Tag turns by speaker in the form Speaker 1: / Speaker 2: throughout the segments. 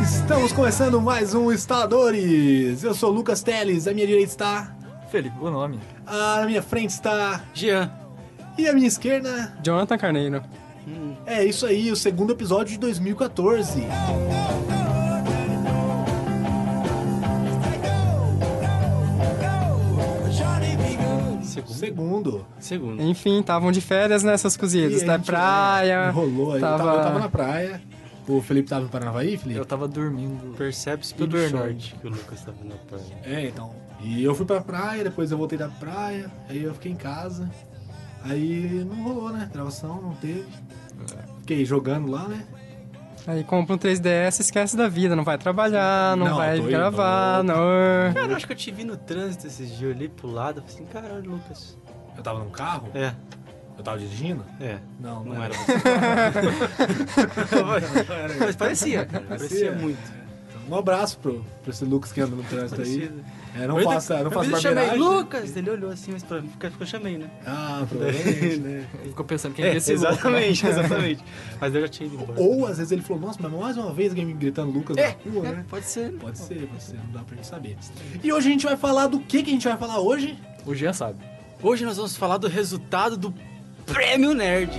Speaker 1: Estamos começando mais um Estadores. Eu sou Lucas Teles, à minha direita está.
Speaker 2: Felipe, o nome.
Speaker 1: À minha frente está.
Speaker 3: Jean.
Speaker 1: E à minha esquerda.
Speaker 4: Jonathan Carneiro.
Speaker 1: É isso aí, o segundo episódio de 2014. Segundo.
Speaker 3: Segundo.
Speaker 4: Enfim, estavam de férias nessas cozidas,
Speaker 1: E a
Speaker 4: da
Speaker 1: gente,
Speaker 4: praia.
Speaker 1: né, Rolou aí. Eu
Speaker 4: Tava...
Speaker 1: tava- Eu tava na praia. O Felipe tava no Paranavaí, Felipe?
Speaker 2: Eu tava dormindo.
Speaker 3: Percebe-se
Speaker 2: pelo
Speaker 3: pelo
Speaker 2: short
Speaker 3: short que o Lucas tava na praia.
Speaker 1: É, então. E eu fui pra praia, depois eu voltei da praia, aí eu fiquei em casa. Aí não rolou, né? Gravação não teve.
Speaker 3: É.
Speaker 1: Fiquei jogando lá, né?
Speaker 4: Aí compra um 3DS, esquece da vida, não vai trabalhar, não,
Speaker 1: Não,
Speaker 4: vai
Speaker 1: tô indo,
Speaker 4: gravar,
Speaker 1: tô-
Speaker 4: não.
Speaker 3: Cara, eu acho que eu te vi no trânsito esses dias, eu olhei pro lado, eu falei assim, caralho, Lucas.
Speaker 1: Eu tava num carro?
Speaker 3: É,
Speaker 1: Eu tava dirigindo?
Speaker 3: é.
Speaker 1: Não,
Speaker 3: Não era você. Mas parecia, cara. Parecia,
Speaker 1: Parecia.
Speaker 3: muito.
Speaker 1: Um abraço pro, pro esse Lucas que anda no trânsito aí.
Speaker 3: Parecia.
Speaker 1: É, não
Speaker 3: Eu ainda-
Speaker 1: faça, não faça
Speaker 3: eu chamei,
Speaker 1: barbeiragem.
Speaker 3: Lucas! Ele olhou assim, mas pra mim, porque eu chamei, né?
Speaker 1: Ah, provavelmente, né?
Speaker 2: Ele ficou pensando quem é,
Speaker 3: É,
Speaker 2: esse louco,
Speaker 3: exatamente, exatamente. Mas eu já tinha ido embora.
Speaker 1: Ou às vezes ele falou, nossa, mas mais uma vez alguém me gritando Lucas na rua,
Speaker 3: É,
Speaker 1: né?
Speaker 3: pode ser.
Speaker 1: Pode ser, pode ser, não dá pra gente saber. E hoje a gente vai falar do que que a gente vai falar hoje?
Speaker 2: né? O Jean sabe.
Speaker 3: Hoje nós vamos falar do resultado do Prêmio Nerd.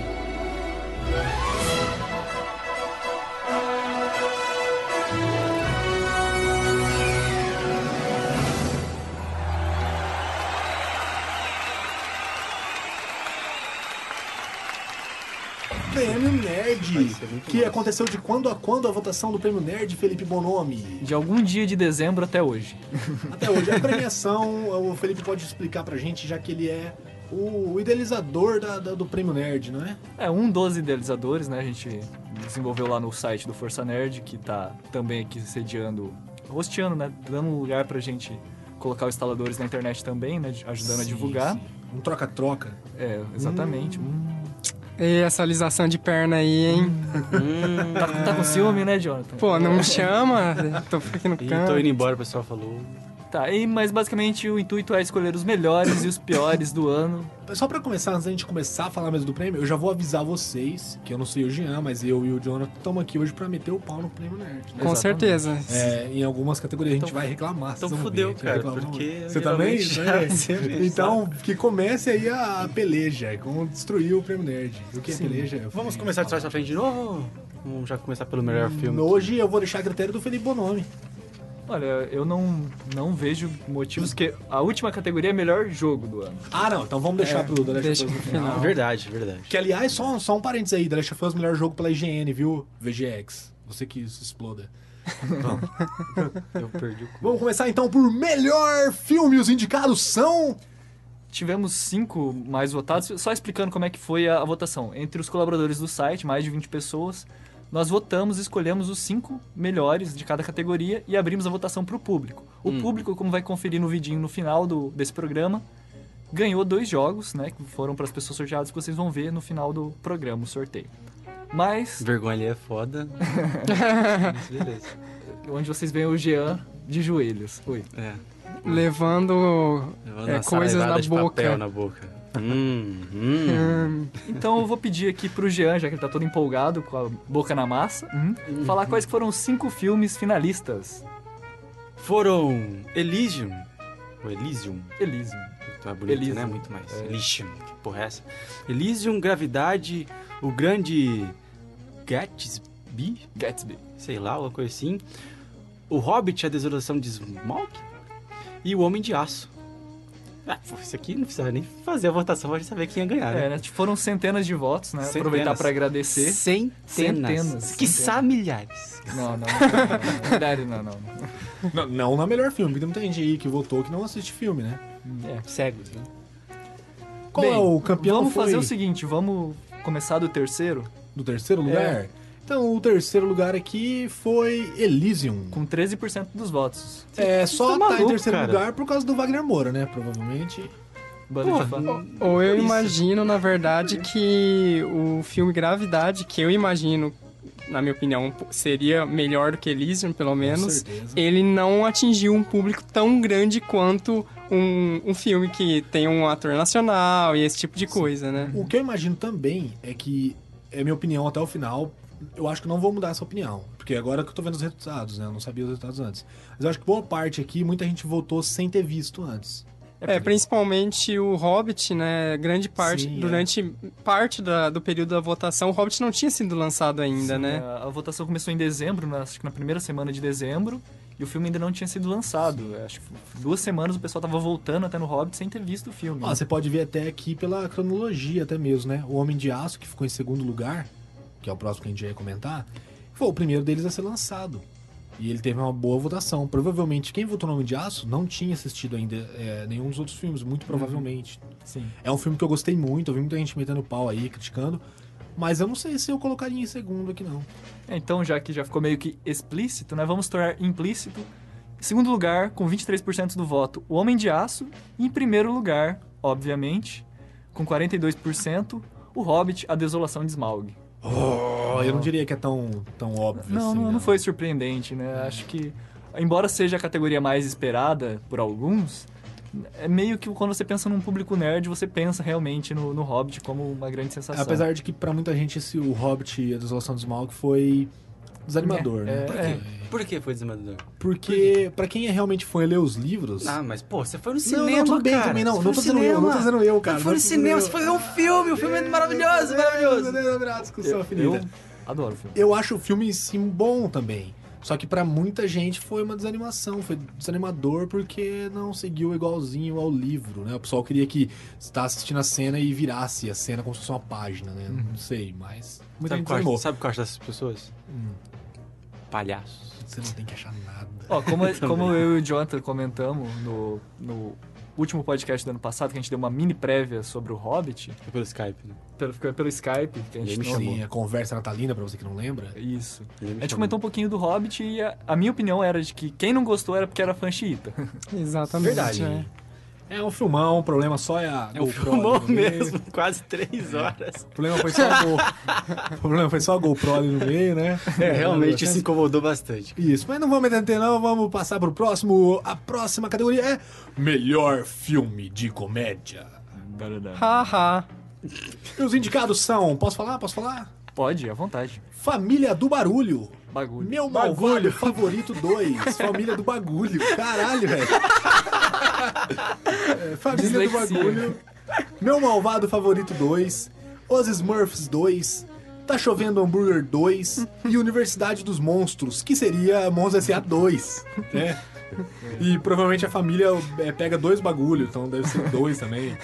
Speaker 1: Prêmio Nerd,
Speaker 3: ser muito
Speaker 1: que
Speaker 3: massa.
Speaker 1: aconteceu de quando a quando a votação do Prêmio Nerd, Felipe Bonomi.
Speaker 2: De algum dia de dezembro até hoje.
Speaker 1: Até hoje, a premiação, o Felipe pode explicar pra gente, já que ele é o idealizador da- da- do Prêmio Nerd, não é?
Speaker 2: É, um dos idealizadores, né? A gente desenvolveu lá no site do Força Nerd, que tá também aqui sediando, hosteando, né? Dando um lugar pra gente colocar os instaladores na internet também, né? de- Ajudando a
Speaker 1: Sim,
Speaker 2: divulgar.
Speaker 1: sim. Um troca-troca.
Speaker 2: É, exatamente. Hum.
Speaker 4: E essa alisação de perna aí, hein?
Speaker 3: Hum.
Speaker 2: Tá, tá com ciúme, né, Jonathan?
Speaker 4: Pô, não me chama, tô aqui no
Speaker 3: E
Speaker 4: canto.
Speaker 3: tô indo embora, o pessoal falou.
Speaker 2: Tá, e, mas basicamente o intuito é escolher os melhores e os piores do ano.
Speaker 1: Só pra começar, antes da gente começar a falar mesmo do prêmio, eu já vou avisar vocês, que eu não sei o Jean, mas eu e o Jonathan estamos aqui hoje pra meter o pau no Prêmio Nerd. né?
Speaker 4: Com
Speaker 2: Exatamente.
Speaker 4: certeza.
Speaker 1: É, em algumas categorias a gente
Speaker 3: Então-
Speaker 1: vai reclamar.
Speaker 3: Então
Speaker 1: vocês vão
Speaker 3: fudeu,
Speaker 1: ver, a gente
Speaker 3: cara,
Speaker 1: vai reclamar
Speaker 3: porque
Speaker 1: muito.
Speaker 3: eu
Speaker 1: Você também?
Speaker 3: geralmente
Speaker 1: Né?
Speaker 3: já- sempre
Speaker 1: então, que comece aí a peleja, é como destruir o Prêmio Nerd. O que é peleja? Eu
Speaker 3: Vamos
Speaker 1: falei,
Speaker 3: começar de trás
Speaker 1: falar.
Speaker 3: pra frente de novo? Vamos já começar pelo melhor filme.
Speaker 1: Hoje eu vou deixar a critério do Felipe Bonomi.
Speaker 2: Olha, eu não, não vejo motivos que a última categoria é melhor jogo do ano.
Speaker 1: Ah, não, então
Speaker 3: É,
Speaker 1: vamos deixar pro The Last
Speaker 4: deixa
Speaker 1: of Us no
Speaker 4: pro
Speaker 1: final.
Speaker 4: final.
Speaker 3: Verdade, verdade.
Speaker 1: Que, aliás, só, só um parênteses aí, The Last of Us, melhor jogo pela IGN, viu? VGX, você que se exploda.
Speaker 3: Eu perdi o cu.
Speaker 1: Vamos começar então por melhor filme. Os indicados são.
Speaker 2: Tivemos cinco mais votados, só explicando como é que foi a, a votação. Entre os colaboradores do site, mais de 20 pessoas, nós votamos e escolhemos os cinco melhores de cada categoria e abrimos a votação para o público. O público, como vai conferir no vidinho no final do, desse programa, ganhou dois jogos, né? Que foram para as pessoas sorteadas que vocês vão ver no final do programa, o sorteio. Mas,
Speaker 3: Vergonha ali é foda. Mas beleza.
Speaker 2: onde vocês veem o Jean de joelhos. Oi.
Speaker 3: É.
Speaker 4: Levando
Speaker 3: Levando
Speaker 4: É,
Speaker 3: uma
Speaker 4: coisas na
Speaker 3: saraivada de
Speaker 4: boca.
Speaker 3: papel na boca. Hum, hum.
Speaker 4: hum,
Speaker 2: Então eu vou pedir aqui pro Jean, já que ele tá todo empolgado com a boca na massa, hum, falar quais que foram os cinco filmes finalistas.
Speaker 3: Foram um. Elysium. O Elysium.
Speaker 2: Elysium.
Speaker 3: Então é bonito,
Speaker 2: Elysium.
Speaker 3: né? Muito mais.
Speaker 2: É.
Speaker 3: Elysium. Que porra é essa? Elysium, Gravidade, o grande Gatsby?
Speaker 2: Gatsby.
Speaker 3: Sei lá, uma coisa assim. O Hobbit, a desolação de Smaug. E o Homem de Aço. Ah, pô, isso aqui não precisava nem fazer a votação pra gente saber quem ia ganhar, né?
Speaker 2: É, né? tipo, Foram centenas de votos, né?
Speaker 3: Centenas.
Speaker 2: Aproveitar pra agradecer.
Speaker 3: Centenas.
Speaker 2: Centenas.
Speaker 3: Quiçá milhares.
Speaker 2: Não, não, não. não. Verdade, não, não.
Speaker 1: Não, na melhor filme, porque tem muita gente aí que votou que não assiste filme, né?
Speaker 2: É.
Speaker 3: Cegos, né?
Speaker 1: Qual
Speaker 2: Bem,
Speaker 1: é o campeão
Speaker 2: Vamos
Speaker 1: foi
Speaker 2: fazer o seguinte, vamos começar do terceiro,
Speaker 1: do terceiro lugar? Então, o terceiro lugar aqui foi Elysium.
Speaker 2: com 13% dos votos.
Speaker 1: É, só
Speaker 3: tá
Speaker 1: tá, em
Speaker 3: maluco,
Speaker 1: terceiro
Speaker 3: cara.
Speaker 1: lugar por causa do Wagner Moura, né? Provavelmente.
Speaker 2: Banda
Speaker 3: Pô,
Speaker 2: de fã.
Speaker 4: ou eu
Speaker 3: Isso.
Speaker 4: imagino, na verdade, que o filme Gravidade, que eu imagino, na minha opinião, seria melhor do que Elysium, pelo menos.
Speaker 1: Com certeza.
Speaker 4: ele não atingiu um público tão grande quanto um, um filme que tem um ator nacional e esse tipo de coisa, né?
Speaker 1: O que eu imagino também é que, é minha opinião até o final, eu acho que não vou mudar essa opinião. Porque agora que eu tô vendo os resultados, né? Eu não sabia os resultados antes. Mas eu acho que boa parte aqui, muita gente votou sem ter visto antes.
Speaker 4: É, principalmente o Hobbit, né? Grande parte,
Speaker 1: Sim, é.
Speaker 4: durante parte da- do período da votação, o Hobbit não tinha sido lançado ainda,
Speaker 2: Sim,
Speaker 4: né?
Speaker 2: É, A, a votação começou em dezembro, na, acho que na primeira semana de dezembro, e o filme ainda não tinha sido lançado. É, Acho que duas semanas o pessoal tava voltando até no Hobbit sem ter visto o filme.
Speaker 1: Ó, você pode ver até aqui pela cronologia até mesmo, né? O Homem de Aço, que ficou em segundo lugar, que é o próximo que a gente ia comentar, foi o primeiro deles a ser lançado. E ele teve uma boa votação. Provavelmente quem votou no Homem de Aço não tinha assistido ainda é, nenhum dos outros filmes, muito provavelmente.
Speaker 2: Sim.
Speaker 1: É um filme que eu gostei muito, eu vi muita gente metendo pau aí, criticando. Mas eu não sei se eu colocaria em segundo aqui, não.
Speaker 2: É, Então, já que já ficou meio que explícito, né? Vamos tornar implícito. Em segundo lugar, com 23% do voto, O Homem de Aço. E em primeiro lugar, obviamente, com 42%, O Hobbit, A Desolação de Smaug.
Speaker 1: Oh, eu não diria que é tão, tão óbvio
Speaker 2: Não,
Speaker 1: assim.
Speaker 2: não, não foi surpreendente, né? Acho que, embora seja a categoria mais esperada por alguns, é meio que quando você pensa num público nerd, você pensa realmente no, no Hobbit como uma grande sensação.
Speaker 1: Apesar de que pra muita gente esse, o Hobbit e a Desolação do Smaug foi desanimador,
Speaker 2: É,
Speaker 1: né?
Speaker 2: é,
Speaker 1: Por
Speaker 2: é.
Speaker 1: quê?
Speaker 3: Por que foi desmador?
Speaker 1: Porque pra quem é realmente fã e lê os livros...
Speaker 3: Ah, mas pô, você foi no
Speaker 1: não,
Speaker 3: cinema,
Speaker 1: não, tudo bem
Speaker 3: cara.
Speaker 1: também, não.
Speaker 3: Você
Speaker 1: Não tô
Speaker 3: foi
Speaker 1: dizendo
Speaker 3: no
Speaker 1: eu, não tô
Speaker 3: cinema.
Speaker 1: dizendo eu, cara. não
Speaker 3: Você foi
Speaker 1: tô
Speaker 3: no
Speaker 1: dizendo
Speaker 3: cinema,
Speaker 1: eu.
Speaker 3: você foi ver um filme, o filme é maravilhoso,
Speaker 1: É,
Speaker 3: maravilhoso.
Speaker 1: é, é, é, é, discussão
Speaker 2: eu, Tá eu
Speaker 1: infinita.
Speaker 2: adoro o filme.
Speaker 1: Eu acho o filme, sim, bom também. Só que pra muita gente foi uma desanimação, foi desanimador porque não seguiu igualzinho ao livro, né? O pessoal queria que está assistindo a cena e virasse a cena como se fosse uma página, né? Não sei, mas muita
Speaker 3: Uhum. Sabe
Speaker 1: gente Hum.
Speaker 3: qual eu
Speaker 1: desanimou.
Speaker 3: acho- Sabe o que eu acho dessas pessoas? Palhaços.
Speaker 1: Você não tem que achar nada.
Speaker 2: Ó, como, como eu e o Jonathan comentamos no, no último podcast do ano passado, que a gente deu uma mini prévia sobre o Hobbit,
Speaker 3: É pelo Skype, né?
Speaker 2: pelo, foi pelo Skype, que a
Speaker 3: Ele
Speaker 2: gente
Speaker 3: me
Speaker 2: não-
Speaker 3: chamou.
Speaker 1: Sim, a conversa natalina, pra você que não lembra.
Speaker 2: Isso.
Speaker 3: Ele me
Speaker 2: A gente
Speaker 3: chamou.
Speaker 2: comentou um pouquinho do Hobbit e a, a minha opinião era de que quem não gostou era porque era fã xiita.
Speaker 4: Exatamente.
Speaker 3: Verdade.
Speaker 4: né?
Speaker 1: É um filmão, o problema só é a
Speaker 3: É um
Speaker 1: GoPro
Speaker 3: filmão
Speaker 1: ali no meio.
Speaker 3: mesmo, quase três horas.
Speaker 1: O problema foi só a, Go... o problema foi só a GoPro ali no meio, né?
Speaker 3: É, realmente se incomodou bastante.
Speaker 1: Isso, mas não vamos entender não, vamos passar pro próximo. A próxima categoria é Melhor Filme de Comédia.
Speaker 4: Haha.
Speaker 1: E os indicados são, posso falar? Posso falar?
Speaker 2: Pode, à vontade.
Speaker 1: Família do Barulho.
Speaker 2: Bagulho.
Speaker 1: Meu Malvado Favorito 2. Família do Bagulho. Caralho, velho. É, família do
Speaker 2: Dislexia.
Speaker 1: Bagulho. Meu Malvado Favorito 2. Os Smurfs 2. Tá Chovendo Hambúrguer 2. E Universidade dos Monstros, que seria Monstros S.A. 2.
Speaker 2: É.
Speaker 1: Né? E provavelmente a família é, pega dois bagulhos, então deve ser dois também.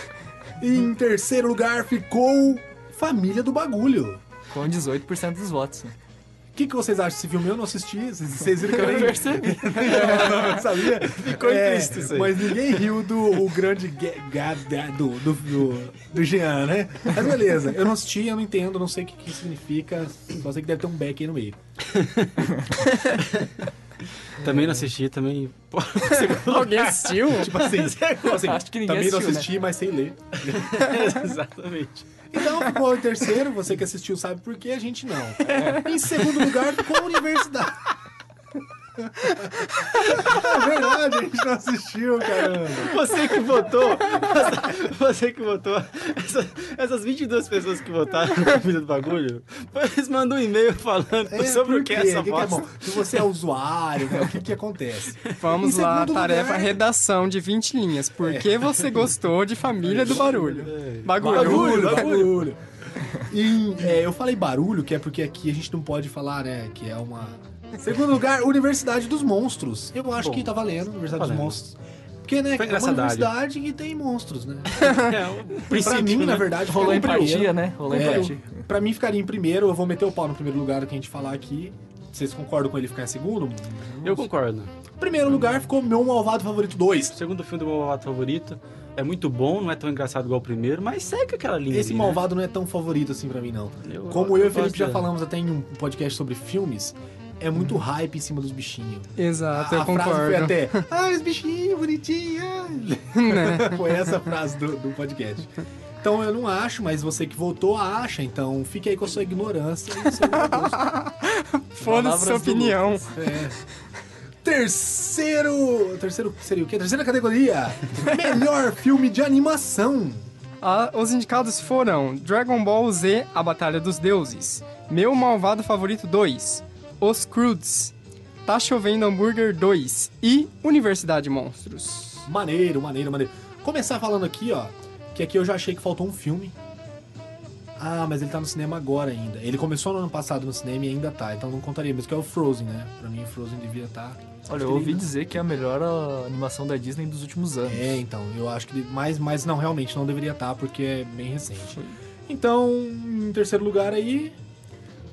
Speaker 1: E em terceiro lugar ficou Família do Bagulho.
Speaker 2: Com 18% dos votos. né?
Speaker 1: O que, que vocês acham desse filme? Eu não assisti. Vocês- Vocês viram que eu nem percebi. não, não, não sabia. Ficou
Speaker 3: implícito isso aí.
Speaker 1: Mas ninguém riu do o grande ga- ga- ga- do, do, do, do Jean, né? Mas beleza. Eu não assisti, eu não entendo, não sei o que, que significa. Só sei que deve ter um back aí no meio. É.
Speaker 3: Também não assisti, também. Pô,
Speaker 4: Alguém assistiu?
Speaker 1: Tipo assim, tipo assim,
Speaker 2: Acho que ninguém
Speaker 1: também não
Speaker 2: assistiu, né?
Speaker 1: assisti, mas sei ler.
Speaker 3: É, Exatamente.
Speaker 1: Então ficou em terceiro, você que assistiu sabe por quê, a gente não. Em segundo lugar ficou a universidade. É verdade, a gente não assistiu, caramba.
Speaker 3: Você que votou, você que votou, essa- essas 22 pessoas que votaram no filho do bagulho, eles mandam um e-mail falando
Speaker 1: É,
Speaker 3: sobre
Speaker 1: por
Speaker 3: o que é
Speaker 1: quê?
Speaker 3: essa
Speaker 1: O que que é bom?
Speaker 3: bosta.
Speaker 1: Se você é usuário, né, o que, que acontece?
Speaker 4: Vamos
Speaker 1: Em
Speaker 4: lá,
Speaker 1: segundo
Speaker 4: tarefa
Speaker 1: lugar- É.
Speaker 4: redação de 20 linhas. Por que você gostou de Família do Barulho? Bagulho.
Speaker 3: Barulho.
Speaker 1: barulho. E, é, eu falei barulho, que é porque aqui a gente não pode falar, né? Que é uma. Segundo lugar, Universidade dos Monstros. Eu acho
Speaker 3: Bom,
Speaker 1: que tá valendo, Universidade
Speaker 3: valendo.
Speaker 1: dos Monstros. Porque, né,
Speaker 3: Foi
Speaker 1: é uma
Speaker 3: engraçadalho.
Speaker 1: universidade que tem monstros, né?
Speaker 3: É, o
Speaker 1: pra
Speaker 3: princípio,
Speaker 1: mim,
Speaker 3: né?
Speaker 1: na verdade,
Speaker 2: Rolou
Speaker 1: ficaria em primeiro.
Speaker 2: empatia, né? Rolou
Speaker 1: É,
Speaker 2: empatia.
Speaker 1: Pra mim ficaria em primeiro, eu vou meter o pau no primeiro lugar que a gente falar aqui. Vocês concordam com ele ficar em segundo?
Speaker 3: Eu concordo. Hum.
Speaker 1: Primeiro lugar ficou meu malvado favorito 2.
Speaker 3: O segundo filme do meu malvado favorito é muito bom, não é tão engraçado igual o primeiro, mas segue aquela linha.
Speaker 1: Esse
Speaker 3: ali, né?
Speaker 1: malvado não é tão favorito assim pra mim, não.
Speaker 3: Eu-
Speaker 1: Como eu e o
Speaker 3: eu
Speaker 1: Felipe
Speaker 3: gosto
Speaker 1: já
Speaker 3: dele.
Speaker 1: falamos até em um podcast sobre filmes, é muito
Speaker 3: Uhum.
Speaker 1: hype em cima dos bichinhos.
Speaker 4: Exato,
Speaker 1: a
Speaker 4: eu
Speaker 1: a frase foi
Speaker 4: concordo.
Speaker 1: até, ah, os bichinhos, bonitinhos. ah."
Speaker 3: Né?
Speaker 1: foi essa a frase do, do podcast. Então eu não acho, mas você que votou acha, então fique aí com a sua ignorância e o seu mau gosto.
Speaker 4: Foda-se sua
Speaker 2: Palavras do
Speaker 4: opinião.
Speaker 1: É. Terceiro. Terceiro seria o quê? Terceira categoria! Melhor filme de animação!
Speaker 4: Ah, os indicados foram Dragon Ball Z, A Batalha dos Deuses, Meu Malvado Favorito 2, Os Crudes, Tá Chovendo Hambúrguer 2 e Universidade Monstros.
Speaker 1: Maneiro, maneiro, maneiro. Começar falando aqui, ó, que aqui eu já achei que faltou um filme. Ah, mas ele tá no cinema agora ainda. Ele começou no ano passado no cinema e ainda tá, então não contaria, mas que é o Frozen, né? Pra mim, Frozen devia tá. estar.
Speaker 2: Olha, eu ouvi dizer que é a melhor ah, animação da Disney dos últimos anos.
Speaker 1: É, então, eu acho que. Mas, mas não, realmente não deveria estar, porque é bem recente. Então, em terceiro lugar aí.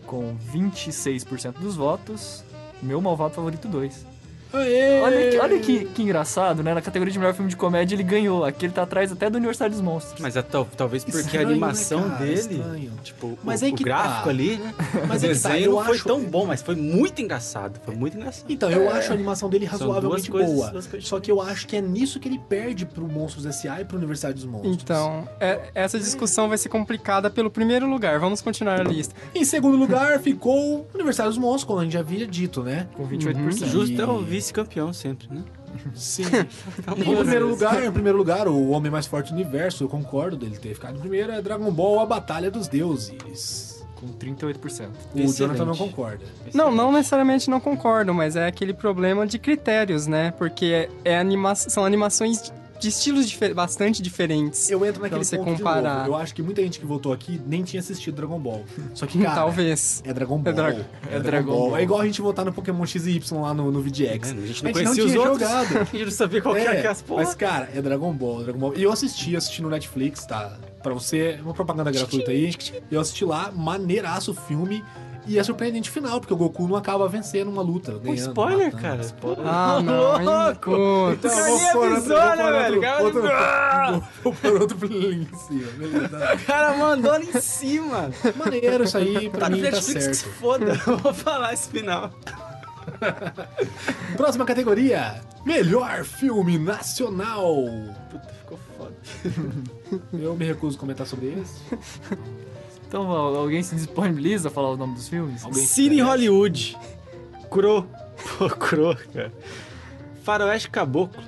Speaker 2: Com 26% dos votos, meu malvado favorito 2.
Speaker 1: Aê!
Speaker 2: Olha, que, olha
Speaker 1: É.
Speaker 2: que, que engraçado, né? Na categoria de melhor filme de comédia ele ganhou. Aqui ele tá atrás até do Universidade dos Monstros.
Speaker 3: Mas é tal- talvez porque
Speaker 1: Estranho,
Speaker 3: a
Speaker 1: né,
Speaker 3: animação
Speaker 1: cara?
Speaker 3: dele.
Speaker 1: Estranho.
Speaker 3: Tipo,
Speaker 1: Mas
Speaker 3: o,
Speaker 1: aí
Speaker 3: o
Speaker 1: que
Speaker 3: gráfico
Speaker 1: tá.
Speaker 3: ali, né?
Speaker 1: Mas
Speaker 3: o
Speaker 1: é que tá,
Speaker 3: desenho
Speaker 1: eu
Speaker 3: não foi
Speaker 1: acho-
Speaker 3: tão bom, mas foi muito engraçado. Foi muito engraçado.
Speaker 1: Então, eu acho a animação dele
Speaker 3: São
Speaker 1: razoavelmente
Speaker 3: duas coisas-
Speaker 1: boa.
Speaker 3: duas coisas
Speaker 1: Só que eu acho que é nisso que ele perde pro Monstros S.A. e pro Universidade dos Monstros.
Speaker 4: Então, é- essa discussão vai ser complicada pelo primeiro lugar. Vamos continuar a lista.
Speaker 1: Em segundo lugar ficou o Universidade dos Monstros, como a gente já havia dito, né?
Speaker 2: Com 28%.
Speaker 3: Justo é o vice-campeão sempre, né?
Speaker 1: Sim.
Speaker 3: Então,
Speaker 1: em,
Speaker 3: boa
Speaker 1: primeiro
Speaker 3: vez.
Speaker 1: lugar, em primeiro lugar, o Homem Mais Forte do Universo, eu concordo dele ter ficado em primeiro, é Dragon Ball, a Batalha dos Deuses.
Speaker 2: Com 38%.
Speaker 1: O
Speaker 3: Excelente.
Speaker 1: Jonathan não concorda.
Speaker 4: Não, não necessariamente não concordo, mas é aquele problema de critérios, né? Porque é, é anima são animações de estilos dife- bastante diferentes.
Speaker 1: Eu entro naquele
Speaker 4: você
Speaker 1: ponto de
Speaker 4: comparar.
Speaker 1: novo. Eu acho que muita gente que votou aqui nem tinha assistido Dragon Ball. Só que, cara...
Speaker 4: Talvez.
Speaker 1: É Dragon Ball.
Speaker 4: É Dra-
Speaker 2: é Dragon Ball.
Speaker 1: É igual a gente votar no Pokémon XY lá no, no VGX.
Speaker 3: É, a gente
Speaker 1: A
Speaker 3: não
Speaker 1: gente não
Speaker 3: conhecia os
Speaker 1: tinha
Speaker 3: outros.
Speaker 1: jogado.
Speaker 3: A gente não sabia qual que era que as
Speaker 1: É, mas
Speaker 3: porras.
Speaker 1: cara, é Dragon Ball, Dragon Ball. E eu assisti, eu assisti no Netflix, tá? Pra você, uma propaganda gratuita aí. Eu assisti lá, maneiraço o filme. E é surpreendente o final, porque o Goku não acaba vencendo uma luta.
Speaker 3: Pô,
Speaker 1: ganhando,
Speaker 3: Um spoiler,
Speaker 1: matando.
Speaker 3: cara.
Speaker 4: Ah, não. hein,
Speaker 1: Então,
Speaker 4: putz.
Speaker 1: eu vou
Speaker 3: cara nem
Speaker 1: por outro,
Speaker 3: avisou,
Speaker 1: vou por
Speaker 3: né,
Speaker 1: outro-
Speaker 3: velho? O cara
Speaker 1: outro-
Speaker 3: nem-
Speaker 1: Vou por outro link em cima, beleza.
Speaker 3: O cara mandou ali em cima.
Speaker 1: Maneiro isso aí, pra
Speaker 3: Tá no
Speaker 1: mim tá
Speaker 3: Netflix, que se
Speaker 1: certo.
Speaker 3: foda. Eu vou falar esse final.
Speaker 1: Próxima categoria: Melhor filme nacional.
Speaker 3: Puta, ficou foda.
Speaker 1: Eu me recuso a comentar sobre esse.
Speaker 2: Então al- alguém se disponibiliza a falar o nome dos filmes?
Speaker 1: Alguém?
Speaker 3: Cine Hollywood. Cro. Pô, Cro, cara. Faroeste Caboclo.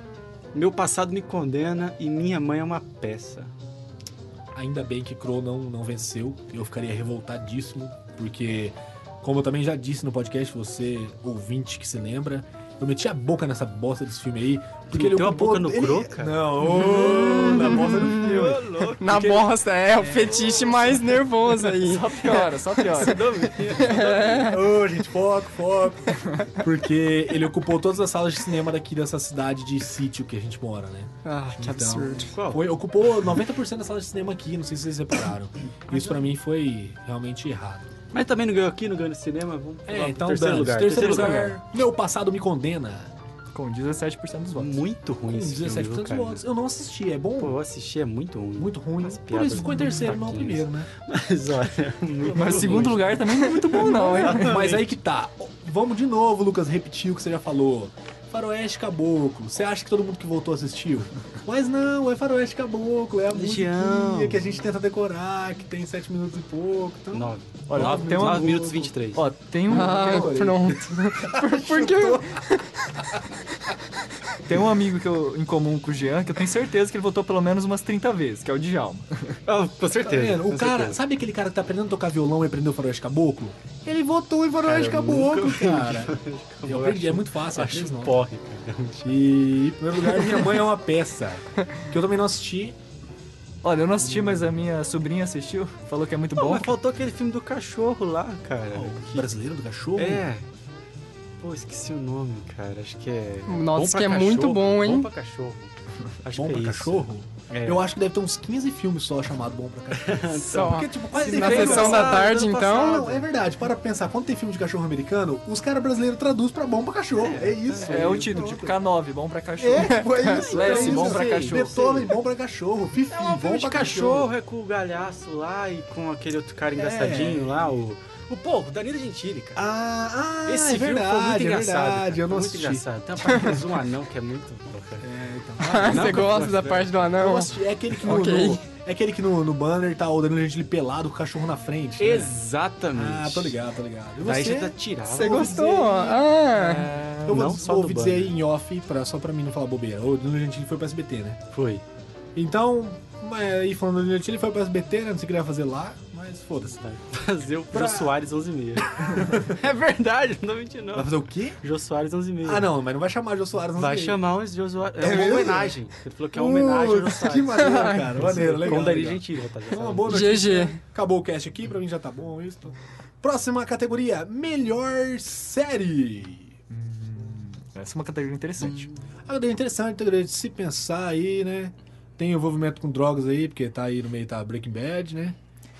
Speaker 3: Meu passado me condena e minha mãe é uma peça.
Speaker 1: Ainda bem que Crow não, não venceu. Eu ficaria revoltadíssimo, porque, como eu também já disse no podcast, você, ouvinte que se lembra, eu meti a boca nessa bosta desse filme aí. Porque ele
Speaker 3: Meteu a
Speaker 1: ocupou-
Speaker 3: boca no
Speaker 1: ele-
Speaker 3: Crow, cara?
Speaker 1: Não, ô, na bosta do filme.
Speaker 3: louco.
Speaker 4: Na bosta, é o fetiche mais nervoso aí.
Speaker 2: Só piora, só piora.
Speaker 1: Ô, gente, foco, foco. Porque ele ocupou todas as salas de cinema daqui dessa cidade de sítio que a gente mora, né?
Speaker 4: Ah, que absurdo.
Speaker 3: Qual?
Speaker 1: Foi, ocupou 90% da sala de cinema aqui, não sei se vocês repararam. Isso pra mim foi realmente errado.
Speaker 3: Mas também não ganhou aqui, não ganhou no cinema. Vamos
Speaker 1: É,
Speaker 3: lá pro
Speaker 1: então
Speaker 3: terceiro
Speaker 1: dane-se.
Speaker 3: lugar.
Speaker 1: Terceiro, lugar, Meu passado me condena.
Speaker 2: Com 17% dos votos.
Speaker 3: Muito ruim
Speaker 1: Com
Speaker 3: esse filme,
Speaker 1: 17%
Speaker 3: viu,
Speaker 1: dos
Speaker 3: cara?
Speaker 1: votos. Eu não assisti, é bom?
Speaker 3: Pô, eu assisti, é muito ruim.
Speaker 1: muito ruim.
Speaker 3: As
Speaker 1: Por
Speaker 3: piadas
Speaker 1: isso ficou em
Speaker 3: muito
Speaker 1: terceiro, não o
Speaker 3: fraquinhas.
Speaker 1: primeiro, né?
Speaker 3: Mas olha, muito
Speaker 2: Mas o segundo lugar também não é muito bom, não, hein?
Speaker 1: Mas aí que tá. Vamos de novo, Lucas, repetir o que você já falou. Faroeste Caboclo. Você acha que todo mundo que voltou assistiu? Mas não, é Faroeste Caboclo. É a
Speaker 3: Legião.
Speaker 1: musiquinha que a gente tenta decorar, que tem 7 minutos e pouco. Então...
Speaker 3: Nove.
Speaker 2: Olha,
Speaker 3: Nove
Speaker 2: tem uma-
Speaker 3: nove minutos e 23.
Speaker 2: Ó, tem um,
Speaker 4: Ah,
Speaker 1: adorei.
Speaker 4: pronto. Por, por que eu-
Speaker 2: tem um amigo que eu, em comum com o Jean que eu tenho certeza que ele votou pelo menos umas 30 vezes, que é o Djalma.
Speaker 3: Ah, com
Speaker 1: Tá
Speaker 3: certeza.
Speaker 1: vendo? O
Speaker 3: com
Speaker 1: cara,
Speaker 3: certeza.
Speaker 1: sabe aquele cara que tá aprendendo a tocar violão e aprendeu Faroeste Caboclo? Ele votou em Faroeste
Speaker 3: Cara, eu
Speaker 1: Caboclo,
Speaker 3: nunca vi
Speaker 1: cara. Eu aprendi, é muito fácil, acho
Speaker 3: Acho
Speaker 1: isso
Speaker 3: um
Speaker 1: não.
Speaker 3: porre, cara.
Speaker 1: E em primeiro lugar, minha mãe é uma peça. Que eu também não assisti.
Speaker 2: Olha, eu não assisti, mas a minha sobrinha assistiu, falou que é muito
Speaker 3: Pô,
Speaker 2: bom.
Speaker 3: mas faltou aquele filme do cachorro lá, cara.
Speaker 1: O brasileiro do cachorro?
Speaker 3: É. Pô, esqueci o nome, cara. Acho que é.
Speaker 4: Nossa,
Speaker 3: Bom pra
Speaker 4: que é
Speaker 3: cachorro.
Speaker 4: muito bom, hein?
Speaker 3: Bom pra cachorro. Acho
Speaker 1: Bom
Speaker 3: que é
Speaker 1: pra
Speaker 3: isso.
Speaker 1: cachorro?
Speaker 3: É.
Speaker 1: Eu acho que deve ter uns 15 filmes só chamado Bom pra cachorro.
Speaker 4: Só.
Speaker 1: Porque, tipo, quase
Speaker 4: Na
Speaker 1: filme-
Speaker 4: sessão da
Speaker 3: passado,
Speaker 4: tarde,
Speaker 3: ano
Speaker 4: então.
Speaker 1: Não, é verdade. Para pensar, quando tem filme de cachorro americano, os caras brasileiros traduzem pra Bom pra cachorro. É, isso.
Speaker 2: É o título, tipo K9, bom pra cachorro.
Speaker 1: É, tipo, é isso.
Speaker 2: Lesse,
Speaker 1: é isso,
Speaker 2: Bom pra
Speaker 1: sei.
Speaker 2: Cachorro.
Speaker 1: Beethoven, bom pra cachorro. Fifi,
Speaker 3: É um
Speaker 1: bom
Speaker 3: filme
Speaker 1: pra
Speaker 3: de
Speaker 1: cachorro.
Speaker 3: cachorro, é com o galhaço lá e com aquele outro cara
Speaker 1: É.
Speaker 3: engraçadinho lá, o. O pô, o Danilo Gentili, cara.
Speaker 1: Ah, ah
Speaker 3: Esse
Speaker 1: é
Speaker 3: filme
Speaker 1: verdade,
Speaker 3: foi muito
Speaker 1: é
Speaker 3: engraçado.
Speaker 1: verdade.
Speaker 3: cara.
Speaker 1: Eu não
Speaker 3: Foi
Speaker 1: assisti.
Speaker 3: Muito engraçado. Tem uma parte que usa um anão que é muito boa, cara.
Speaker 1: É, então.
Speaker 4: Ah,
Speaker 3: Não,
Speaker 4: você
Speaker 3: que eu
Speaker 4: gosta
Speaker 3: gosto,
Speaker 4: da
Speaker 3: né?
Speaker 4: parte do
Speaker 1: Eu não
Speaker 4: anão?
Speaker 1: assisti. É aquele que no,
Speaker 4: Ok.
Speaker 1: no- é aquele que no, no banner tá o Danilo Gentili pelado com o cachorro na frente. né?
Speaker 3: Exatamente.
Speaker 1: Ah, tô ligado, tô ligado. E
Speaker 3: Daí
Speaker 1: você?
Speaker 3: já tá tirado.
Speaker 4: Você
Speaker 1: vou dizer-
Speaker 4: gostou? Ah,
Speaker 1: Eu vou,
Speaker 3: não
Speaker 1: vou
Speaker 3: só do
Speaker 1: dizer aí
Speaker 3: banner.
Speaker 1: em off, pra, só pra mim não falar bobeira. O Danilo Gentili foi pro SBT, né?
Speaker 3: Foi.
Speaker 1: Então, é, e falando do Inútil, ele foi pro SBT, né? Não sei o que ele ia fazer lá, mas foda-se.
Speaker 3: Vai fazer o
Speaker 1: Pra-
Speaker 3: Jô Soares 11h30. é verdade, não tô mentindo não.
Speaker 1: Vai fazer o quê?
Speaker 3: Jô Soares 11h30.
Speaker 1: Ah, não, mas não vai chamar Jô Soares. Não
Speaker 3: Vai
Speaker 1: sei.
Speaker 3: chamar um Jô Soares. É,
Speaker 1: É
Speaker 3: uma
Speaker 1: mesmo?
Speaker 3: homenagem. Ele falou que é uma homenagem ao Jô
Speaker 1: Putz, Que
Speaker 3: Soares.
Speaker 1: maneiro, cara. Maneiro, legal.
Speaker 3: Com Dari
Speaker 1: legal.
Speaker 3: Gentili, tá?
Speaker 1: Então, uma boa notícia.
Speaker 4: GG.
Speaker 1: Acabou o cast aqui, pra mim já tá bom isso. Próxima categoria, melhor série.
Speaker 2: Essa é uma categoria interessante.
Speaker 1: A categoria interessante, a categoria de se pensar aí, né? Tem envolvimento com drogas aí, porque tá aí no meio tá Breaking Bad, né?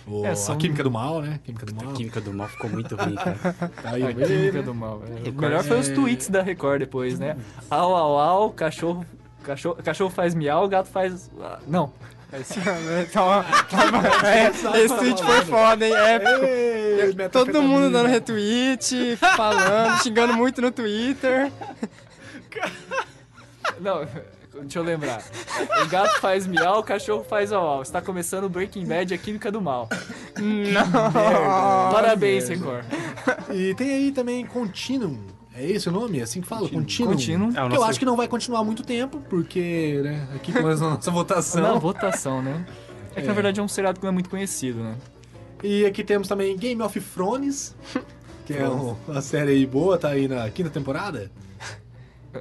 Speaker 1: Ou
Speaker 2: É, são-
Speaker 1: A Química do Mal, né? Química do Mal.
Speaker 3: A química do mal ficou muito ruim, cara.
Speaker 1: Tá aí no
Speaker 2: A
Speaker 1: meio.
Speaker 2: química
Speaker 1: né?
Speaker 2: do mal. é. O
Speaker 3: Record.
Speaker 2: melhor foi os tweets da Record depois, né? Au, au, au, cachorro, cachorro, cachorro faz miau, gato faz... ah, Não.
Speaker 4: Então, é, esse tweet foi foda, hein? É,
Speaker 1: Ei,
Speaker 4: todo mundo
Speaker 1: metafetamina.
Speaker 4: dando retweet, falando, xingando muito no Twitter.
Speaker 2: Não, deixa eu lembrar. O gato faz miau, o cachorro faz au, au. Está começando o Breaking Bad, a química do mal.
Speaker 4: Não.
Speaker 2: Parabéns, Record.
Speaker 1: E tem aí também Continuum. É esse o nome? É assim que fala? Continuum.
Speaker 2: Continuum.
Speaker 3: É, o
Speaker 1: Que eu
Speaker 3: nosso-
Speaker 1: acho que não vai continuar muito tempo, porque, né, aqui começa a nossa votação.
Speaker 2: Na votação, né? É que
Speaker 1: É.
Speaker 2: na verdade é um seriado que não é muito conhecido, né?
Speaker 1: E aqui temos também Game of Thrones, que é um- uma série aí boa, tá aí na quinta temporada?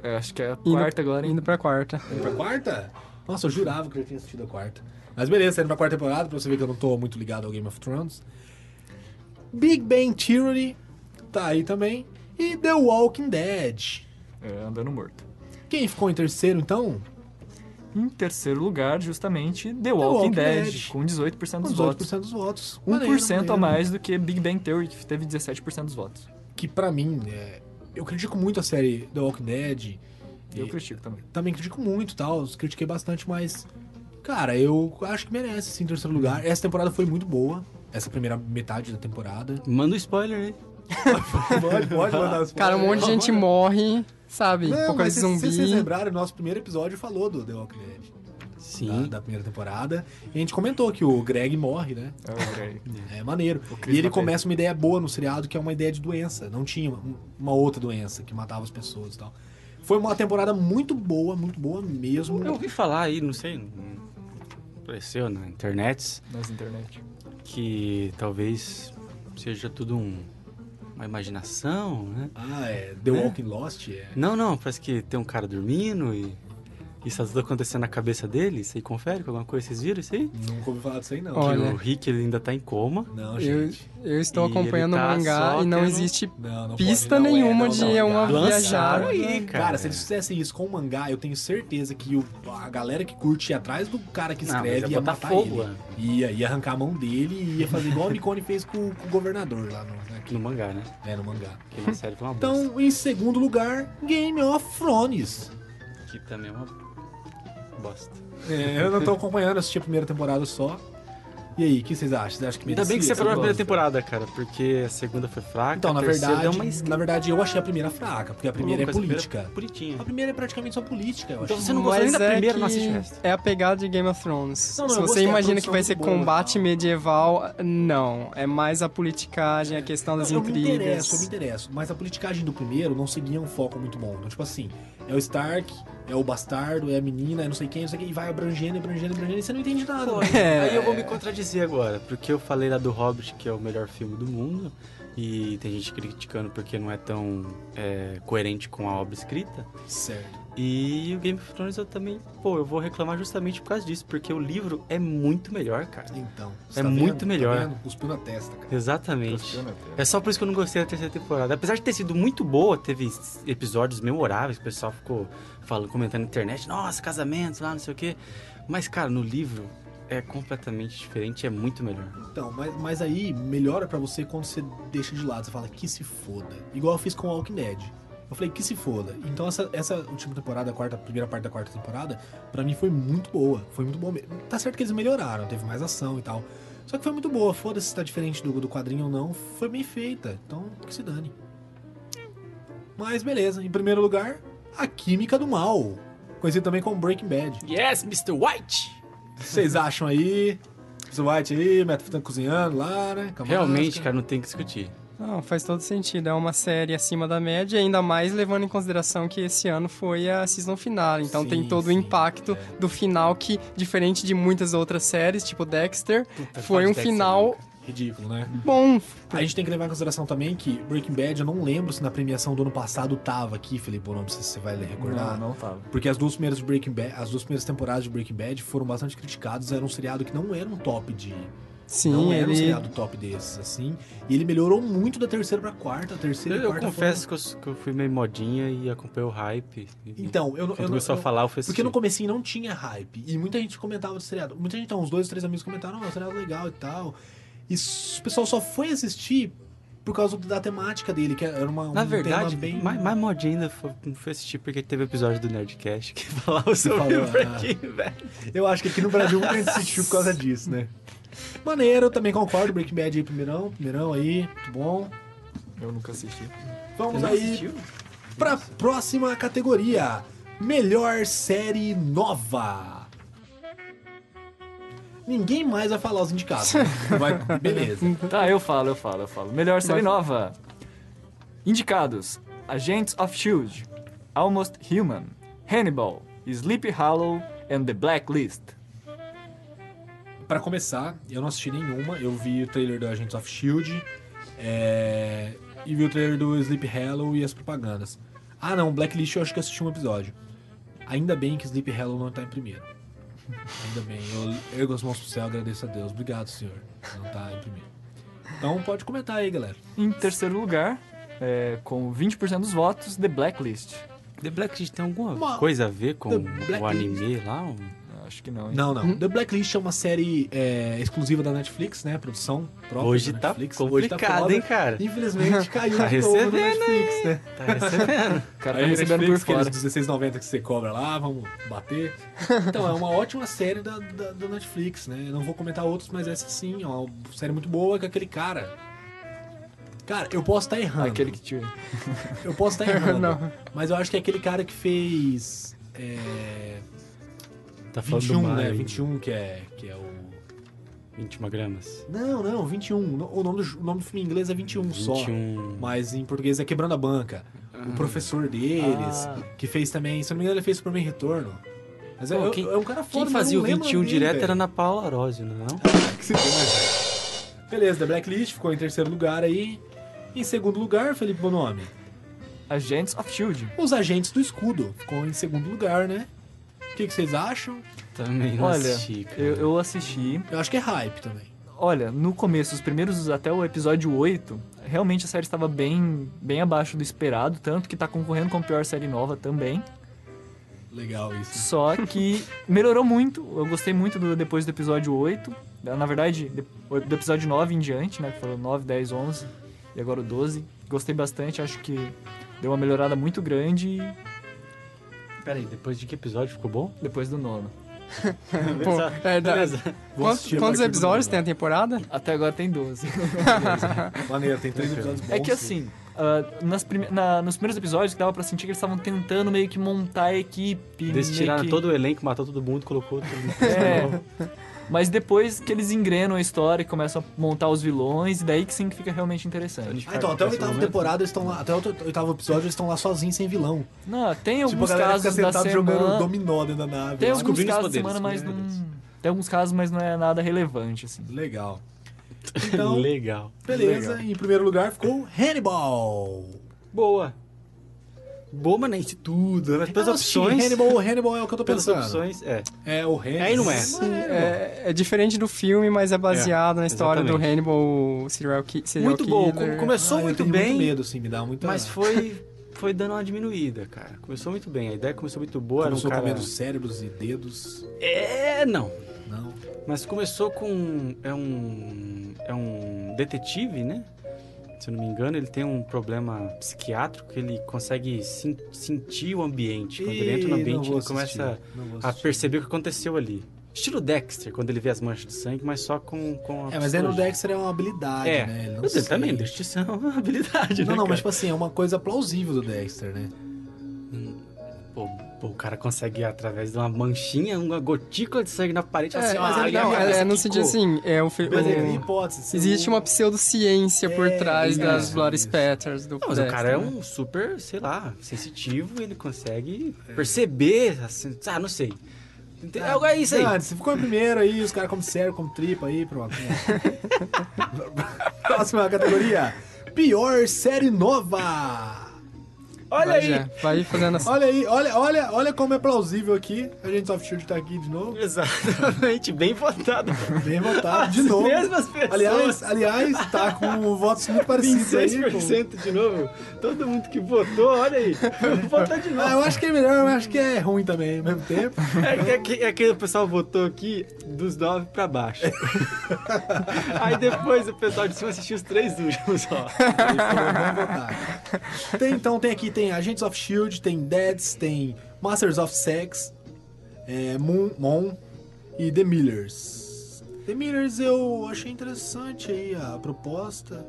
Speaker 2: Eu acho que é a
Speaker 4: Indo-
Speaker 2: quarta agora, hein?
Speaker 4: Indo pra quarta.
Speaker 1: Indo pra quarta? Nossa, eu jurava que eu já tinha assistido a quarta. Mas beleza, tá indo pra quarta temporada, pra você ver que eu não tô muito ligado ao Game of Thrones. Big Bang Theory tá aí também. E The Walking Dead.
Speaker 2: É, andando morto.
Speaker 1: Quem ficou em terceiro, então?
Speaker 2: Em terceiro lugar, justamente, The Walking,
Speaker 1: Walking
Speaker 2: Dead,
Speaker 1: Dead.
Speaker 2: com 18% dos
Speaker 1: Os
Speaker 2: votos.
Speaker 1: 8% dos votos.
Speaker 2: 1%
Speaker 1: Maneiro, maneiro.
Speaker 2: a mais do que Big Bang Theory, que teve 17% dos votos.
Speaker 1: Que pra mim, é, eu critico muito a série The Walking Dead.
Speaker 2: Eu
Speaker 1: E-
Speaker 2: critico também.
Speaker 1: também critico muito e tal, critiquei bastante, mas, cara, eu acho que merece, sim, terceiro lugar. Essa temporada foi muito boa, essa primeira metade da temporada.
Speaker 3: Manda um spoiler, né?
Speaker 1: Pode, pode mandar os
Speaker 4: Cara, um monte de gente morre, sabe?
Speaker 1: Não, mas
Speaker 4: Apocalipse
Speaker 1: se, se vocês
Speaker 4: zumbi.
Speaker 1: lembrarem, o nosso primeiro episódio falou do The Walking Dead, da,
Speaker 3: Sim.
Speaker 1: da primeira temporada. E a gente comentou que o Greg morre, né?
Speaker 2: É, olha aí.
Speaker 1: É maneiro.
Speaker 2: O Chris
Speaker 1: E ele
Speaker 2: mata ele.
Speaker 1: começa uma ideia boa no seriado, que é uma ideia de doença. Não tinha uma- uma outra doença que matava as pessoas e tal. Foi uma temporada muito boa, muito boa mesmo.
Speaker 3: Eu ouvi falar aí, não sei. não- Apareceu na internet
Speaker 2: Nas internet.
Speaker 3: que talvez seja tudo um- uma imaginação, né?
Speaker 1: Ah, é. The
Speaker 3: Né?
Speaker 1: Walking Lost é.
Speaker 3: Não, não, parece que tem um cara dormindo e isso tá tudo acontecendo na cabeça dele. Isso aí confere com alguma coisa, vocês viram isso aí?
Speaker 1: Nunca ouvi falar disso aí, não.
Speaker 4: Olha.
Speaker 3: Que o Rick ele ainda tá em coma.
Speaker 1: Não,
Speaker 4: Eu,
Speaker 1: gente.
Speaker 4: eu estou
Speaker 3: E ele
Speaker 4: acompanhando
Speaker 3: tá
Speaker 4: o mangá
Speaker 3: só
Speaker 4: e não
Speaker 3: tendo-
Speaker 4: existe.
Speaker 1: Não, não
Speaker 4: Pista
Speaker 1: pode, não
Speaker 4: nenhuma
Speaker 1: é, não,
Speaker 4: de
Speaker 1: não,
Speaker 4: uma
Speaker 1: cara.
Speaker 3: Lançaram
Speaker 4: viajada.
Speaker 3: aí,
Speaker 1: Cara,
Speaker 3: cara.
Speaker 1: se eles fizessem isso com o mangá, eu tenho certeza que o- a galera que curte ia atrás do cara que
Speaker 3: Não, mas
Speaker 1: escreve
Speaker 3: é
Speaker 1: ia matar
Speaker 3: Botafogo,
Speaker 1: ele. Ia, ia arrancar a mão dele e ia fazer igual o Nicone fez com, com o governador lá no, né,
Speaker 3: No mangá, né?
Speaker 1: que- é, no mangá.
Speaker 3: Que na série foi uma bosta.
Speaker 1: Então, em segundo lugar, Game of Thrones.
Speaker 3: Que também é uma bosta.
Speaker 1: É, eu não tô acompanhando, assisti a primeira temporada só. E aí, o que vocês acham? Vocês acham que
Speaker 3: Ainda bem que
Speaker 1: merecia
Speaker 3: você
Speaker 1: essa
Speaker 3: parou na primeira
Speaker 1: é bosta?
Speaker 3: temporada, cara, porque a segunda foi fraca.
Speaker 1: Então, na
Speaker 3: a terceira
Speaker 1: verdade,
Speaker 3: deu uma esqui-
Speaker 1: na verdade, eu achei a primeira fraca, porque a primeira é
Speaker 3: coisa, a primeira
Speaker 1: política.
Speaker 3: é Bonitinha.
Speaker 1: A primeira é praticamente só política, eu acho.
Speaker 3: Então você não gostou nem
Speaker 4: mas
Speaker 3: da
Speaker 4: é
Speaker 3: primeira, não
Speaker 4: que
Speaker 3: assiste o resto.
Speaker 4: É a pegada de Game of Thrones.
Speaker 1: Não, não,
Speaker 4: Se
Speaker 1: eu
Speaker 4: você
Speaker 1: gostei, a
Speaker 4: imagina que
Speaker 1: produção
Speaker 4: vai
Speaker 1: é
Speaker 4: ser
Speaker 1: muito boa,
Speaker 4: combate
Speaker 1: tá?
Speaker 4: medieval, não. É mais a politicagem, a questão das
Speaker 1: eu me interesso, eu me
Speaker 4: intrigas.
Speaker 1: interesso. Mas a politicagem do primeiro não seguia um foco muito bom. Então, tipo assim, é o Stark, é o bastardo, é a menina, é não sei quem, não sei quem, e vai abrangendo, abrangendo, abrangendo, e você não entende nada. né?
Speaker 4: É.
Speaker 3: Aí eu vou me contradizer agora, porque eu falei lá do Hobbit, que é o melhor filme do mundo, e tem gente criticando porque não é tão é, coerente com a obra escrita.
Speaker 1: Certo.
Speaker 3: E o Game of Thrones eu também, pô, eu vou reclamar justamente por causa disso, porque o livro é muito melhor, cara.
Speaker 1: Então.
Speaker 3: É muito
Speaker 1: vendo?
Speaker 3: melhor.
Speaker 1: Tá vendo? Cuspiu na testa, cara.
Speaker 3: Exatamente. É só por isso que eu não gostei da terceira temporada. Apesar de ter sido muito boa, teve s- episódios memoráveis, o pessoal ficou falando, comentando na internet, nossa, casamentos lá, não sei o quê. Mas, cara, no livro é completamente diferente, é muito melhor.
Speaker 1: Então, mas, mas aí melhora pra você quando você deixa de lado. Você fala, que se foda. Igual eu fiz com Walking Dead. Eu falei, que se foda. Então essa, essa última temporada, a quarta, a primeira parte da quarta temporada, pra mim foi muito boa. Foi muito boa mesmo. Tá certo que eles melhoraram, teve mais ação e tal. Só que foi muito boa. Foda-se se tá diferente do, do quadrinho ou não. Foi bem feita. Então, que se dane. Mas beleza. Em primeiro lugar, A Química do Mal. Conhecido também como Breaking Bad.
Speaker 3: Yes, Mr. White!
Speaker 1: O que vocês acham aí? Mr. White aí, Matt cozinhando lá, né? com a
Speaker 3: Realmente,
Speaker 1: máscara.
Speaker 3: cara, não tem o que discutir.
Speaker 4: Não, faz todo sentido. É uma série acima da média, ainda mais levando em consideração que esse ano foi a season final. Então
Speaker 3: Sim,
Speaker 4: tem todo o
Speaker 3: sim, É.
Speaker 4: impacto do final que, diferente de muitas outras séries, tipo Dexter,
Speaker 3: Puta,
Speaker 4: foi
Speaker 3: fala
Speaker 4: um
Speaker 3: de Dexter,
Speaker 4: final
Speaker 1: Ridículo, né?
Speaker 4: bom.
Speaker 1: A gente tem que levar em consideração também que Breaking Bad, eu não lembro se na premiação do ano passado tava aqui, Felipe, ou não, não sei se você vai recordar.
Speaker 2: Não, não tava.
Speaker 1: Porque as duas primeiras de Breaking Bad, as duas primeiras temporadas de Breaking Bad foram bastante criticadas, era um seriado que não era um top de,
Speaker 4: Sim,
Speaker 3: é
Speaker 1: não era um
Speaker 4: ele.
Speaker 1: seriado top desses assim, e ele melhorou muito da terceira pra quarta, a terceira
Speaker 3: Eu,
Speaker 1: e
Speaker 3: eu
Speaker 1: quarta
Speaker 3: confesso que eu, s- que eu fui meio modinha e acompanhei o hype. E-
Speaker 1: foram... Então, eu não
Speaker 3: quando
Speaker 1: eu, não-
Speaker 3: começou
Speaker 1: eu,
Speaker 3: a falar, eu fui
Speaker 1: porque
Speaker 3: assistir.
Speaker 1: no comecinho não tinha hype, e muita gente comentava do seriado. Muita gente, então, uns dois, três amigos comentaram, "Ah, o seriado é legal e tal. E s- o pessoal só foi assistir por causa da temática dele, que era uma
Speaker 3: Na
Speaker 1: um
Speaker 3: verdade,
Speaker 1: tema bem
Speaker 3: mais, mais modinha ainda foi, fui assistir porque teve episódio do Nerdcast que falava sobre
Speaker 1: falou, ah.
Speaker 3: o Breaking Bad.
Speaker 1: Eu acho que aqui no Brasil muita gente assistiu por causa disso, né? Maneiro, eu também concordo. Breaking Bad aí, primeirão, primeirão aí, muito bom.
Speaker 2: Eu nunca assisti.
Speaker 1: Vamos aí pra próxima categoria: Melhor série nova. Ninguém mais vai falar os indicados. Vai- beleza.
Speaker 2: Tá, eu falo, eu falo, eu falo. Melhor série nova. Indicados: Agents of Shield, Almost Human, Hannibal, Sleepy Hollow and The Blacklist.
Speaker 1: Pra começar, eu não assisti nenhuma. Eu vi o trailer do Agents of Shield é, e vi o trailer do Sleep Hollow e as propagandas. Ah, não, Blacklist eu acho que eu assisti um episódio. Ainda bem que Sleep Hollow não tá em primeiro. Ainda bem, eu ergo as mãos pro céu, agradeço a Deus. Obrigado, senhor. Não tá em primeiro. Então pode comentar aí, galera.
Speaker 2: Em terceiro lugar, é, com 20% dos votos, The Blacklist.
Speaker 3: The Blacklist tem alguma
Speaker 1: Uma-
Speaker 3: coisa a ver com
Speaker 1: The
Speaker 3: o
Speaker 1: Blacklist.
Speaker 3: anime lá? Um-
Speaker 2: Acho que não, hein?
Speaker 1: Não, não. The Blacklist é uma série é, exclusiva da Netflix, né? Produção própria
Speaker 3: Hoje
Speaker 1: da
Speaker 3: tá
Speaker 1: Netflix.
Speaker 3: complicado,
Speaker 1: foda.
Speaker 3: hein, cara?
Speaker 1: Infelizmente caiu
Speaker 3: Tá
Speaker 1: de novo na
Speaker 3: recebendo aí.
Speaker 1: Netflix, né?
Speaker 3: Tá recebendo.
Speaker 2: O cara tá
Speaker 1: Aí
Speaker 2: recebendo por
Speaker 1: Netflix,
Speaker 2: fora.
Speaker 1: aqueles 16,90 que você cobra lá, vamos bater. Então, é uma ótima série da, da, da Netflix, né? Eu não vou comentar outros, mas essa sim, é uma série muito boa com aquele cara. Cara, eu posso estar errando.
Speaker 2: Aquele que tira.
Speaker 1: Eu posso estar errando.
Speaker 4: Não.
Speaker 1: Mas eu acho que é aquele cara que fez. É,
Speaker 3: Tá falando
Speaker 1: 21,
Speaker 3: mal,
Speaker 1: né?
Speaker 3: hein?
Speaker 1: 21, que é, que é o.
Speaker 3: 21 gramas.
Speaker 1: Não, não, 21. No- O nome do, o nome do filme em inglês é 21, só.
Speaker 3: 21.
Speaker 1: Mas em português é Quebrando a Banca.
Speaker 3: Ah.
Speaker 1: O professor deles, que fez também. Se eu não me engano, ele fez Superman Retorno. Mas é-
Speaker 3: Pô,
Speaker 1: é,
Speaker 3: quem-
Speaker 1: é um cara foda.
Speaker 3: Quem
Speaker 1: mas
Speaker 3: fazia
Speaker 1: eu
Speaker 3: o
Speaker 1: não lembro
Speaker 3: 21
Speaker 1: dele,
Speaker 3: direto
Speaker 1: velho.
Speaker 3: era na Paula Arósio, não é? não?
Speaker 1: Que se dane, velho. Beleza, The Blacklist ficou em terceiro lugar aí. Em segundo lugar, Felipe Bonomi.
Speaker 2: Agents of Shield.
Speaker 1: Os Agentes do Escudo ficou em segundo lugar, né? O que, que vocês acham?
Speaker 3: Também não
Speaker 2: Olha,
Speaker 3: assisti, cara.
Speaker 2: eu, eu assisti.
Speaker 1: Eu acho que é hype também.
Speaker 2: Olha, no começo, os primeiros até o episódio 8, realmente a série estava bem, bem abaixo do esperado, tanto que tá concorrendo com a pior série nova também.
Speaker 1: Legal isso.
Speaker 2: Só que melhorou muito. Eu gostei muito do, depois do episódio 8. Na verdade, de- do episódio 9 em diante, né? Que foram 9, 10, 11 e agora o 12. Gostei bastante, acho que deu uma melhorada muito grande
Speaker 3: Peraí, depois de que episódio ficou bom?
Speaker 2: depois do nono.
Speaker 4: Pô, é,
Speaker 1: tá,
Speaker 4: da-
Speaker 3: Beleza.
Speaker 1: Vou
Speaker 4: Quantos-
Speaker 1: assistir a
Speaker 4: quantos
Speaker 1: partir do
Speaker 4: episódios tem
Speaker 1: nono.
Speaker 4: a temporada?
Speaker 2: Até agora tem 12.
Speaker 1: Maneiro, tem três episódios bons.
Speaker 2: É que assim, ah, nas prime- na- nos primeiros episódios que dava pra sentir que eles estavam tentando meio que montar a equipe. meio
Speaker 3: Eles tiraram
Speaker 2: que-
Speaker 3: todo o elenco, matou todo mundo, colocou todo mundo.
Speaker 2: É. Mas depois que eles engrenam a história e começam a montar os vilões, e daí que sim que fica realmente interessante.
Speaker 1: Ah, então, até a
Speaker 3: tá
Speaker 1: oitava temporada eles estão lá, até o oitavo episódio eles estão lá sozinhos sem vilão.
Speaker 2: Não, tem
Speaker 1: Tipo, a
Speaker 2: alguns
Speaker 1: galera fica
Speaker 2: casos da
Speaker 1: sentado jogando
Speaker 2: semana.
Speaker 1: dominó dentro da nave. né?
Speaker 2: Tem
Speaker 1: lá.
Speaker 2: alguns
Speaker 3: descobrindo os
Speaker 2: casos da
Speaker 3: poderes,
Speaker 2: semana, mas não.
Speaker 3: descobrindo os
Speaker 2: Tem alguns casos, mas não é nada relevante, assim.
Speaker 1: Legal. Então,
Speaker 3: Legal.
Speaker 1: beleza. Em primeiro lugar ficou Hannibal.
Speaker 3: Boa. Boa, mas nem de tudo. Mas pelas
Speaker 1: Eu assisti
Speaker 3: Então opções.
Speaker 1: Então, assim, Hannibal, Hannibal é o que eu tô
Speaker 3: Pelas
Speaker 1: pensando.
Speaker 3: opções, é.
Speaker 1: É o Hannibal.
Speaker 3: Aí não é.
Speaker 4: É, é diferente do filme, mas é baseado na história do
Speaker 3: exatamente.
Speaker 4: Hannibal serial, ki serial
Speaker 3: Muito bom.
Speaker 4: killer.
Speaker 3: Come- Começou
Speaker 1: Ah, eu
Speaker 3: muito assim,
Speaker 1: tenho
Speaker 3: bem,
Speaker 1: Muito medo, sim, me dá muita.
Speaker 3: mas foi, foi dando uma diminuída, cara. Começou muito bem. A ideia começou muito boa.
Speaker 1: Começou
Speaker 3: era um cara...
Speaker 1: comendo cérebros e dedos.
Speaker 3: É, não.
Speaker 1: Não.
Speaker 3: Mas começou com. É um. É um detetive, né? Se eu não me engano, ele tem um problema psiquiátrico que ele consegue sen- sentir o ambiente. Quando ele entra no
Speaker 1: Ih, não
Speaker 3: ambiente,
Speaker 1: vou
Speaker 3: ele começa
Speaker 1: assistir, não vou
Speaker 3: a
Speaker 1: assistir.
Speaker 3: perceber Ah, o que aconteceu ali. Estilo Dexter, quando ele vê as manchas de sangue, mas só com, com a
Speaker 1: É, mas aí no
Speaker 3: psicologia.
Speaker 1: Dexter é uma habilidade,
Speaker 3: É.
Speaker 1: né? Ele não
Speaker 3: Mas ele
Speaker 1: sei.
Speaker 3: também, destruição é uma habilidade,
Speaker 1: Não, não,
Speaker 3: né,
Speaker 1: mas
Speaker 3: cara?
Speaker 1: tipo assim, é uma coisa plausível do Dexter, né?
Speaker 3: Pô, Pô, o cara consegue ir através de uma manchinha, uma gotícula de sangue na parede e fala assim,
Speaker 1: mas
Speaker 3: ah,
Speaker 1: ele-
Speaker 4: não,
Speaker 1: mas
Speaker 4: é, é
Speaker 1: ele
Speaker 4: no sentido assim, é o, fe-
Speaker 1: tipo Mas
Speaker 4: o-
Speaker 1: é hipótese. se
Speaker 4: existe
Speaker 1: o-
Speaker 4: uma pseudociência por
Speaker 1: É,
Speaker 4: trás
Speaker 1: isso,
Speaker 4: das Blood
Speaker 1: isso.
Speaker 4: Spatters do
Speaker 3: Não, mas o
Speaker 4: Dexter,
Speaker 3: cara é
Speaker 4: né?
Speaker 3: um super, sei lá, sensitivo, ele consegue perceber, assim, ah, não sei. Ente- É algo- é isso aí.
Speaker 1: Ah, você ficou em primeiro aí, os caras como sério, como tripa aí, pronto. Próxima categoria. Pior série nova.
Speaker 3: Olha
Speaker 4: né? vai,
Speaker 3: aí.
Speaker 1: é.
Speaker 4: já, vai fazendo assim.
Speaker 1: Olha aí, olha, olha, olha como é plausível aqui. A gente of Shield tá aqui de novo.
Speaker 3: Exatamente, bem votado.
Speaker 1: Bem votado, Tá, de novo.
Speaker 3: mesmas pessoas.
Speaker 1: Aliás, aliás, tá com votos muito parecidos aí. com-
Speaker 3: 26% de novo. Todo mundo que votou, olha aí. Votou de
Speaker 1: Ah,
Speaker 3: novo.
Speaker 1: eu acho que é melhor, eu acho que é ruim também ao mesmo tempo.
Speaker 3: É que, é que- é que o pessoal votou aqui dos 9 pra baixo. Aí depois o pessoal de cima assistiu os três últimos, ó.
Speaker 1: Vamos votar. Tem, então tem aqui, tem Agents of Shield, tem Deads, tem Masters of Sex, é, Moon, Mon e The Millers. The Millers eu achei interessante aí a proposta.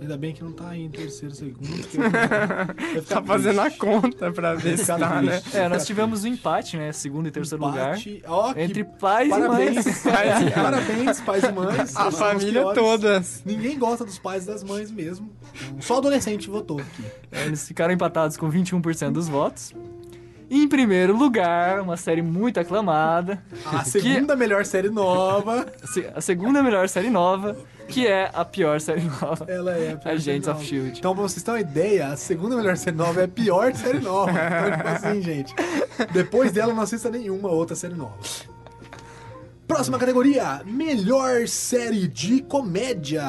Speaker 1: Ainda bem que não tá aí em terceiro, segundo. porque eu- eu ia ficar
Speaker 4: Tá fazendo a
Speaker 1: triste.
Speaker 4: conta pra ver se
Speaker 1: Ficar
Speaker 4: tá, né?
Speaker 1: triste.
Speaker 2: É, nós tivemos um empate, né? Segundo e terceiro lugar.
Speaker 1: Empate. Ó, que
Speaker 2: Entre pais e
Speaker 1: parabéns,
Speaker 2: mães.
Speaker 1: pais, parabéns, pais e mães.
Speaker 4: A
Speaker 1: São os
Speaker 4: família
Speaker 1: piores.
Speaker 4: toda.
Speaker 1: Ninguém gosta dos pais e das mães mesmo. Só adolescente votou aqui.
Speaker 2: É, Eles ficaram empatados com 21% dos votos. Em primeiro lugar, uma série muito aclamada,
Speaker 1: A segunda melhor série nova.
Speaker 2: a se- a segunda melhor série nova, que é a pior série nova.
Speaker 1: Ela é a pior
Speaker 2: Agents
Speaker 1: série
Speaker 2: of
Speaker 1: nova.
Speaker 2: Shield.
Speaker 1: Então, pra vocês terem uma ideia, a segunda melhor série nova é a pior série nova. Então, tipo assim, gente. Depois dela, não assista nenhuma outra série nova. Próxima categoria: Melhor série de comédia.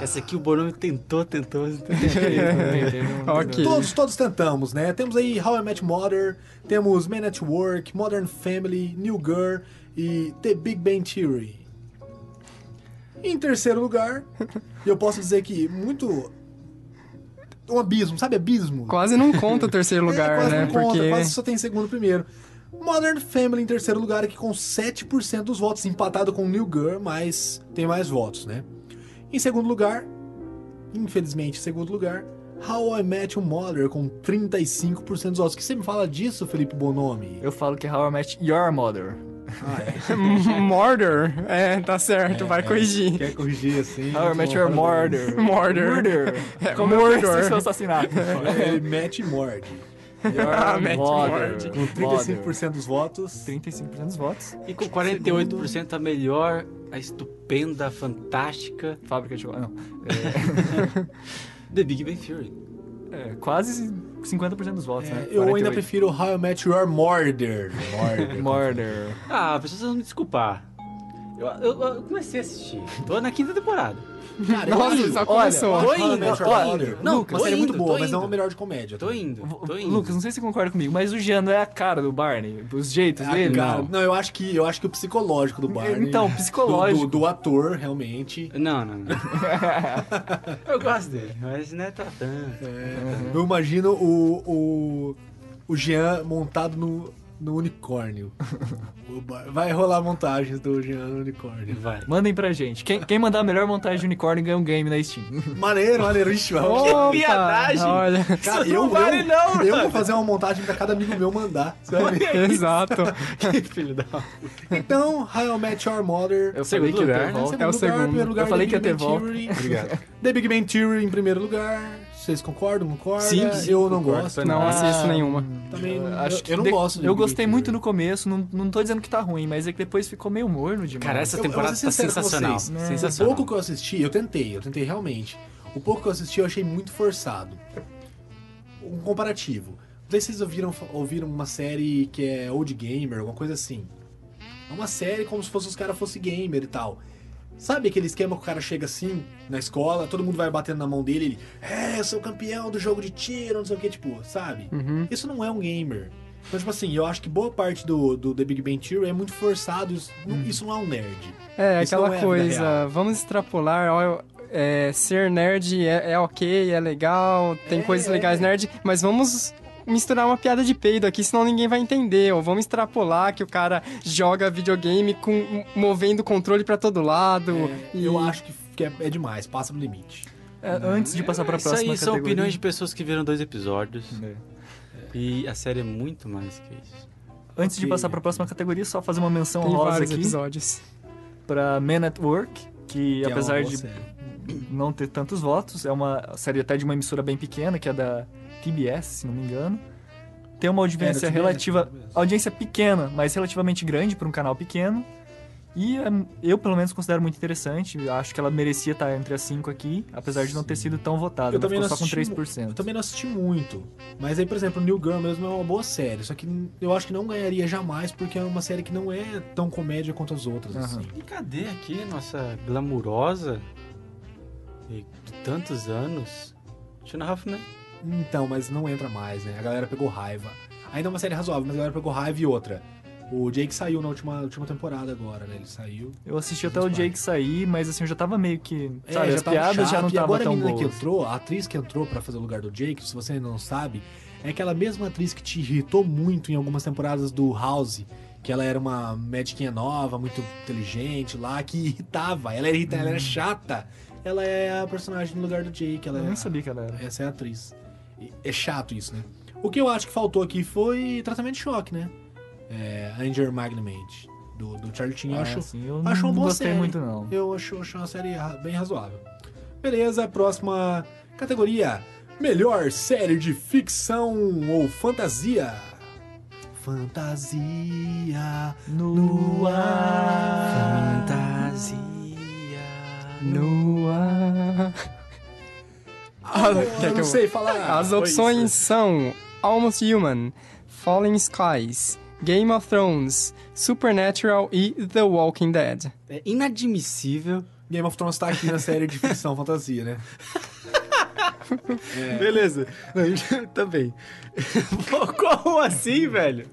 Speaker 3: Essa aqui o Bonomi tentou, tentou, tentou.
Speaker 4: Ok.
Speaker 1: Todos, todos tentamos, né? Temos aí How I Met Mother, temos Man at Work, Modern Family, New Girl e The Big Bang Theory. Em terceiro lugar, eu posso dizer que muito... Um abismo, sabe abismo?
Speaker 4: Quase não conta o terceiro
Speaker 1: É,
Speaker 4: lugar,
Speaker 1: quase
Speaker 4: né?
Speaker 1: não conta,
Speaker 4: Porque
Speaker 1: quase só tem segundo e primeiro. Modern Family em terceiro lugar aqui com 7% dos votos, empatado com New Girl, mas tem mais votos, né? Em segundo lugar, infelizmente em segundo lugar, How I Met Your Mother com 35% dos votos. O que você me fala disso, Felipe Bonomi?
Speaker 2: Eu falo que é How I Met Your Mother.
Speaker 1: Ah, é.
Speaker 4: Murder, é, tá certo, vai corrigir.
Speaker 3: é
Speaker 1: Quer corrigir assim?
Speaker 2: How I Met Your Mother.
Speaker 4: Murder.
Speaker 2: Murder.
Speaker 4: É,
Speaker 2: Como eu pensei
Speaker 4: murder.
Speaker 2: seu assassinato.
Speaker 1: Ele mete e morde.
Speaker 4: Ah,
Speaker 2: Your
Speaker 4: Matt
Speaker 2: Mother.
Speaker 4: Murder.
Speaker 1: Com 35% dos votos.
Speaker 2: 35% dos votos.
Speaker 3: E com 48% a melhor, a estupenda, a fantástica
Speaker 2: Fábrica de chocolate. Não.
Speaker 3: The Big Bang Theory.
Speaker 2: É, quase 50% dos votos, né?
Speaker 1: É, eu ainda
Speaker 2: 48.
Speaker 1: prefiro How I Met Your Murder. Murder.
Speaker 2: Murder.
Speaker 3: Ah, pessoal, vocês vão me desculpar. Eu, eu- eu comecei a assistir. Tô na quinta temporada.
Speaker 1: Cara, eu
Speaker 4: Nossa,
Speaker 1: acho-
Speaker 2: olha,
Speaker 4: só começou.
Speaker 1: How I
Speaker 3: Tô
Speaker 1: Met
Speaker 2: indo,
Speaker 1: Your
Speaker 2: ó,
Speaker 1: Mother.
Speaker 3: não,
Speaker 1: Lucas,
Speaker 3: tô
Speaker 1: série é muito
Speaker 3: indo,
Speaker 1: boa,
Speaker 3: tô
Speaker 1: mas não é
Speaker 3: indo.
Speaker 1: uma melhor de comédia.
Speaker 3: Tô indo, tô indo.
Speaker 2: Lucas, não sei se você concorda comigo, mas o Jean não é a cara do Barney. Os jeitos
Speaker 1: Ah,
Speaker 2: dele.
Speaker 1: cara,
Speaker 3: não.
Speaker 1: não, eu acho que eu acho que o psicológico do Barney.
Speaker 2: Então,
Speaker 1: do-
Speaker 2: psicológico.
Speaker 1: Do, do ator, realmente.
Speaker 3: Não, não, não. eu gosto dele, mas não é pra tanto. Uhum.
Speaker 1: Eu imagino o, o, o Jean montado no, no unicórnio. O Bar- Vai rolar montagens do Jean no unicórnio.
Speaker 3: Vai.
Speaker 2: Mandem pra gente. Quem, quem mandar a melhor montagem de unicórnio ganha um game na Steam.
Speaker 1: Maneiro, maneiro. Ixi, vai rolar.
Speaker 4: Opa,
Speaker 3: viadagem!
Speaker 4: Olha,
Speaker 1: Cara,
Speaker 3: tá, não vale não,
Speaker 1: eu vou
Speaker 3: mano.
Speaker 1: fazer uma montagem pra cada amigo meu mandar, sabe?
Speaker 4: exato.
Speaker 3: Que filho da.
Speaker 1: Então, How I Met Your Mother.
Speaker 2: Eu
Speaker 3: Segundo
Speaker 2: falei que eu
Speaker 3: lugar,
Speaker 2: ter
Speaker 3: né?
Speaker 2: volta.
Speaker 4: É o segundo.
Speaker 1: primeiro lugar,
Speaker 2: Eu falei
Speaker 1: The
Speaker 2: que ia
Speaker 1: Big
Speaker 2: ter
Speaker 1: Bang
Speaker 2: volta.
Speaker 1: Theory.
Speaker 3: Obrigado.
Speaker 1: The Big Bang Theory em primeiro lugar. Vocês concordam? Concordam?
Speaker 3: Sim, sim,
Speaker 1: eu não
Speaker 3: concordo.
Speaker 1: gosto.
Speaker 4: Não
Speaker 2: Ah,
Speaker 4: assisto nenhuma.
Speaker 1: Também não-
Speaker 2: Acho
Speaker 1: eu,
Speaker 2: que
Speaker 1: eu não
Speaker 2: de-
Speaker 1: gosto. de
Speaker 2: Eu
Speaker 1: Big
Speaker 2: gostei
Speaker 1: Bang
Speaker 2: muito no
Speaker 1: Theory.
Speaker 2: começo, não, não tô dizendo que tá ruim, mas é que depois ficou meio morno demais.
Speaker 3: Cara, essa
Speaker 1: Eu- eu vou
Speaker 3: temporada
Speaker 1: ser
Speaker 3: tá
Speaker 1: sincero com
Speaker 3: sensacional.
Speaker 1: vocês. É.
Speaker 2: Né?
Speaker 1: O
Speaker 3: Sensacional.
Speaker 1: pouco que eu assisti, eu tentei, eu tentei realmente. O pouco que eu assisti, eu achei muito forçado. Um comparativo. Não sei se vocês ouviram, ouviram uma série que é Old Gamer, alguma coisa assim. É uma série como se fosse os caras fossem gamer e tal. Sabe aquele esquema que o cara chega assim na escola, todo mundo vai batendo na mão dele, ele, é, eu sou campeão do jogo de tiro, não sei o que, tipo, sabe?
Speaker 4: Uhum.
Speaker 1: Isso não é um gamer. Então, tipo assim, eu acho que boa parte do, do The Big Bang Theory é muito forçado, isso, não- isso não é um nerd.
Speaker 4: É,
Speaker 1: Isso não é a
Speaker 4: aquela
Speaker 1: vida
Speaker 4: coisa,
Speaker 1: real.
Speaker 4: vamos extrapolar, ó, é, ser nerd é, é ok, é legal, tem
Speaker 1: É,
Speaker 4: coisas
Speaker 1: é.
Speaker 4: legais nerd, mas vamos misturar uma piada de peido aqui, senão ninguém vai entender, ou vamos extrapolar que o cara joga videogame com, movendo o controle pra todo lado.
Speaker 1: É, Eu acho que, que é, é demais, passa no limite.
Speaker 2: É, antes de passar pra
Speaker 3: Isso
Speaker 2: próxima
Speaker 3: aí são
Speaker 2: categoria.
Speaker 3: opiniões de pessoas que viram dois episódios.
Speaker 2: É.
Speaker 3: E a série é muito mais que isso.
Speaker 2: Antes de
Speaker 3: Ok.
Speaker 2: passar para a próxima categoria, só fazer uma menção
Speaker 4: Tem
Speaker 2: honrosa
Speaker 4: vários
Speaker 2: aqui
Speaker 4: episódios.
Speaker 2: para Men at Work, que
Speaker 1: Que é uma
Speaker 2: apesar
Speaker 1: boa
Speaker 2: de
Speaker 1: série.
Speaker 2: não ter tantos votos. É uma série até de uma emissora bem pequena, que é da TBS, se não me engano. Tem uma audiência
Speaker 1: É, da TBS,
Speaker 2: relativa.
Speaker 1: TBS.
Speaker 2: Audiência é pequena, mas relativamente grande para um canal pequeno. E é, eu, pelo menos, considero muito interessante. Eu Acho que ela merecia estar entre as cinco aqui, apesar de não ter sido tão votada.
Speaker 1: Eu
Speaker 2: Ela
Speaker 1: também não
Speaker 2: ficou só com
Speaker 1: assisti
Speaker 2: 3%.
Speaker 1: Eu também não assisti muito. Mas aí, por exemplo, New Girl mesmo é uma boa série. Só que eu acho que não ganharia jamais, porque é uma série que não é tão comédia quanto as outras,
Speaker 2: Aham.
Speaker 1: assim.
Speaker 3: E cadê aqui nossa glamurosa e de tantos anos? Tina Hoffman.
Speaker 1: Então, mas não entra mais, né? A galera pegou raiva. Ainda é uma série razoável, mas a galera pegou raiva e outra. O Jake saiu na última, última temporada agora, né? Ele saiu.
Speaker 2: Eu assisti até o Jake sair, mas assim, eu já tava meio que.
Speaker 1: É,
Speaker 2: Sabe, as
Speaker 1: tava
Speaker 2: piadas
Speaker 1: chato.
Speaker 2: já não
Speaker 1: E
Speaker 2: estavam
Speaker 1: agora
Speaker 2: tão
Speaker 1: a menina que
Speaker 2: boas.
Speaker 1: entrou, a atriz que entrou pra fazer o lugar do Jake, se você ainda não sabe, é aquela mesma atriz que te irritou muito em algumas temporadas do House, que ela era uma médiquinha nova, muito inteligente lá, que irritava. Ela era irrita,
Speaker 2: Hum.
Speaker 1: ela era chata. Ela é a personagem no lugar do Jake, ela
Speaker 2: Eu
Speaker 1: é
Speaker 2: nem
Speaker 1: a-
Speaker 2: sabia que ela era.
Speaker 1: essa é a atriz. E É chato isso, né? O que eu acho que faltou aqui foi tratamento de choque, né? É, Anger Magnamente, do, do Charlie Chin, eu
Speaker 2: Ah,
Speaker 1: acho,
Speaker 2: assim, eu
Speaker 1: acho uma
Speaker 2: não
Speaker 1: boa
Speaker 2: gostei
Speaker 1: série.
Speaker 2: muito, não.
Speaker 1: eu acho, acho uma série ra- bem razoável. Beleza, próxima categoria. Melhor série de ficção ou fantasia? Fantasia
Speaker 2: No ar.
Speaker 4: No ar.
Speaker 1: Ah,
Speaker 4: quer
Speaker 1: eu
Speaker 4: que
Speaker 1: não
Speaker 4: eu-
Speaker 1: sei falar.
Speaker 4: As
Speaker 1: Foi
Speaker 4: opções
Speaker 1: isso.
Speaker 4: são Almost Human, Falling Skies, Game of Thrones, Supernatural e The Walking Dead.
Speaker 3: É inadmissível.
Speaker 1: Game of Thrones tá aqui na série de ficção fantasia, né? É.
Speaker 3: Beleza. Também. Como assim, velho?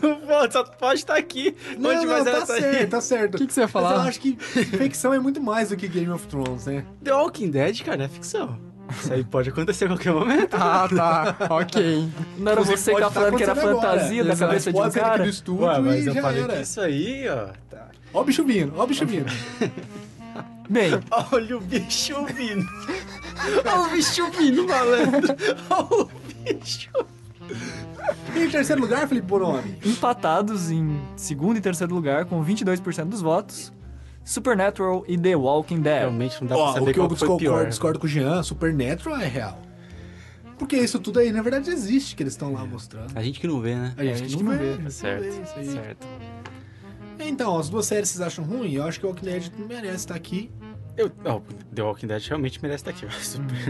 Speaker 3: Não pode, só pode estar aqui.
Speaker 1: Não,
Speaker 3: Onde
Speaker 1: não,
Speaker 3: mais
Speaker 1: tá
Speaker 3: ela tá
Speaker 1: certo, tá certo.
Speaker 4: O que, que você ia
Speaker 1: Mas eu
Speaker 4: falar?
Speaker 1: acho que ficção é muito mais do que Game of Thrones, né?
Speaker 3: The Walking Dead, cara, é ficção. Isso aí pode acontecer a qualquer momento.
Speaker 4: Ah, tá. Ok.
Speaker 2: Não era
Speaker 1: Inclusive,
Speaker 2: você que
Speaker 1: pode
Speaker 2: tava
Speaker 1: tá
Speaker 2: falando que era
Speaker 1: acontecendo agora.
Speaker 2: fantasia da
Speaker 1: Exato.
Speaker 2: cabeça de um
Speaker 1: Pode ser daqui
Speaker 2: cara?
Speaker 1: do estúdio
Speaker 3: Ué, mas
Speaker 1: e
Speaker 3: eu
Speaker 1: já
Speaker 3: falei
Speaker 1: era.
Speaker 3: que isso aí, ó. Tá.
Speaker 1: Ó o bicho vindo, ó o bicho vindo.
Speaker 2: Bem,
Speaker 3: Olha o bicho vindo. Olha o bicho vindo, malandro. Olha o bicho.
Speaker 1: E em terceiro lugar, Felipe Bonomi?
Speaker 2: empatados em segundo e terceiro lugar com 22% dos votos, Supernatural e The Walking Dead.
Speaker 3: Realmente não dá pra
Speaker 1: É. Ó,
Speaker 3: saber
Speaker 1: o que eu
Speaker 3: qual foi
Speaker 1: discordo,
Speaker 3: pior.
Speaker 1: discordo com o Jean, Supernatural é real. Porque isso tudo aí, na verdade, existe que eles estão
Speaker 3: É.
Speaker 1: lá mostrando.
Speaker 3: A gente que não vê, né?
Speaker 1: A gente,
Speaker 2: gente
Speaker 1: não,
Speaker 2: que não
Speaker 1: vê.
Speaker 2: vê,
Speaker 1: não
Speaker 3: Certo,
Speaker 1: vê isso aí.
Speaker 3: certo.
Speaker 1: Então, as duas séries vocês acham ruim? Eu acho que o Walking Dead merece estar aqui.
Speaker 3: Eu, ó, The Walking Dead realmente merece estar aqui.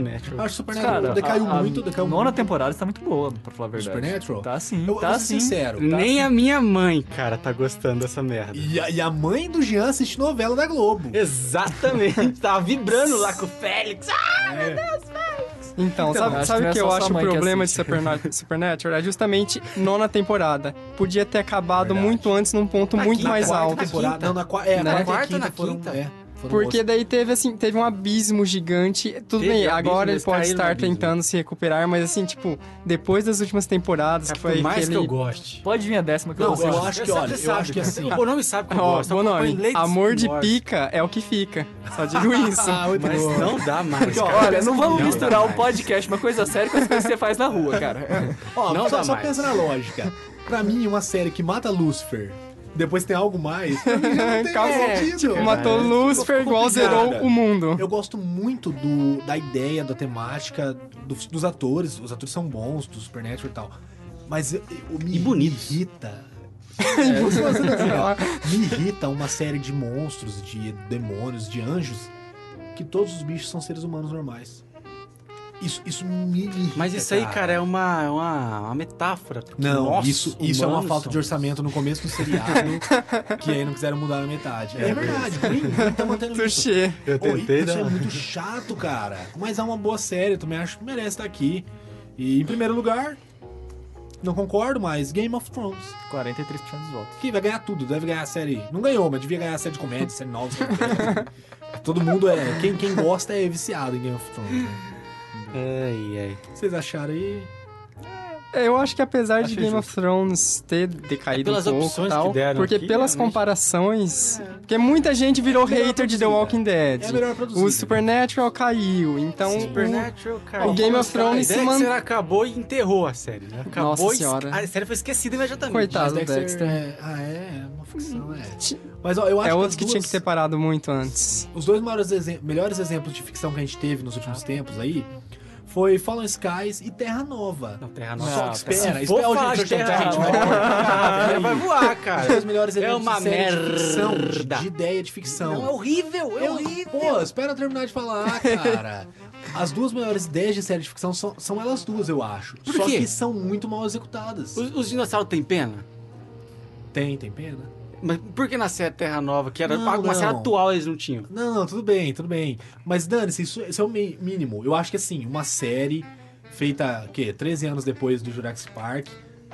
Speaker 3: né? ó.
Speaker 1: Hum. Eu
Speaker 3: Supernatural.
Speaker 1: acho que Supernatural decaiu
Speaker 2: a,
Speaker 1: muito,
Speaker 2: a
Speaker 1: decaiu
Speaker 2: nona
Speaker 1: muito.
Speaker 2: temporada está muito boa, pra falar a verdade.
Speaker 1: Supernatural?
Speaker 2: Tá sim,
Speaker 1: é Eu, eu
Speaker 2: tá
Speaker 1: vou ser
Speaker 2: sim.
Speaker 1: sincero.
Speaker 3: Nem a minha mãe, cara, tá gostando dessa merda.
Speaker 1: E a, e a mãe do Jean assiste novela da Globo.
Speaker 4: É,
Speaker 3: Exatamente. Tava vibrando lá com o Félix. Ah!
Speaker 4: Então,
Speaker 2: acho que
Speaker 4: sabe, sabe
Speaker 2: não
Speaker 4: o
Speaker 2: é
Speaker 4: que
Speaker 2: só
Speaker 4: eu
Speaker 2: sua
Speaker 4: acho o
Speaker 2: mãe que
Speaker 4: problema de
Speaker 2: assiste.
Speaker 4: Superna- Supernatural? É justamente nona temporada. Podia ter acabado
Speaker 1: Verdade.
Speaker 4: muito antes num ponto
Speaker 3: Na
Speaker 4: muito
Speaker 3: quinta,
Speaker 4: mais
Speaker 3: na
Speaker 4: alto.
Speaker 3: quarta, tá
Speaker 1: temporada.
Speaker 3: quinta.
Speaker 1: Não, na quarta, é,
Speaker 4: Na
Speaker 1: quarta,
Speaker 3: quarta
Speaker 1: e quinta
Speaker 3: na
Speaker 1: foram,
Speaker 3: quinta?
Speaker 1: é, foram
Speaker 4: Porque
Speaker 1: outras.
Speaker 4: daí teve assim, teve um abismo gigante. Tudo
Speaker 3: Teve
Speaker 4: bem,
Speaker 3: abismo,
Speaker 4: agora ele
Speaker 3: eles
Speaker 4: pode
Speaker 3: caíram no
Speaker 4: estar
Speaker 3: abismo.
Speaker 4: tentando se recuperar, mas assim, tipo, depois das últimas temporadas, que
Speaker 3: Cara,
Speaker 4: É, foi
Speaker 3: por É mais
Speaker 4: aquele...
Speaker 3: que eu goste.
Speaker 2: Pode vir a décima que eu
Speaker 1: Não,
Speaker 2: gosto.
Speaker 1: eu acho que,
Speaker 3: Você
Speaker 1: olha, eu
Speaker 3: sabe.
Speaker 1: acho que assim.
Speaker 3: O nome sabe que eu
Speaker 4: Ó,
Speaker 3: gosto.
Speaker 4: bom
Speaker 3: eu acompanho
Speaker 4: nome,
Speaker 3: leite
Speaker 4: amor de
Speaker 3: morte.
Speaker 4: pica é o que fica. Só digo isso.
Speaker 1: Ah,
Speaker 3: Mas não dá mais,
Speaker 1: Porque, ó,
Speaker 3: cara.
Speaker 2: Olha, não vamos
Speaker 3: Não
Speaker 2: misturar
Speaker 3: dá
Speaker 2: o
Speaker 3: mais.
Speaker 2: podcast, uma coisa séria, com as coisas que você faz na rua, cara.
Speaker 1: Ó,
Speaker 3: Não
Speaker 1: só,
Speaker 3: dá
Speaker 1: só
Speaker 3: mais.
Speaker 1: pensa na lógica. Pra mim, uma série que mata Lúcifer, depois tem algo mais, pra mim já não tem
Speaker 4: Acabou.
Speaker 1: mais sentido.
Speaker 4: tipo,
Speaker 1: É,
Speaker 3: É.
Speaker 1: tipo,
Speaker 4: Matou Lucifer igual
Speaker 1: complicado.
Speaker 4: zerou o mundo.
Speaker 1: Eu gosto muito do, da ideia, da temática, dos, dos atores. Os atores são bons, do Supernatural e tal. Mas eu, eu- me
Speaker 3: E bonitos.
Speaker 1: irrita. É, eu tô fazendo assim, ó. me irrita uma série de monstros, de demônios, de anjos, que todos os bichos são seres humanos normais. Isso, isso me irrita.
Speaker 3: Mas isso aí, cara, é uma, é uma, uma metáfora. porque
Speaker 1: Não,
Speaker 3: nós,
Speaker 1: isso, isso é uma
Speaker 3: humanos,
Speaker 1: falta de
Speaker 3: somos-
Speaker 1: orçamento no começo do seriado, que aí não quiseram mudar na metade. É,
Speaker 3: É
Speaker 1: verdade, por mim, tá mantendo isso.
Speaker 4: Touché.
Speaker 3: Eu
Speaker 1: Pô,
Speaker 3: tentei, né?
Speaker 1: isso é
Speaker 3: não.
Speaker 1: muito chato, cara. Mas é uma boa série, eu também acho que merece estar aqui. E em primeiro lugar, não concordo, mas Game of Thrones.
Speaker 2: 43% dos votos.
Speaker 1: Que vai ganhar tudo, deve ganhar a série. Não ganhou, mas devia ganhar a série de comédia, série nova. série de comédia. Todo mundo é. Quem, quem gosta é viciado em Game of Thrones. né?
Speaker 3: Ai, ai.
Speaker 1: Vocês acharam aí?
Speaker 4: É, Eu acho que apesar de
Speaker 2: Achei
Speaker 4: Game
Speaker 2: justo.
Speaker 4: of Thrones ter decaído
Speaker 3: É pelas
Speaker 4: um pouco
Speaker 3: opções
Speaker 4: e tal,
Speaker 3: que deram
Speaker 4: porque
Speaker 3: aqui,
Speaker 4: pelas
Speaker 3: realmente.
Speaker 4: comparações, porque muita gente virou
Speaker 1: É. melhor
Speaker 4: hater de The
Speaker 1: produzida.
Speaker 4: Walking Dead.
Speaker 1: É a melhor produzida.
Speaker 4: o Supernatural caiu, então o-
Speaker 3: Supernatural, cara.
Speaker 4: o Game of
Speaker 3: Nossa, cara,
Speaker 4: Thrones se
Speaker 3: Dexter
Speaker 4: man-
Speaker 3: acabou e enterrou a série, né? Acabou
Speaker 4: Nossa
Speaker 3: e esque-
Speaker 4: senhora.
Speaker 3: A série foi esquecida imediatamente.
Speaker 4: Coitado.
Speaker 1: Mas
Speaker 4: do Dexter.
Speaker 1: É... Ah, é, é uma ficção, é. Mas ó, eu acho
Speaker 4: é
Speaker 1: as
Speaker 4: outro que
Speaker 1: duas-
Speaker 4: tinha que ter parado muito antes.
Speaker 1: Os dois maiores exem- melhores exemplos de ficção que a gente teve nos últimos tempos aí foi Fallen Skies e Terra Nova.
Speaker 3: Não, Terra
Speaker 2: Não,
Speaker 3: Nova.
Speaker 1: Só que
Speaker 2: Terra-
Speaker 1: espera,
Speaker 3: Se for
Speaker 1: espera,
Speaker 3: falar
Speaker 1: gente,
Speaker 3: de
Speaker 1: gente, gente,
Speaker 3: Terra
Speaker 1: gente, né?
Speaker 3: Nova,
Speaker 1: vai-
Speaker 3: cara, vai voar,
Speaker 1: Os dois
Speaker 3: cara.
Speaker 1: um melhores
Speaker 3: É
Speaker 1: exemplos
Speaker 3: uma
Speaker 1: de série de ficção, de-
Speaker 3: merda.
Speaker 1: de ideia de ficção.
Speaker 3: Não, é horrível, é
Speaker 1: Eu-
Speaker 3: horrível.
Speaker 1: Pô, espera eu terminar de falar, cara. As duas melhores ideias de série de ficção são, são elas duas, eu acho.
Speaker 3: Por
Speaker 1: Só
Speaker 3: quê?
Speaker 1: que são muito mal executadas.
Speaker 3: Os, os dinossauros têm pena?
Speaker 1: Tem, tem pena?
Speaker 3: Mas por que na série Terra Nova, que era
Speaker 1: Não,
Speaker 3: uma série
Speaker 1: não.
Speaker 3: atual, eles não tinham?
Speaker 1: Não, não, tudo bem, tudo bem. Mas dane-se, isso, isso é o mi- mínimo. Eu acho que assim, uma série feita, o quê? 13 anos depois do Jurassic Park,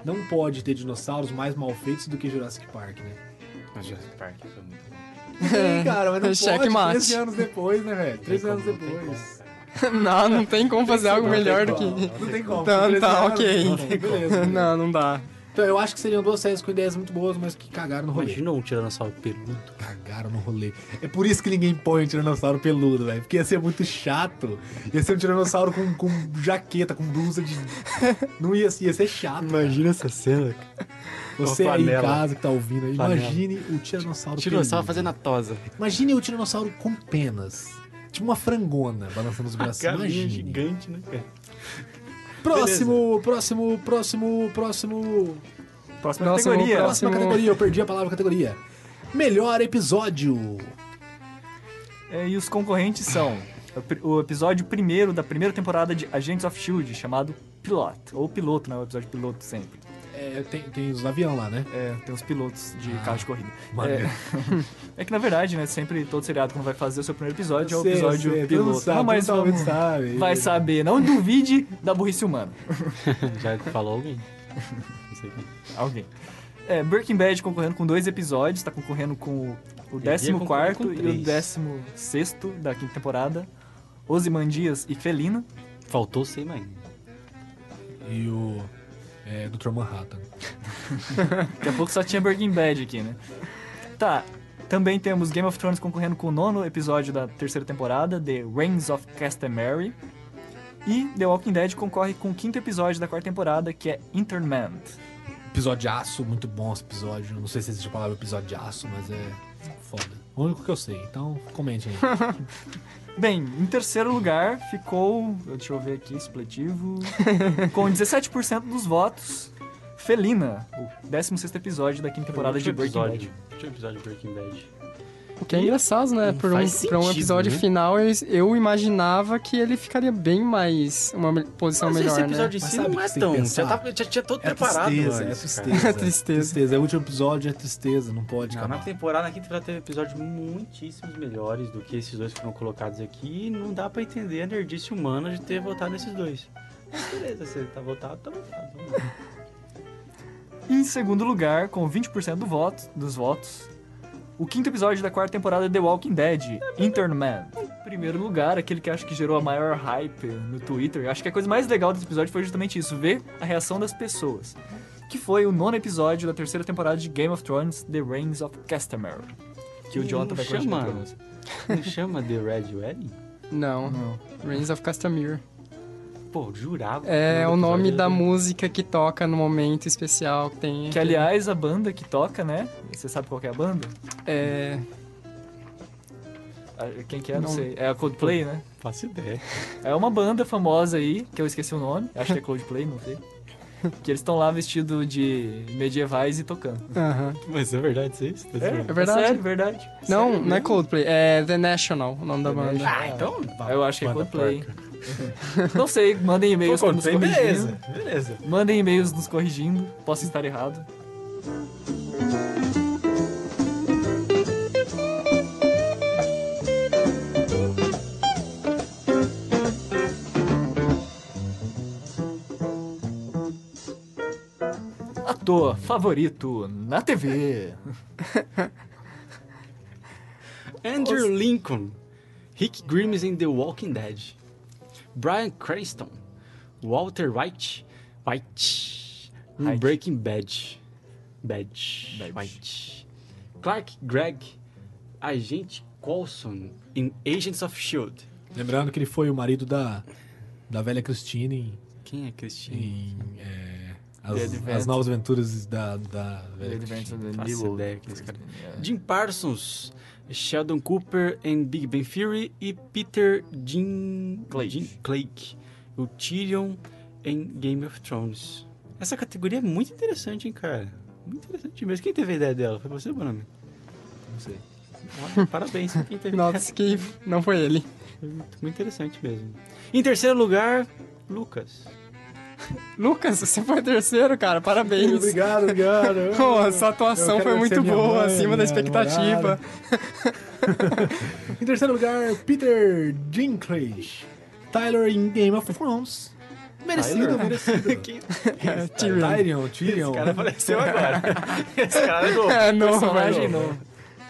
Speaker 1: não pode ter dinossauros mais mal feitos do que Jurassic Park, né?
Speaker 3: Mas Jurassic Park foi muito bom.
Speaker 1: Sim, cara, mas não pode
Speaker 4: Checkmate.
Speaker 1: 13 anos depois, né, velho? 13 anos depois.
Speaker 4: não, não tem como fazer algo
Speaker 1: Não tem
Speaker 4: melhor do
Speaker 1: como,
Speaker 4: que.
Speaker 1: Não tem como. Então,
Speaker 4: Tá,
Speaker 1: 13
Speaker 4: tá,
Speaker 1: anos,
Speaker 4: ok.
Speaker 1: não tem, beleza.
Speaker 4: não, não dá.
Speaker 1: Então, eu acho que seriam duas séries com ideias muito boas, mas que cagaram no rolê.
Speaker 3: Imaginou um tiranossauro peludo?
Speaker 1: Cagaram no rolê. É por isso que ninguém põe um tiranossauro peludo, velho. Porque ia ser muito chato. Ia ser um tiranossauro com, com jaqueta, com blusa de. Não ia, ia ser chato.
Speaker 3: Imagina essa cena, cara.
Speaker 1: Você
Speaker 3: Uma
Speaker 1: aí em
Speaker 3: panela.
Speaker 1: casa que tá ouvindo, aí,
Speaker 3: Panela.
Speaker 1: imagine o tiranossauro, peludo.
Speaker 3: Tiranossauro fazendo a tosa.
Speaker 1: Imagine o tiranossauro com penas. Tipo uma frangona balançando os braços.
Speaker 3: Galinha
Speaker 1: Imagine.
Speaker 3: gigante, né, cara?
Speaker 1: Próximo, próximo, próximo, próximo.
Speaker 2: Próxima
Speaker 4: Próximo,
Speaker 2: categoria.
Speaker 4: próximo.
Speaker 1: Próxima categoria, eu perdi a palavra categoria. Melhor episódio.
Speaker 2: É, e os concorrentes são o pri- o episódio primeiro da primeira temporada de Agents of S.H.I.E.L.D., chamado Pilot, ou Piloto, né? O episódio piloto sempre.
Speaker 1: É, tem, tem os avião lá, né?
Speaker 2: É, tem os pilotos de carro de corrida.
Speaker 1: Ah, maneiro.
Speaker 2: É, é que, na verdade, né, sempre todo seriado quando vai fazer o seu primeiro episódio é o
Speaker 1: Sei,
Speaker 2: episódio
Speaker 1: sei, todo mundo
Speaker 2: piloto.
Speaker 1: sabe,
Speaker 2: não, mas
Speaker 1: todo mundo
Speaker 2: vamos-
Speaker 1: sabe.
Speaker 2: vai saber. Não duvide da burrice humana.
Speaker 3: Já falou alguém? Não sei quem.
Speaker 2: Alguém. É, Breaking Bad concorrendo com dois episódios, tá concorrendo com o
Speaker 3: Devia
Speaker 2: 14
Speaker 3: concorrer é com
Speaker 2: e o
Speaker 3: três.
Speaker 2: 16 da quinta temporada. Ozymandias e Felina.
Speaker 3: Faltou sem mãe.
Speaker 1: E o. É, Dr. Manhattan.
Speaker 2: Daqui a pouco só tinha Breaking Bad aqui, né? Tá. Também temos Game of Thrones concorrendo com o nono episódio da terceira temporada, The Reigns of Castamere. E The Walking Dead concorre com o quinto episódio da quarta temporada, que é Internment.
Speaker 1: Episódio de aço, muito bom esse episódio. Não sei se existe a palavra episódio de aço, mas é foda. O único que eu sei, então comente aí.
Speaker 2: Bem, em terceiro lugar ficou, deixa eu ver aqui, supletivo, com 17% dos votos, Felina, o 16º episódio da quinta temporada de Breaking Bad.
Speaker 3: Último um episódio de Breaking Bad.
Speaker 4: O que é engraçado, né?
Speaker 3: Não
Speaker 4: Por um,
Speaker 3: faz
Speaker 4: pra um
Speaker 3: sentido,
Speaker 4: episódio
Speaker 3: né?
Speaker 4: final, eu, eu imaginava que ele ficaria bem mais. Uma me- posição
Speaker 3: Mas
Speaker 4: melhor, né?
Speaker 3: esse episódio
Speaker 1: né? Mas sabe o que você tem
Speaker 3: em si não é
Speaker 1: que
Speaker 3: tão.
Speaker 1: pensar?
Speaker 3: Já, tava, já tinha todo
Speaker 1: É
Speaker 3: preparado.
Speaker 1: tristeza, é
Speaker 3: antes, cara.
Speaker 1: tristeza.
Speaker 4: É tristeza.
Speaker 1: É o último episódio, é tristeza, não pode
Speaker 3: Na
Speaker 1: acabar.
Speaker 3: temporada, na quinta temporada, teve episódios muitíssimos melhores do que esses dois que foram colocados aqui. E não dá pra entender a nerdice humana de ter votado nesses dois. Mas beleza, se tá votado, tá votado. vamos lá.
Speaker 2: Em segundo lugar, com 20% do voto, dos votos, o quinto episódio da quarta temporada de The Walking Dead, Internment. Em primeiro lugar, aquele que acho que gerou a maior hype no Twitter, acho que a coisa mais legal desse episódio foi justamente isso, ver a reação das pessoas. Que foi o nono episódio da terceira temporada de Game of Thrones, The Reigns of Castamere. Que o
Speaker 3: Não
Speaker 2: Jonathan vai corrigir
Speaker 3: chama.
Speaker 2: a pronúncia.
Speaker 3: Não chama The Red Wedding?
Speaker 4: Não,
Speaker 2: Não.
Speaker 4: Reigns of Castamere.
Speaker 3: Pô, eu jurava. que
Speaker 4: É
Speaker 3: no
Speaker 4: o nome
Speaker 3: episódio
Speaker 4: da
Speaker 3: era-
Speaker 4: música que toca no momento especial que tem.
Speaker 2: Que, aliás, a banda que toca, né? Você sabe qual que é a banda?
Speaker 4: É.
Speaker 2: Ah, Quem que é? Não,
Speaker 4: Não.
Speaker 2: sei. É a Coldplay, né?
Speaker 3: Faço ideia.
Speaker 2: É uma banda famosa aí, que eu esqueci o nome. Acho que é Coldplay, não sei. Que eles estão lá vestidos de medievais e tocando.
Speaker 4: aham.
Speaker 3: Mas é verdade isso? aí? Você tá zoando?
Speaker 4: É verdade.
Speaker 2: sério, verdade.
Speaker 4: Não,
Speaker 2: Sério
Speaker 4: não é
Speaker 2: mesmo?
Speaker 4: Coldplay, é The National o nome da
Speaker 2: The
Speaker 4: banda.
Speaker 2: National.
Speaker 3: Ah, então. vá-
Speaker 2: Eu acho que é
Speaker 3: manda
Speaker 2: Coldplay.
Speaker 3: porca.
Speaker 2: Não sei, mandem
Speaker 3: Pô,
Speaker 2: e-mails nos
Speaker 3: Coldplay,
Speaker 2: corrigindo.
Speaker 3: beleza, beleza.
Speaker 2: Mandem e-mails nos corrigindo. Posso estar errado. Ator favorito na TV.
Speaker 3: Andrew Lincoln, Rick Grimes em The Walking Dead, Brian Cranston, Walter White, White.
Speaker 2: White.
Speaker 3: Breaking Bad. Bad.
Speaker 2: Bad.
Speaker 3: White. Clark Gregg, Agente Coulson em Agents of S.H.I.E.L.D.
Speaker 1: Lembrando que ele foi o marido da, da velha Christine em,
Speaker 3: Quem é Christine?
Speaker 1: em, é, as,
Speaker 2: The Advent-
Speaker 1: as Novas Aventuras da, da velha Christine.
Speaker 3: Faço ideia quem é esse cara. Jim Parsons, Sheldon Cooper em Big Bang Theory e Peter Jim...
Speaker 2: Clake.
Speaker 3: Jim Clake, o Tyrion em Game of Thrones. Essa categoria é muito interessante, hein, cara? Muito interessante mesmo. Quem teve a ideia dela? Foi você, Bonami?
Speaker 1: Não sei.
Speaker 3: Olha, Parabéns pra quem teve a ideia.
Speaker 4: Notas que não foi ele.
Speaker 3: Foi Muito, muito interessante mesmo. Em terceiro lugar, Lucas.
Speaker 4: Lucas, você foi terceiro, cara. Parabéns.
Speaker 1: Obrigado, cara.
Speaker 4: Pô, sua
Speaker 1: Eu
Speaker 4: atuação
Speaker 1: quero
Speaker 4: foi muito
Speaker 1: agradecer minha mãe,
Speaker 4: boa, acima da
Speaker 1: minha
Speaker 4: expectativa.
Speaker 1: namorada. Em terceiro lugar, Peter Dinklage. Tyler em Game of Thrones. Merecido,
Speaker 3: Tyler?
Speaker 1: merecido.
Speaker 3: Que-
Speaker 4: É, Tyrion.
Speaker 1: Tyrion, Tyrion.
Speaker 3: Esse cara apareceu agora. Esse cara é novo.
Speaker 4: É, novo,
Speaker 2: Personagem
Speaker 4: é novo.
Speaker 2: novo.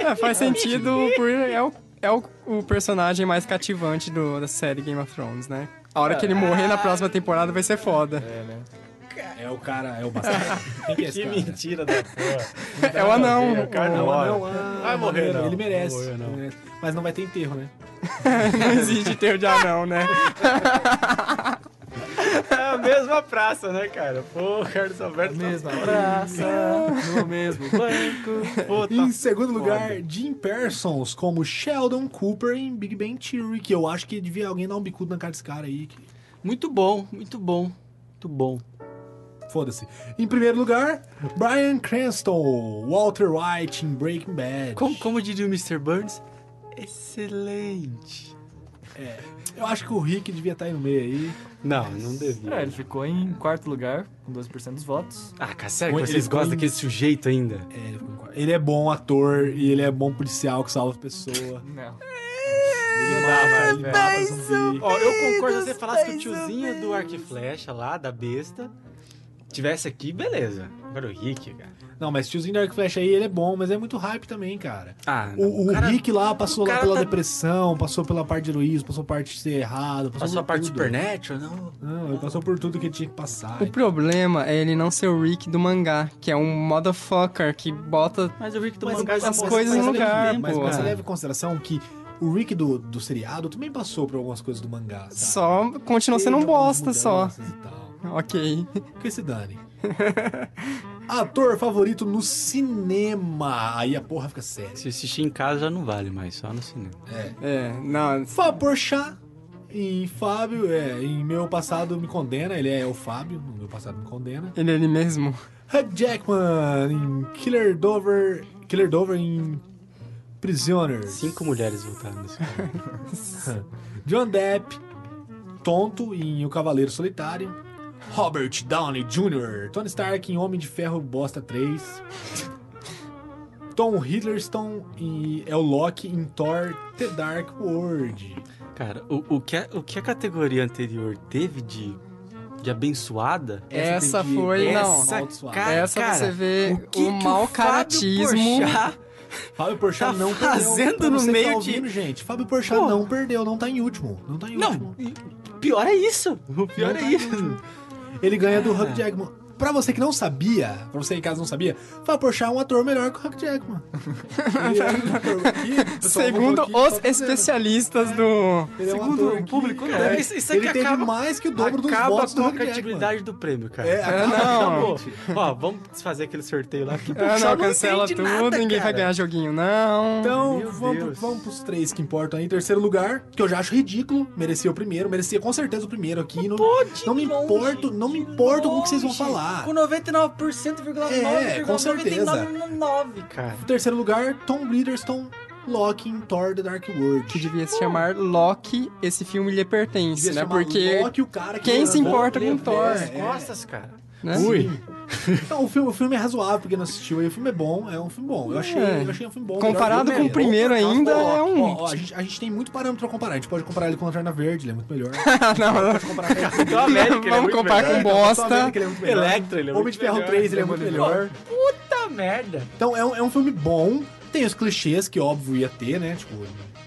Speaker 4: É, faz sentido, por, é, o, é o, o personagem mais cativante do- da série Game of Thrones, né? A hora que ele morrer na próxima temporada vai ser foda.
Speaker 2: É, né?
Speaker 1: É o cara, é o bastardo. Quem que é esse
Speaker 3: Que
Speaker 1: cara?
Speaker 3: mentira da porra.
Speaker 4: É o anão.
Speaker 3: É o cara
Speaker 4: o-
Speaker 3: não,
Speaker 1: Ah,
Speaker 3: olha.
Speaker 1: não, ah,
Speaker 3: Vai morrer, não.
Speaker 1: Ele merece.
Speaker 3: Vai morrer, não.
Speaker 1: ele merece. Mas não vai ter enterro, né?
Speaker 4: Não existe ter de anão, né?
Speaker 3: É a mesma praça, né, cara? Pô, Carlos Alberto. tá-
Speaker 2: Mesma praça, no mesmo banco.
Speaker 3: Puta.
Speaker 1: Em segundo lugar, Jim Parsons como Sheldon Cooper em Big Bang Theory, que eu acho que devia alguém dar um bicudo na cara desse cara aí. que-
Speaker 3: Muito bom, muito bom. Muito bom.
Speaker 1: Foda-se. Em primeiro lugar, Brian Cranston, Walter White em Breaking Bad.
Speaker 3: Como, como diria o Mr. Burns? Excelente.
Speaker 1: Eu acho que o Rick devia estar aí no meio aí.
Speaker 3: Não, não devia.
Speaker 2: É, ele ficou em quarto lugar, com 12% dos votos.
Speaker 3: Ah, cara, sério que
Speaker 1: Ele
Speaker 3: vocês
Speaker 1: ficou
Speaker 3: gostam
Speaker 1: em-
Speaker 3: daquele sujeito ainda?
Speaker 1: É, ele ficou em quarto. ele é bom ator e ele é bom policial que salva pessoa.
Speaker 2: Não.
Speaker 1: Ele mata, ele mata zumbi.
Speaker 3: Ó, eu concordo se você falasse que o tiozinho do Arc e Flecha lá, da besta, tivesse aqui, beleza. Agora o Rick, cara.
Speaker 1: Não, mas tiozinho Dark Flash aí, ele é bom, mas é muito hype também, cara.
Speaker 3: Ah, não,
Speaker 1: O, o
Speaker 3: cara
Speaker 1: Rick lá passou
Speaker 3: o
Speaker 1: lá
Speaker 3: cara
Speaker 1: pela
Speaker 3: tá-
Speaker 1: depressão, passou pela parte de heroísmo, passou a parte de ser errado, passou,
Speaker 3: Passou a
Speaker 1: por
Speaker 3: parte
Speaker 1: tudo.
Speaker 3: Supernatural, não.
Speaker 1: Não, ele passou por tudo que tinha que passar.
Speaker 4: O problema é ele não ser o Rick do mangá, que é um motherfucker que bota.
Speaker 3: Mas o tá Rick do
Speaker 1: Mas
Speaker 3: mangá
Speaker 1: as
Speaker 3: já
Speaker 1: coisas
Speaker 3: passou
Speaker 4: no
Speaker 3: faz
Speaker 4: lugar,
Speaker 3: tempo,
Speaker 1: Mas
Speaker 4: Pô,
Speaker 1: você
Speaker 4: é.
Speaker 1: leva em consideração que o Rick do, do seriado também passou por algumas coisas do mangá. sabe?
Speaker 4: Só continua sendo um
Speaker 1: Teve algumas
Speaker 4: bosta só.
Speaker 1: mudanças e tal.
Speaker 4: Ok.
Speaker 1: Que se dane. Ator favorito no cinema. Aí a porra fica séria.
Speaker 3: Se assistir em casa já não vale mais, só no cinema.
Speaker 4: É, não.
Speaker 1: Fábio Chá em Fábio, é, em Meu Passado Me Condena, ele é o Fábio, no Meu Passado Me Condena.
Speaker 4: Ele é ele mesmo.
Speaker 1: Hugh Jackman em Killer Dover, Killer Dover em Prisoners.
Speaker 3: Cinco mulheres votaram nesse cara.
Speaker 1: John Depp, tonto em O Cavaleiro Solitário. Robert Downey Jr., Tony Stark em Homem de Ferro Bosta 3. Tom Hiddleston e é o Loki em Thor The Dark World.
Speaker 3: Cara, o, o que a, o que a categoria anterior teve de, de abençoada...
Speaker 4: É, Essa
Speaker 1: teve-
Speaker 4: foi- não.
Speaker 1: Essa, amaldiçoada.
Speaker 3: cara-
Speaker 4: Essa você vê
Speaker 3: o, que
Speaker 4: o
Speaker 3: que o
Speaker 4: mau
Speaker 3: Fábio
Speaker 4: caratismo.
Speaker 3: Porchat
Speaker 1: Fábio Porchat
Speaker 3: Tá
Speaker 1: não
Speaker 3: fazendo
Speaker 1: perdeu. Pra
Speaker 3: no
Speaker 1: você que
Speaker 3: meio
Speaker 1: tá
Speaker 3: de-
Speaker 1: ouvindo, gente. Fábio Porchat
Speaker 3: Pô.
Speaker 1: não perdeu, não tá em último. Não tá em último.
Speaker 3: Não, pior é isso. O pior é isso.
Speaker 1: Ele ganha do
Speaker 3: É.
Speaker 1: Hugh Jackman. Pra você que não sabia, pra você em casa não sabia, Fábio Porchat é um ator melhor que o Hugh Jackman. Ele é um ator que, pessoal,
Speaker 4: Segundo
Speaker 1: botou aqui, só
Speaker 4: os
Speaker 1: pra né? dizer,
Speaker 4: especialistas do.
Speaker 1: ele é um
Speaker 2: Segundo
Speaker 1: ator
Speaker 2: o
Speaker 1: que,
Speaker 2: público,
Speaker 1: cara,
Speaker 3: né? Isso- isso aqui
Speaker 1: ele teve
Speaker 3: acaba-
Speaker 1: mais que o dobro dos
Speaker 3: Acaba
Speaker 1: votos
Speaker 3: com
Speaker 1: do
Speaker 3: a
Speaker 1: Hugh Jackman.
Speaker 3: credibilidade do prêmio, cara.
Speaker 1: É,
Speaker 4: É,
Speaker 1: acaba-
Speaker 4: não.
Speaker 3: Acabou. Ó, vamos desfazer aquele sorteio lá. Que o
Speaker 4: Ah,
Speaker 3: pessoal
Speaker 4: não, cancela
Speaker 3: entende
Speaker 4: tudo,
Speaker 3: nada,
Speaker 4: ninguém vai
Speaker 3: cara.
Speaker 4: ganhar joguinho, não.
Speaker 1: Então,
Speaker 3: Meu
Speaker 1: vamos, pro-
Speaker 3: Deus.
Speaker 1: vamos pros três que importam aí. Em terceiro lugar, que eu já acho ridículo, merecia o primeiro, merecia com certeza o primeiro aqui. Não,
Speaker 3: Pode
Speaker 1: não me
Speaker 3: longe,
Speaker 1: importo, não me
Speaker 3: de
Speaker 1: importo com o que vocês vão
Speaker 3: longe.
Speaker 1: falar.
Speaker 3: Com 99,9,9,99,
Speaker 1: É, com certeza.
Speaker 3: cara.
Speaker 1: Em terceiro lugar, Tom Bridgerston, Loki em Thor The Dark World.
Speaker 4: Que devia se chamar Loki, esse filme lhe pertence,
Speaker 1: Devia
Speaker 4: né?
Speaker 1: chamar
Speaker 4: Porque.
Speaker 1: Loki, o cara que
Speaker 4: quem se
Speaker 1: levou-
Speaker 4: importa com É.
Speaker 1: levou
Speaker 4: Thor?
Speaker 1: as
Speaker 3: As costas, cara.
Speaker 4: né?
Speaker 1: Ui. Não, é, o filme, o filme é razoável, porque não assistiu aí. O filme é bom, é um filme bom. Eu achei,
Speaker 4: É.
Speaker 1: eu achei um filme bom.
Speaker 4: Comparado
Speaker 1: melhor
Speaker 4: com
Speaker 1: filme
Speaker 4: o
Speaker 1: mesmo.
Speaker 4: primeiro ainda,
Speaker 1: Ó,
Speaker 4: é um.
Speaker 1: ó, ó, a, gente, a gente tem muito parâmetro pra comparar. A gente pode comparar ele com Lanterna Verde, ele é muito melhor.
Speaker 4: Ah, não, não.
Speaker 1: Comparar com
Speaker 3: Então, América, ele é
Speaker 4: Vamos
Speaker 3: muito
Speaker 4: comparar
Speaker 3: melhor.
Speaker 4: com
Speaker 1: América,
Speaker 4: bosta.
Speaker 1: ele é muito melhor.
Speaker 3: Electra, ele é
Speaker 1: Homem
Speaker 3: muito
Speaker 1: de Ferro
Speaker 3: melhor.
Speaker 1: 3, ele é muito melhor.
Speaker 3: Puta É merda.
Speaker 1: Então, é um, é um filme bom. Tem os clichês que, óbvio, ia ter, né? Tipo,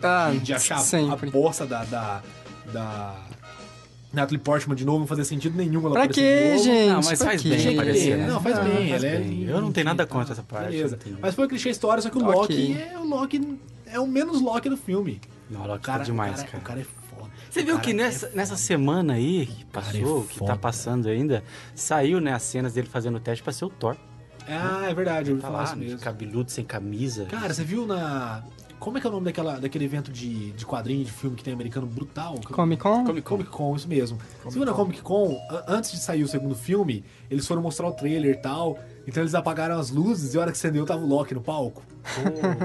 Speaker 4: Ah,
Speaker 1: de achar a
Speaker 4: sempre.
Speaker 1: bosta da... da, da Natalie Portman de novo, não fazia sentido nenhum ela
Speaker 4: Pra
Speaker 1: aparecer
Speaker 4: quê,
Speaker 1: de novo.
Speaker 4: gente?
Speaker 3: não, mas
Speaker 4: Pra
Speaker 3: faz
Speaker 4: quê?
Speaker 3: bem aparecer. né?
Speaker 1: Não, faz bem, ela é linda,
Speaker 3: Eu não tenho nada
Speaker 1: e tal.
Speaker 3: contra essa parte.
Speaker 1: Beleza.
Speaker 3: eu tenho.
Speaker 1: Mas foi um clichê a história, só que o
Speaker 4: Ok.
Speaker 1: Loki é o Loki. É o menos Loki do filme.
Speaker 3: Não,
Speaker 1: O
Speaker 3: Loki
Speaker 1: cara,
Speaker 3: tá demais,
Speaker 1: o cara,
Speaker 3: cara.
Speaker 1: O cara é foda.
Speaker 3: Você
Speaker 1: O
Speaker 3: viu
Speaker 1: cara
Speaker 3: que né?
Speaker 1: é
Speaker 3: nessa,
Speaker 1: foda.
Speaker 3: nessa semana aí, que passou,
Speaker 1: é
Speaker 3: que
Speaker 1: foda.
Speaker 3: tá passando ainda, saiu, né, as cenas dele fazendo o teste pra ser o Thor.
Speaker 1: Ah, é verdade, eu ouvi
Speaker 3: Tá
Speaker 1: falar
Speaker 3: lá,
Speaker 1: isso mesmo.
Speaker 3: cabeludo, sem camisa.
Speaker 1: Cara, você viu na. Como é que é o nome daquela, daquele evento de, de quadrinho, de filme que tem americano brutal?
Speaker 4: Comic Con?
Speaker 1: Comic Comic Con, isso mesmo. Você viu na Comic Con, a- antes de sair o segundo filme, eles foram mostrar o trailer e tal. Então eles apagaram as luzes e a hora que acendeu tava o Loki no palco.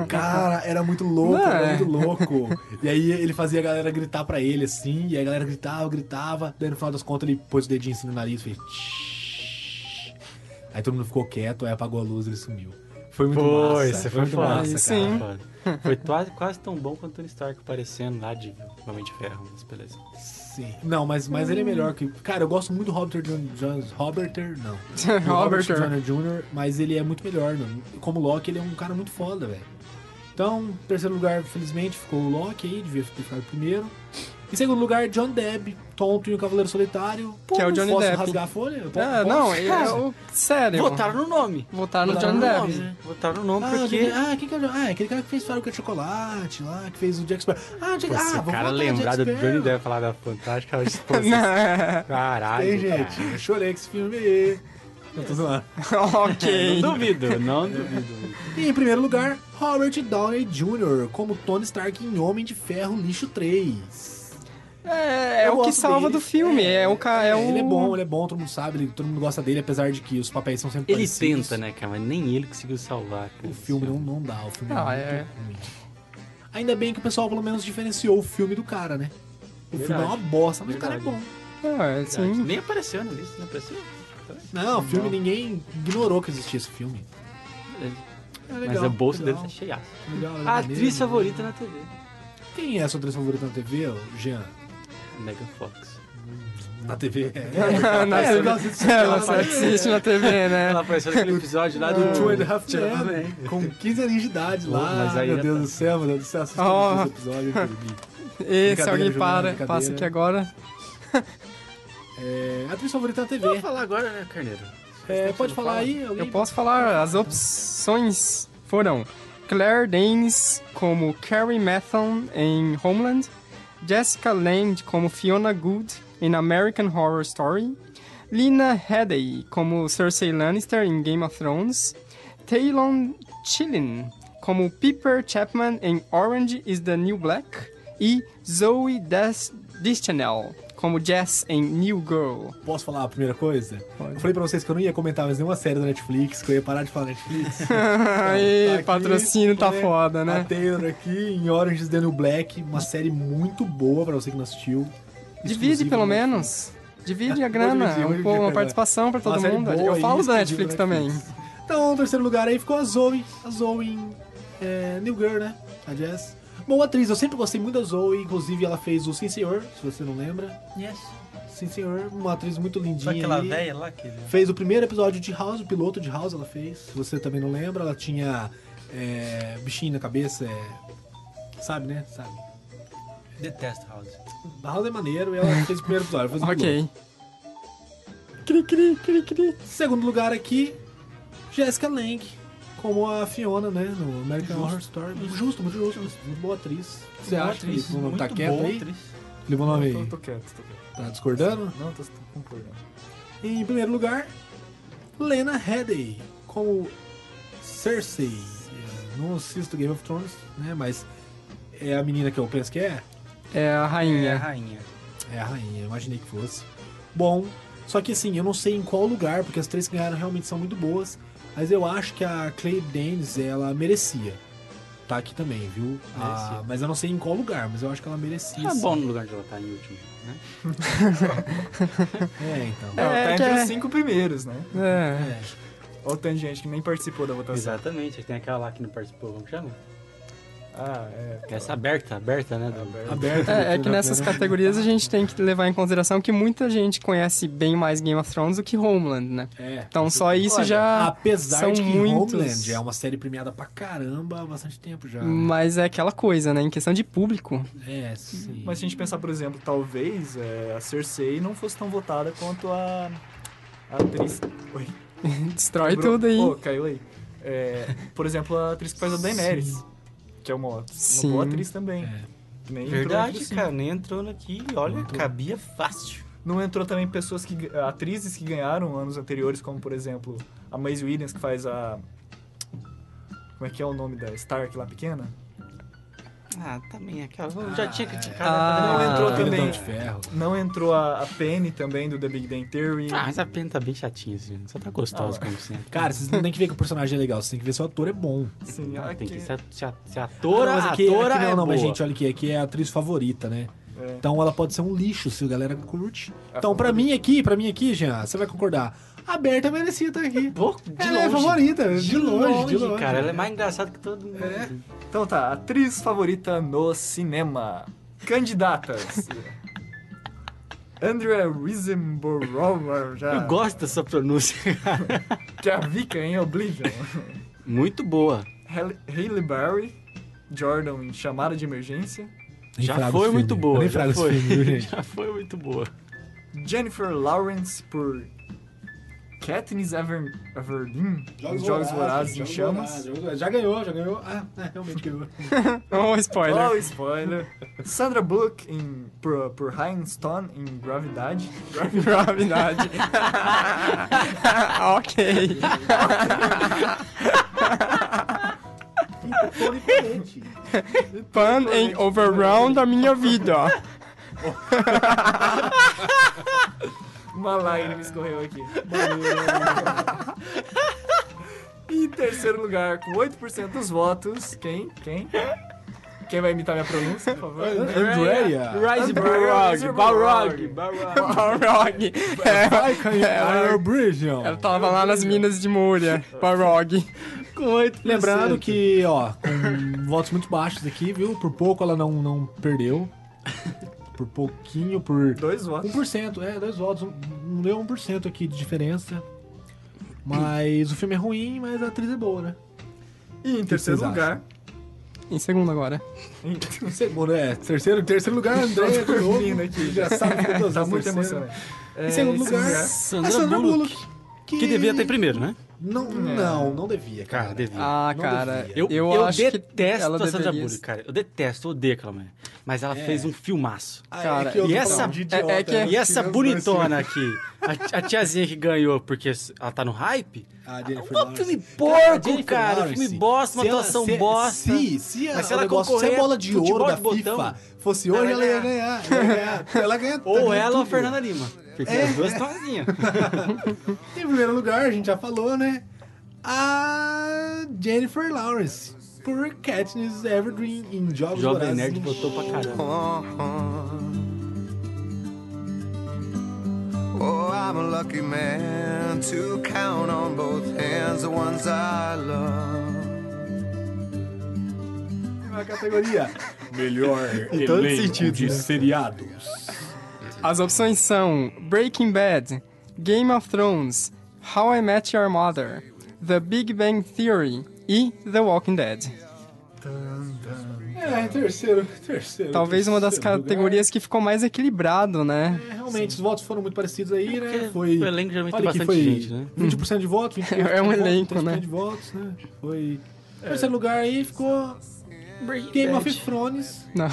Speaker 1: Cara, era muito louco,
Speaker 4: Ué.
Speaker 1: era muito louco. E aí ele fazia a galera gritar pra ele assim, e aí a galera gritava, gritava. Daí no final das contas ele pôs o dedinho assim no nariz e fez. "Shhh". Aí todo mundo ficou quieto, aí apagou a luz e ele sumiu. Foi muito massa.
Speaker 3: Foi, você foi
Speaker 1: muito
Speaker 3: foda.
Speaker 1: massa, cara.
Speaker 4: Sim.
Speaker 3: Foda. Foi quase, quase tão bom quanto o Tony Stark aparecendo lá de Homem de Ferro, mas beleza.
Speaker 1: Sim. Não, mas, mas ele é melhor que. Cara, eu gosto muito do Robert Downey Jones. Robert, não.
Speaker 4: Oh,
Speaker 1: Do Robert Downey
Speaker 4: Robert.
Speaker 1: Jr., mas ele é muito melhor, mano. Como Loki, ele é um cara muito foda, velho. Então, em terceiro lugar, felizmente, ficou o Loki aí, devia ter ficado primeiro. Em segundo lugar, John Depp, Tonto e o Cavaleiro Solitário.
Speaker 4: Que é o Johnny
Speaker 1: posso
Speaker 4: Depp.
Speaker 1: rasgar a folha? Eu po-
Speaker 4: Ah,
Speaker 1: posso?
Speaker 4: não, eu, sério.
Speaker 3: Votaram no nome.
Speaker 4: Votaram no
Speaker 1: Votaram
Speaker 4: John
Speaker 1: no
Speaker 4: Depp.
Speaker 1: nome.
Speaker 3: Votaram no nome
Speaker 1: Ah,
Speaker 3: porque...
Speaker 1: aquele- Ah, quem que é o John- ah, aquele cara que fez Fábrica de Chocolate lá, que fez o Jack Sparrow. Ah, Jack
Speaker 3: Pô, se
Speaker 1: Ah,
Speaker 3: o
Speaker 1: vamos
Speaker 3: cara
Speaker 1: botar
Speaker 3: lembrado do
Speaker 1: Jack
Speaker 3: Johnny
Speaker 1: Sparrow.
Speaker 3: Depp falar da Fantástica, eu acho que pô,
Speaker 4: Não.
Speaker 3: Caralho,
Speaker 1: Tem,
Speaker 3: cara.
Speaker 1: gente. Eu chorei com esse filme aí. Eu tô zoando.
Speaker 4: ok.
Speaker 3: É, Não duvido, não duvido.
Speaker 1: E em primeiro lugar, Robert Downey Jr., como Tony Stark em Homem de Ferro Lixo 3.
Speaker 4: É, é
Speaker 1: Eu
Speaker 4: o que
Speaker 1: gosto
Speaker 4: salva
Speaker 1: dele.
Speaker 4: do filme. É, o ca... é, o.
Speaker 1: Ele é
Speaker 3: um
Speaker 1: bom, ele é bom, todo mundo sabe, ele- todo mundo gosta dele, apesar de que os papéis são sempre
Speaker 3: Ele
Speaker 1: parecidos.
Speaker 3: tenta, né, cara? Mas nem ele conseguiu salvar. cara.
Speaker 1: O filme não, não dá, o filme
Speaker 4: Ah,
Speaker 1: é
Speaker 4: é.
Speaker 1: muito ruim. Ainda bem que o pessoal pelo menos diferenciou o filme do cara, né? O filme
Speaker 3: Verdade.
Speaker 1: é uma bosta, mas o cara é
Speaker 3: Verdade.
Speaker 1: bom.
Speaker 4: Ah, é, sim.
Speaker 3: Nem apareceu na lista, não apareceu. Então é
Speaker 1: Não, o filme ninguém ignorou que existia esse filme. É
Speaker 3: Mas
Speaker 1: legal,
Speaker 3: o bolso
Speaker 1: legal,
Speaker 3: dele tá cheia.
Speaker 1: legal, é
Speaker 3: A
Speaker 1: maneiro.
Speaker 3: atriz favorita na TV.
Speaker 1: Quem é a sua atriz favorita na TV, ô, Jean?
Speaker 3: Megan Fox.
Speaker 1: Na TV?
Speaker 4: Na
Speaker 1: É, eu
Speaker 4: cena-
Speaker 1: gosto de
Speaker 4: Ela
Speaker 1: assistir
Speaker 4: só
Speaker 1: ela,
Speaker 4: existe na TV, né?
Speaker 3: Ela apareceu naquele episódio lá do...
Speaker 1: do Two and a Half
Speaker 3: Two and a Half Men.
Speaker 1: Men, com 15 anos de idade
Speaker 3: Pô,
Speaker 1: lá.
Speaker 3: mas aí
Speaker 1: meu
Speaker 4: é
Speaker 3: já
Speaker 1: Deus
Speaker 3: tá-
Speaker 1: do céu, meu Deus do céu, assistindo
Speaker 4: Oh.
Speaker 1: esse episódio. eu perdi.
Speaker 4: E se
Speaker 1: Brincadeira,
Speaker 4: alguém
Speaker 1: Giovana,
Speaker 4: para,
Speaker 1: brincadeira.
Speaker 4: é passa aqui agora.
Speaker 1: É, atriz favorita na
Speaker 3: Vou
Speaker 1: TV.
Speaker 3: falar agora, né, Carneiro?
Speaker 1: É, pode falar aí?
Speaker 4: Eu
Speaker 1: alguém?
Speaker 4: posso falar, as opções foram Claire Danes como Carrie Mathon em Homeland, Jessica Lange como Fiona Good em American Horror Story, Lina Headey como Cersei Lannister em Game of Thrones, Talon Chilin como Piper Chapman em Orange is the New Black e Zoe Des Deschanel como Jess em New Girl.
Speaker 1: Posso falar a primeira coisa?
Speaker 4: Pode.
Speaker 1: Eu falei pra vocês que eu não ia comentar mais nenhuma série da Netflix, que eu ia parar de falar Netflix.
Speaker 4: Aí,
Speaker 1: aqui,
Speaker 4: patrocínio tá
Speaker 1: né?
Speaker 4: foda, né?
Speaker 1: A Taylor aqui em Orange is the New Black, uma série muito boa pra você que não assistiu.
Speaker 4: Divide
Speaker 1: Exclusiva né?
Speaker 4: pelo
Speaker 1: na Netflix.
Speaker 4: menos. Divide a
Speaker 1: Vou
Speaker 4: grana,
Speaker 1: dividir, vou
Speaker 4: um,
Speaker 1: dividir
Speaker 4: pô,
Speaker 1: a
Speaker 4: uma
Speaker 1: grana.
Speaker 4: participação pra todo
Speaker 1: é Uma série
Speaker 4: mundo.
Speaker 1: boa
Speaker 4: Eu
Speaker 1: aí,
Speaker 4: falo da
Speaker 1: exclusiva
Speaker 4: Netflix também.
Speaker 1: né, Então, em terceiro lugar aí ficou a Zoe. A Zoe em é, New Girl, né? A Jess. Boa atriz, eu sempre gostei muito da Zoe. Inclusive, ela fez o Sim Senhor, se você não lembra.
Speaker 3: Yes.
Speaker 1: Sim Senhor, uma atriz muito lindinha.
Speaker 3: Só aquela
Speaker 1: aí.
Speaker 3: velha lá que...
Speaker 1: Fez o primeiro episódio de House, o piloto de House ela fez. Se você também não lembra, ela tinha é, bichinho na cabeça. é, Sabe, né? Sabe.
Speaker 3: Detesto House.
Speaker 1: House é maneiro e ela fez o primeiro episódio. Fez o piloto.
Speaker 4: Ok. Cri, cri, cri, cri.
Speaker 1: Segundo lugar aqui, Jessica Lange, como a Fiona, né, no American Horror Story. Justo, muito justo, muito boa atriz. Você acha que o nome tá quieto aí? Felipe, o nome
Speaker 2: Tô,
Speaker 1: aí,
Speaker 2: tô quieto, tô quieto.
Speaker 1: tá discordando?
Speaker 2: Não, tô, tô concordando.
Speaker 1: Em primeiro lugar, Lena Headey, como Cersei. Eu Não assisto Game of Thrones, né, mas é a menina que eu penso que é.
Speaker 4: É a
Speaker 3: É a
Speaker 4: rainha.
Speaker 3: rainha.
Speaker 1: É a rainha, eu imaginei que fosse. Bom, só que assim, eu não sei em qual lugar, porque as três que ganharam realmente são muito boas, mas eu acho que a Clay Danes, ela merecia. Tá aqui também, viu?
Speaker 3: Merecia.
Speaker 1: Ah, mas eu não sei em qual lugar, mas eu acho que ela merecia.
Speaker 3: Tá
Speaker 1: sim.
Speaker 3: bom no lugar de votar em último, né?
Speaker 1: É, então.
Speaker 2: É, tá
Speaker 4: que
Speaker 2: entre
Speaker 4: é-
Speaker 2: os cinco primeiros, né?
Speaker 4: É.
Speaker 1: É.
Speaker 3: Tá.
Speaker 2: Olha o tanto de gente que nem participou da votação.
Speaker 3: Exatamente. Tem aquela lá que não participou, como que chama?
Speaker 2: A
Speaker 5: Ah, é.
Speaker 3: Essa aberta, aberta, né? Do...
Speaker 1: Aberta.
Speaker 4: É, é que nessas
Speaker 1: né?
Speaker 4: categorias a gente tem que levar em consideração que muita gente conhece bem mais Game of Thrones do que Homeland, né?
Speaker 1: É.
Speaker 4: Então só isso
Speaker 1: Olha,
Speaker 4: já.
Speaker 1: Apesar
Speaker 4: são
Speaker 1: de que
Speaker 4: muitos.
Speaker 1: Homeland é um uma série premiada pra caramba há bastante tempo já.
Speaker 4: Mas é aquela coisa, né? Em questão de público.
Speaker 1: É, sim.
Speaker 2: Mas se a gente pensar, por exemplo, talvez é, a Cersei não fosse tão votada quanto a, a atriz. Oi,
Speaker 4: Destrói
Speaker 2: quebrou.
Speaker 4: tudo aí.
Speaker 2: Ô, caiu aí. É, por exemplo, a atriz que faz a Daenerys, que é uma, uma
Speaker 4: Sim.
Speaker 2: boa atriz também.
Speaker 1: É.
Speaker 2: Nem entrou entre
Speaker 3: Verdade,
Speaker 2: os cinco.
Speaker 3: cara. Nem entrou aqui. Olha, cabia fácil.
Speaker 2: Não entrou também pessoas que. eh, atrizes que ganharam anos anteriores, como por exemplo a Maisie Williams, que faz a. Como é que é o nome da Stark lá pequena?
Speaker 3: Ah, também aquela. Eu já
Speaker 1: Ah,
Speaker 3: tinha
Speaker 1: é.
Speaker 3: criticado.
Speaker 4: Ah,
Speaker 3: né?
Speaker 2: não entrou
Speaker 1: Aquele
Speaker 2: também.
Speaker 1: Dom de ferro.
Speaker 2: Não entrou a, a Penny também do The Big Bang Theory.
Speaker 3: Ah, mas a pena tá bem chatinha, assim. Só tá gostosa,
Speaker 2: Ah.
Speaker 3: como sempre.
Speaker 1: Cara, vocês não tem que ver que o personagem é legal, vocês têm que ver se o ator é bom.
Speaker 2: Sim,
Speaker 3: Não,
Speaker 2: a
Speaker 3: Tem
Speaker 2: Assim,
Speaker 3: que
Speaker 2: que-
Speaker 3: ser, ser, ser atora,
Speaker 1: mas aqui,
Speaker 3: atora
Speaker 1: aqui não,
Speaker 3: é
Speaker 1: não, mas
Speaker 3: boa.
Speaker 1: gente, olha aqui, aqui é a atriz favorita, né?
Speaker 2: É.
Speaker 1: Então ela pode ser um lixo se a galera curte.
Speaker 2: A
Speaker 1: então, pra mim aqui, pra mim aqui, Jean, você vai concordar. A Berta merecia estar aqui.
Speaker 3: Pô, de
Speaker 1: ela
Speaker 3: longe.
Speaker 1: é a favorita, de, longe, É. de longe.
Speaker 3: Cara, ela é mais engraçada que todo mundo. assim.
Speaker 2: Então tá, atriz favorita no cinema. Candidatas. Andrea Risenborough, já,
Speaker 1: Ah.
Speaker 3: Eu gosto dessa pronúncia, cara.
Speaker 2: que é a Vika em Oblivion.
Speaker 3: Muito boa.
Speaker 2: Halle- Halle Berry, Jordan em Chamada de Emergência.
Speaker 1: Nem
Speaker 3: já
Speaker 1: frago
Speaker 3: foi
Speaker 1: esse filme.
Speaker 3: muito boa,
Speaker 1: Eu Nem
Speaker 3: já
Speaker 1: frago esse
Speaker 3: foi.
Speaker 1: filme, viu, gente?
Speaker 3: Já foi muito boa.
Speaker 2: Jennifer Lawrence por Katniss Ever Everdeen, Jogos, Jogos Vorazes em Chamas.
Speaker 1: Já ganhou, já ganhou. Ah, realmente ganhou.
Speaker 4: Oh, spoiler.
Speaker 2: Oh, spoiler. Sandra Bullock em, por, por Stone em Gravidade.
Speaker 4: Gravidade. ok. Pan em overround da minha vida.
Speaker 2: Uma lágrima escorreu aqui. E em terceiro lugar, com 8% dos votos, quem? Quem? Quem vai imitar minha pronúncia, por favor?
Speaker 1: Andrea.
Speaker 3: Rise
Speaker 2: Andrea
Speaker 3: Balrog,
Speaker 2: Balrog.
Speaker 3: Balrog, Balrog.
Speaker 4: Balrog.
Speaker 1: Vai,
Speaker 3: É,
Speaker 4: Ela-
Speaker 1: Ela Bridgeon.
Speaker 3: tá
Speaker 4: Ela tava lá nas minas de Múria. Balrog.
Speaker 3: Com 8%.
Speaker 1: Lembrando que, ó, com votos muito baixos aqui, viu? Por pouco ela não, não perdeu. Por pouquinho, por
Speaker 2: Dois votos.
Speaker 1: 1%, é, dois votos. um- Não deu 1% aqui de diferença. Mas o filme é ruim, mas a atriz é boa, né?
Speaker 2: E em terceiro
Speaker 1: vocês
Speaker 2: lugar,
Speaker 4: Em segundo agora.
Speaker 2: em-
Speaker 1: Não sei, bom, né? Terceiro, terceiro lugar, André, de novo.
Speaker 2: dormindo aqui.
Speaker 1: Já sabe que eu assim,
Speaker 2: tá muito emocionante. É,
Speaker 1: Em segundo
Speaker 2: em
Speaker 1: lugar,
Speaker 3: Sandra,
Speaker 1: A Sandra Bullock.
Speaker 3: Que devia ter primeiro, né?
Speaker 1: Não, não, não devia, cara.
Speaker 3: Cara, devia.
Speaker 4: Ah,
Speaker 1: Não
Speaker 4: cara.
Speaker 1: devia.
Speaker 3: Eu,
Speaker 4: Eu,
Speaker 3: eu
Speaker 4: acho que
Speaker 3: detesto
Speaker 4: ela
Speaker 3: a Sandra
Speaker 4: deveria...
Speaker 3: Bullock, cara. Eu detesto, eu odeio aquela mulher. Mas ela
Speaker 1: É.
Speaker 3: fez um filmaço.
Speaker 1: Ah,
Speaker 4: Cara,
Speaker 1: eu
Speaker 3: e
Speaker 1: tô
Speaker 3: essa-
Speaker 1: falando de
Speaker 4: é- é
Speaker 1: idiota,
Speaker 4: que-
Speaker 1: né?
Speaker 3: E essa
Speaker 1: Tirando dois filmes.
Speaker 3: bonitona aqui, a, a tiazinha que ganhou porque ela tá no hype.
Speaker 1: Ah, Jennifer
Speaker 3: Um
Speaker 1: Lawrence.
Speaker 3: filme
Speaker 1: Cara,
Speaker 3: porco,
Speaker 1: Jennifer
Speaker 3: cara. Um
Speaker 1: Lawrence.
Speaker 3: filme bosta, uma
Speaker 1: Se ela-
Speaker 3: atuação
Speaker 1: se-
Speaker 3: bosta.
Speaker 1: Se, se, a,
Speaker 3: Mas se
Speaker 1: se, ela
Speaker 3: ela
Speaker 1: negócio, se a
Speaker 3: concorrer
Speaker 1: bola de
Speaker 3: futebol
Speaker 1: ouro da
Speaker 3: de botão,
Speaker 1: FIFA fosse hoje, ela
Speaker 3: ela ia
Speaker 1: ia ganhar. Ela ia ganhar. Ela ganha
Speaker 3: Ou
Speaker 1: ganha
Speaker 3: ela ou
Speaker 1: Tá
Speaker 3: a
Speaker 1: tudo.
Speaker 3: Fernanda Lima. É. Porque as duas estão sozinhas.
Speaker 1: Em primeiro lugar, a gente já falou, né? A Jennifer Lawrence. Por Katniss Everdeen em Jogos
Speaker 3: Jovem
Speaker 1: Vorazes
Speaker 3: Nerd
Speaker 1: em
Speaker 3: botou pra caramba.
Speaker 6: Oh, I'm a lucky man to count on both hands the ones I love.
Speaker 1: Na categoria Melhor em
Speaker 3: todo sentido,
Speaker 1: de
Speaker 3: né?
Speaker 1: seriados.
Speaker 4: As opções são Breaking Bad, Game of Thrones, How I Met Your Mother, The Big Bang Theory e The Walking Dead.
Speaker 1: É, terceiro, terceiro.
Speaker 4: Talvez uma das
Speaker 1: terceiro
Speaker 4: categorias que ficou mais equilibrado, né?
Speaker 1: lugar. É, realmente, os votos foram muito parecidos aí, né?
Speaker 3: É Porque
Speaker 1: Foi.
Speaker 3: o elenco geralmente
Speaker 1: olha
Speaker 3: tem
Speaker 1: que
Speaker 3: bastante
Speaker 1: foi
Speaker 3: gente, né?
Speaker 1: 20% de voto, 20%
Speaker 4: É um
Speaker 1: de voto,
Speaker 4: elenco,
Speaker 1: 30%
Speaker 4: né?
Speaker 1: de votos, né? Foi.
Speaker 3: É.
Speaker 1: Terceiro lugar aí ficou Game of Thrones.
Speaker 4: Não.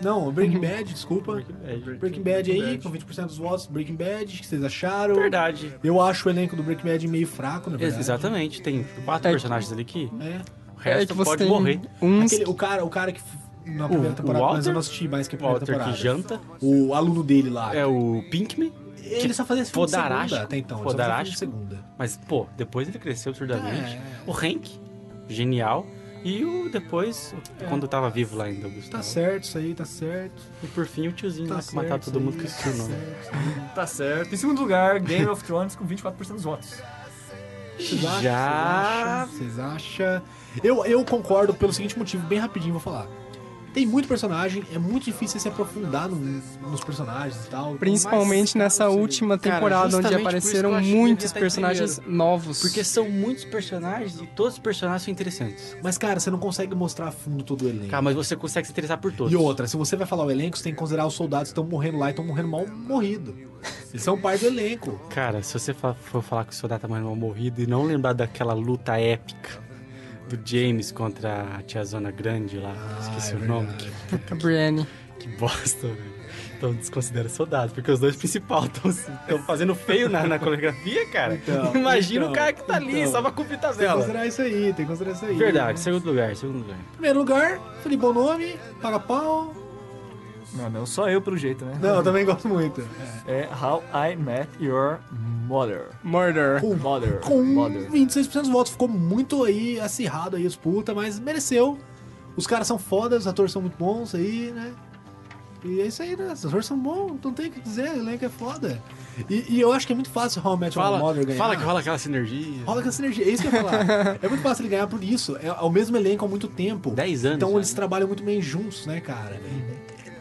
Speaker 1: Não, Breaking Bad, desculpa.
Speaker 3: Bad.
Speaker 1: Breaking Bad aí, com 20% dos votos. Breaking Bad, o que vocês acharam?
Speaker 3: Verdade.
Speaker 1: Eu acho o elenco do Breaking Bad meio fraco, na
Speaker 3: É.
Speaker 1: verdade.
Speaker 3: Exatamente. Tem quatro
Speaker 4: É que-
Speaker 3: personagens ali que
Speaker 1: tipo, É.
Speaker 3: o
Speaker 4: É
Speaker 3: resto
Speaker 4: que você
Speaker 3: pode
Speaker 4: tem
Speaker 3: morrer.
Speaker 4: uns.
Speaker 1: Aquele- o, cara, o cara que f- na primeira
Speaker 3: O- o
Speaker 1: temporada, mas eu
Speaker 3: Walter?
Speaker 1: não assisti mais que a
Speaker 3: O
Speaker 1: primeira
Speaker 3: Walter que
Speaker 1: temporada.
Speaker 3: janta.
Speaker 1: O aluno dele lá.
Speaker 3: É o Pinkman.
Speaker 1: ele só fazia esse filme de
Speaker 3: Fodarástico.
Speaker 1: segunda até então. Ele só fazia filme de
Speaker 3: Fodarástico.
Speaker 1: segunda.
Speaker 3: Mas, pô, depois ele cresceu absurdamente.
Speaker 1: É.
Speaker 3: O Hank, genial. E o depois, quando tava vivo lá ainda,
Speaker 1: É.
Speaker 3: o
Speaker 1: Tá
Speaker 3: Gustavo.
Speaker 1: certo isso aí, tá certo.
Speaker 3: E por fim, o tiozinho
Speaker 1: Tá
Speaker 3: lá que matava
Speaker 1: certo
Speaker 3: todo mundo que
Speaker 1: isso
Speaker 3: esqueceu o
Speaker 1: aí,
Speaker 3: nome.
Speaker 1: tá certo.
Speaker 2: Tá certo. Em segundo lugar, Game of Thrones com 24% dos votos.
Speaker 1: Vocês acham?
Speaker 3: Já.
Speaker 1: Vocês acham? Eu, eu concordo pelo seguinte motivo, bem rapidinho vou falar. Tem muito personagem, é muito difícil você se aprofundar no- nos personagens e tal.
Speaker 4: Principalmente
Speaker 1: Mas,
Speaker 4: nessa
Speaker 1: cara, não sei.
Speaker 4: última
Speaker 3: Cara,
Speaker 4: temporada,
Speaker 3: justamente
Speaker 4: onde
Speaker 3: por isso que eu
Speaker 4: apareceram
Speaker 3: acho que devia
Speaker 4: muitos
Speaker 3: estar em
Speaker 4: personagens novos.
Speaker 3: Porque são muitos personagens e todos os personagens são interessantes.
Speaker 1: Mas, cara, você não consegue mostrar a fundo todo o elenco.
Speaker 3: Cara, mas você consegue se interessar por todos.
Speaker 1: E outra, se você vai falar o elenco, você tem que considerar os soldados que estão morrendo lá e estão morrendo mal morrido. Eles são parte do elenco.
Speaker 3: Cara, se você fa- for falar que o soldado tá mais mal morrido e não lembrar daquela luta épica do James contra a tia Zona Grande lá,
Speaker 1: Ah, é
Speaker 3: esqueci o nome, que,
Speaker 4: A Brienne.
Speaker 3: que bosta, velho. Então desconsidera soldado, porque os dois principais estão fazendo feio na, na coreografia, cara.
Speaker 1: Então,
Speaker 3: Imagina
Speaker 1: então,
Speaker 3: o cara que tá ali,
Speaker 1: então.
Speaker 3: só pra cumprir
Speaker 1: Tem que
Speaker 3: tabela.
Speaker 1: considerar isso aí, tem que considerar isso aí.
Speaker 3: Verdade, segundo lugar, segundo lugar.
Speaker 1: Primeiro lugar, Felipe Bom Nome, Paga Pau.
Speaker 2: Não, não só eu pelo jeito, né?
Speaker 1: Não, eu também gosto muito. É.
Speaker 2: É How I Met Your Mother.
Speaker 4: Murder.
Speaker 1: Com,
Speaker 2: Mother.
Speaker 1: com
Speaker 2: Mother.
Speaker 1: 26% dos votos, ficou muito aí acirrado aí a disputa, mas mereceu. Os caras são fodas, os atores são muito bons aí, né? E é isso aí, né? Os atores são bons, não tem o que dizer, o elenco é foda. E, e eu acho que é muito fácil o How I Met Your Mother
Speaker 3: Fala,
Speaker 1: ganhar.
Speaker 3: fala que rola aquela sinergia.
Speaker 1: Rola com a sinergia, é isso que eu ia falar. é muito fácil ele ganhar por isso. É ao mesmo elenco há muito tempo.
Speaker 3: 10 anos.
Speaker 1: Então
Speaker 3: já,
Speaker 1: eles
Speaker 3: né?
Speaker 1: trabalham muito bem juntos, né, cara?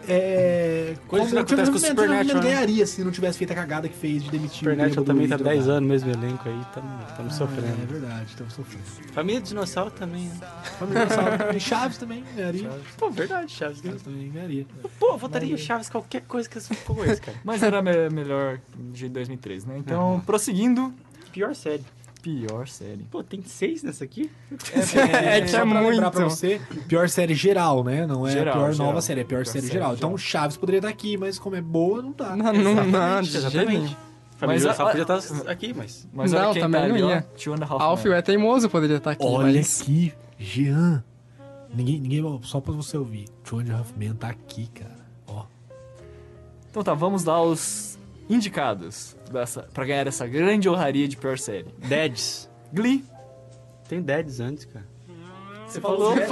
Speaker 1: É.
Speaker 3: Coisa que
Speaker 1: como-
Speaker 3: acontece com
Speaker 1: Tio Fernando
Speaker 3: o Supernatural,
Speaker 1: Fernando
Speaker 3: né?
Speaker 1: ganharia se não tivesse feito a cagada que fez de demitir o
Speaker 3: Supernatural
Speaker 1: bêbado
Speaker 3: também
Speaker 1: do
Speaker 3: tá
Speaker 1: Igor,
Speaker 3: 10
Speaker 1: né?
Speaker 3: anos, mesmo elenco aí, estamos
Speaker 1: É
Speaker 3: sofrendo.
Speaker 1: verdade, estamos sofrendo.
Speaker 3: Família Dinossauro também, né?
Speaker 1: Família Dinossauro também, Chaves também ganharia.
Speaker 3: Pô, verdade, Chaves. né?
Speaker 1: Chaves também ganharia.
Speaker 3: Pô, eu votaria em Chaves qualquer coisa que essa coisa, cara.
Speaker 2: Mas era me- melhor de 2003, né? Então, prosseguindo.
Speaker 3: Pior série.
Speaker 2: Pior série.
Speaker 3: Pô, tem seis nessa aqui?
Speaker 4: É, que
Speaker 1: Só
Speaker 4: é
Speaker 1: pra lembrar
Speaker 4: muito.
Speaker 1: pra você, pior série geral, né? Não é
Speaker 2: Geral,
Speaker 1: pior
Speaker 2: geral.
Speaker 1: nova série, é pior, série, geral. Então Chaves poderia estar aqui, mas como é boa, não tá.
Speaker 4: Não, não, não, de jeito nenhum.
Speaker 3: Exatamente. Família
Speaker 2: Mas a-
Speaker 3: Dinossauro
Speaker 2: a-
Speaker 3: podia tá estar aqui, mas...
Speaker 2: Mas
Speaker 4: Não,
Speaker 2: olha quem
Speaker 4: também
Speaker 2: tá
Speaker 4: não
Speaker 2: ali,
Speaker 4: ia.
Speaker 2: ó. Two and a Half
Speaker 4: Alfio
Speaker 2: Men.
Speaker 4: é teimoso, poderia estar aqui,
Speaker 1: Olha
Speaker 4: mas...
Speaker 1: aqui, Jean. Ninguém, ninguém, só pra você ouvir. George Huffman tá aqui, cara. Ó.
Speaker 2: Então tá, vamos lá os indicados dessa, pra ganhar essa grande honraria de pior série.
Speaker 3: Deads.
Speaker 2: Glee.
Speaker 3: Tem Deads antes, cara.
Speaker 2: Você falou. né?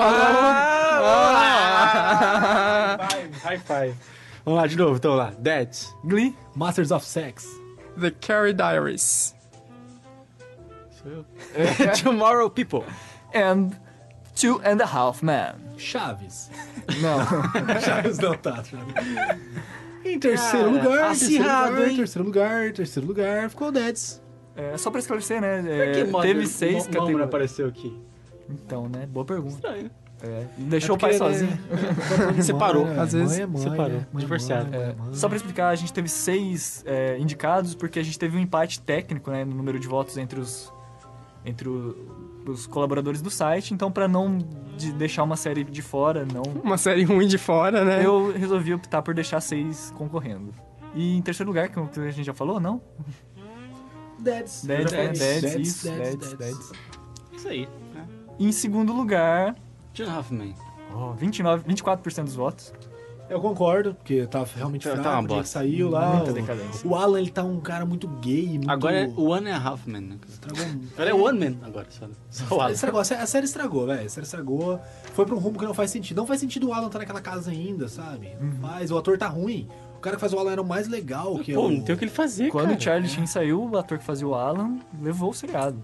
Speaker 3: High five. Vamos lá, de novo, então lá. Deads.
Speaker 2: Glee.
Speaker 1: Masters of Sex.
Speaker 4: The Carrie Diaries.
Speaker 3: Sou eu. Tomorrow People.
Speaker 2: And Two and a Half Men.
Speaker 1: Chaves.
Speaker 2: Não.
Speaker 1: Chaves não tá. Chaves. Em terceiro
Speaker 3: Cara,
Speaker 1: lugar,
Speaker 3: acirrado,
Speaker 1: terceiro lugar,
Speaker 3: hein?
Speaker 1: terceiro lugar, terceiro lugar, ficou o Deads.
Speaker 2: É, só pra esclarecer, né? é,
Speaker 3: Por que Mother-
Speaker 2: teve seis
Speaker 3: Mo- Mother
Speaker 2: categorias.
Speaker 3: apareceu aqui?
Speaker 2: Então, né? Boa pergunta.
Speaker 3: Estranho.
Speaker 2: É, deixou o pai
Speaker 1: porque, né,
Speaker 2: sozinho.
Speaker 3: Separou.
Speaker 1: Mãe,
Speaker 4: Às
Speaker 1: mãe,
Speaker 4: vezes
Speaker 1: é mãe,
Speaker 3: separou.
Speaker 1: é mãe,
Speaker 3: Divorciaram.
Speaker 1: mãe,
Speaker 2: É,
Speaker 1: mãe.
Speaker 2: só pra explicar, a gente teve seis é, indicados porque a gente teve um empate técnico né, no número de votos entre os entre o- os colaboradores do site. Então, pra não de- deixar uma série de fora, não,
Speaker 4: Uma série ruim de fora, né?
Speaker 2: eu resolvi optar por deixar seis concorrendo. E em terceiro lugar, que a gente já falou, não?
Speaker 1: Deads.
Speaker 2: Deads, né?
Speaker 1: Deads,
Speaker 2: Deads,
Speaker 1: Deads,
Speaker 2: isso, Deads, Deads.
Speaker 3: Isso aí.
Speaker 2: E em segundo lugar,
Speaker 3: É. John Hoffman.
Speaker 2: ó, 29, 24% dos votos.
Speaker 1: Eu concordo, porque tá realmente
Speaker 3: Tá- tá
Speaker 1: fraco,
Speaker 3: uma
Speaker 1: o Jake
Speaker 3: bosta.
Speaker 1: saiu lá.
Speaker 2: Muita
Speaker 1: o-
Speaker 2: decadência.
Speaker 1: O Alan, ele tá um cara muito gay, muito...
Speaker 3: Agora é One and a Half Man. né?
Speaker 1: Estragou-
Speaker 3: Agora é One Man. Agora, só, só o Alan.
Speaker 1: Estragou, a sé- a série estragou, velho. A série estragou. Foi pra um rumo que não faz sentido. Não faz sentido o Alan tá naquela casa ainda, sabe? Não faz. O ator tá ruim. O cara que faz o Alan era o mais legal. Que é
Speaker 3: Pô,
Speaker 1: o...
Speaker 3: não tem o que ele fazer,
Speaker 2: Quando
Speaker 3: cara.
Speaker 2: o Charlie Sheen saiu, o ator que fazia o Alan levou o seriado.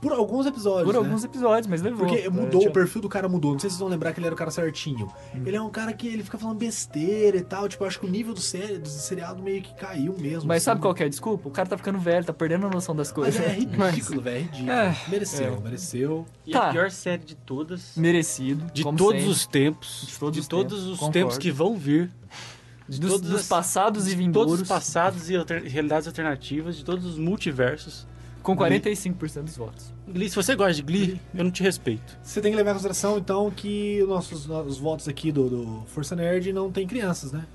Speaker 1: Por alguns episódios.
Speaker 2: Por
Speaker 1: né?
Speaker 2: alguns episódios, mas levou.
Speaker 1: Porque
Speaker 2: É,
Speaker 1: mudou,
Speaker 2: tinha- Hum.
Speaker 1: o perfil do cara mudou. Não sei se vocês vão lembrar que ele era o cara certinho. Ele é um cara que ele fica falando besteira e tal. Tipo, eu acho que o nível do, série, do seriado meio que caiu mesmo.
Speaker 2: Mas
Speaker 1: assim.
Speaker 2: sabe qual que é a desculpa? O cara tá ficando velho, tá perdendo a noção das
Speaker 1: Mas
Speaker 2: coisas.
Speaker 1: é ridículo, velho. É ridículo.
Speaker 4: É.
Speaker 1: Mereceu,
Speaker 2: É.
Speaker 1: mereceu.
Speaker 3: E a
Speaker 2: Tá.
Speaker 3: pior série de todas.
Speaker 2: Merecido.
Speaker 3: De
Speaker 2: como
Speaker 3: todos
Speaker 2: sempre.
Speaker 3: os tempos.
Speaker 2: De todos
Speaker 3: de
Speaker 2: os
Speaker 3: todos
Speaker 2: tempos,
Speaker 3: os
Speaker 2: concordo.
Speaker 3: tempos que vão vir. De
Speaker 2: Dos,
Speaker 3: todas
Speaker 2: dos
Speaker 3: as-
Speaker 2: passados e
Speaker 3: de todos os
Speaker 2: vindouros,
Speaker 3: passados e alter- realidades alternativas, de todos os multiversos.
Speaker 2: com 45% dos votos.
Speaker 3: Glee, se você gosta de Glee, eu não te respeito.
Speaker 1: Você tem que levar em consideração, então, que os nossos os votos aqui do, do Força Nerd não tem crianças, né?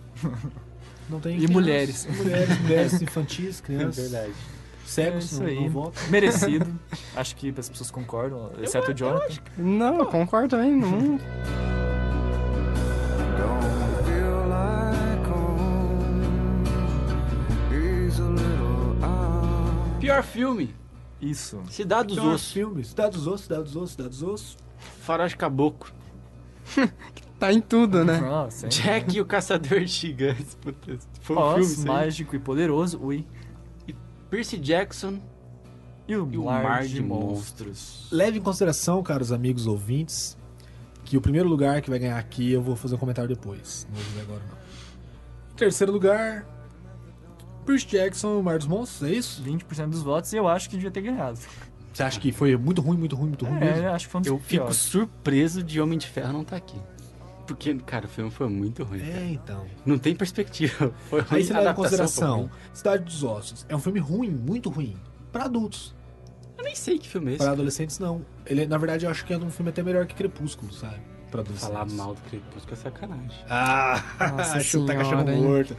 Speaker 1: Não tem
Speaker 2: E
Speaker 1: crianças.
Speaker 2: mulheres.
Speaker 1: Mulheres, mulheres infantis, crianças.
Speaker 2: É
Speaker 1: Cegos,
Speaker 2: isso
Speaker 1: não,
Speaker 2: aí.
Speaker 1: não votam.
Speaker 2: Merecido. Acho que as pessoas concordam, exceto o Jonathan.
Speaker 4: Não, eu concordo também. Não...
Speaker 6: Don't feel like home. He's a little out.
Speaker 3: Pior filme:
Speaker 2: Isso.
Speaker 3: Cidade dos
Speaker 1: Então, os
Speaker 3: Ossos,
Speaker 1: filmes. Cidade dos Ossos, Cidade dos Ossos, Cidade dos Ossos.
Speaker 3: Faroeste Caboclo,
Speaker 4: Tá em tudo, né?
Speaker 2: Nossa, hein?
Speaker 3: Jack e o Caçador de Gigantes. Puta, foi é um
Speaker 2: Oz,
Speaker 3: filme isso aí.
Speaker 2: mágico e poderoso. Ui.
Speaker 3: Percy Jackson
Speaker 2: E o,
Speaker 3: E o
Speaker 2: mar, de, monstros.
Speaker 3: monstros.
Speaker 1: Leve em consideração, caros amigos ouvintes, que o primeiro lugar que vai ganhar aqui eu vou fazer um comentário depois. Não vou fazer agora, não. Em terceiro lugar, Bruce Jackson, o Mar dos Monstros, é isso?
Speaker 2: 20% dos votos e eu acho que devia ter ganhado.
Speaker 1: Você acha que foi muito ruim, muito ruim, muito ruim
Speaker 2: É,
Speaker 1: mesmo?
Speaker 2: eu acho que foi um dos
Speaker 3: Eu fico
Speaker 2: piores.
Speaker 3: surpreso de Homem de Ferro não tá aqui. Porque, cara, o filme foi muito ruim. cara.
Speaker 1: É, então.
Speaker 3: Não tem perspectiva. Foi ruim,
Speaker 1: Aí você leva em
Speaker 3: adaptação um foi
Speaker 1: consideração
Speaker 3: ruim.
Speaker 1: Cidade dos Ossos. É um filme ruim, muito ruim. Pra adultos.
Speaker 3: Eu nem sei que filme é esse.
Speaker 1: Pra adolescentes, não. Ele, na verdade, eu acho que é um filme até melhor que Crepúsculo, sabe? Pra adolescentes.
Speaker 3: Falar mal do Crepúsculo é sacanagem.
Speaker 1: Ah,
Speaker 4: Nossa
Speaker 1: acho que tá
Speaker 4: senhora,
Speaker 1: cachorro
Speaker 4: hein?
Speaker 1: morto.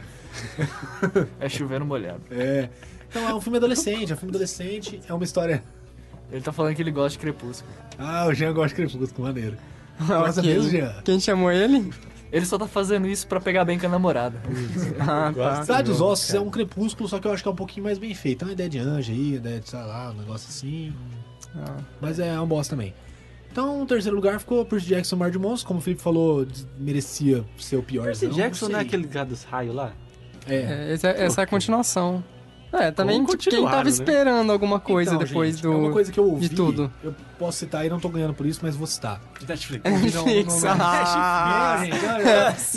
Speaker 2: É chovendo molhado.
Speaker 1: É. Então, é um filme adolescente. É um filme adolescente. É uma história...
Speaker 2: Ele tá falando que ele gosta de crepúsculo.
Speaker 1: Ah, o Jean gosta de Crepúsculo, maneiro. Nossa,
Speaker 4: Ok.
Speaker 1: mesmo, Jean?
Speaker 4: Quem chamou ele?
Speaker 2: Ele só tá fazendo isso pra pegar bem com a namorada.
Speaker 4: Ah, tá.
Speaker 1: Cidade dos Ossos é um crepúsculo, só que eu acho que é um pouquinho mais bem feito. É uma ideia de anjo aí, ideia de, sei lá, um negócio assim.
Speaker 4: Ah.
Speaker 1: Mas é um boss também. Então, o terceiro lugar ficou Percy Jackson Mar de Monstros. Como o Felipe falou, des- merecia ser o pior.
Speaker 3: Percy Jackson
Speaker 4: né,
Speaker 3: não é aquele cara dos raios lá?
Speaker 1: É.
Speaker 4: É, essa, essa é a continuação. É, também
Speaker 3: Ou
Speaker 4: tipo, quem
Speaker 3: continuaram,
Speaker 4: tava
Speaker 3: né?
Speaker 4: esperando alguma coisa
Speaker 1: Então,
Speaker 4: depois
Speaker 1: gente,
Speaker 4: do.
Speaker 1: É uma coisa que eu ouvi.
Speaker 4: de tudo.
Speaker 1: Eu posso citar e não tô ganhando por isso, mas vou citar.
Speaker 3: Netflix.
Speaker 4: Netflix. Ah,
Speaker 1: É, gente,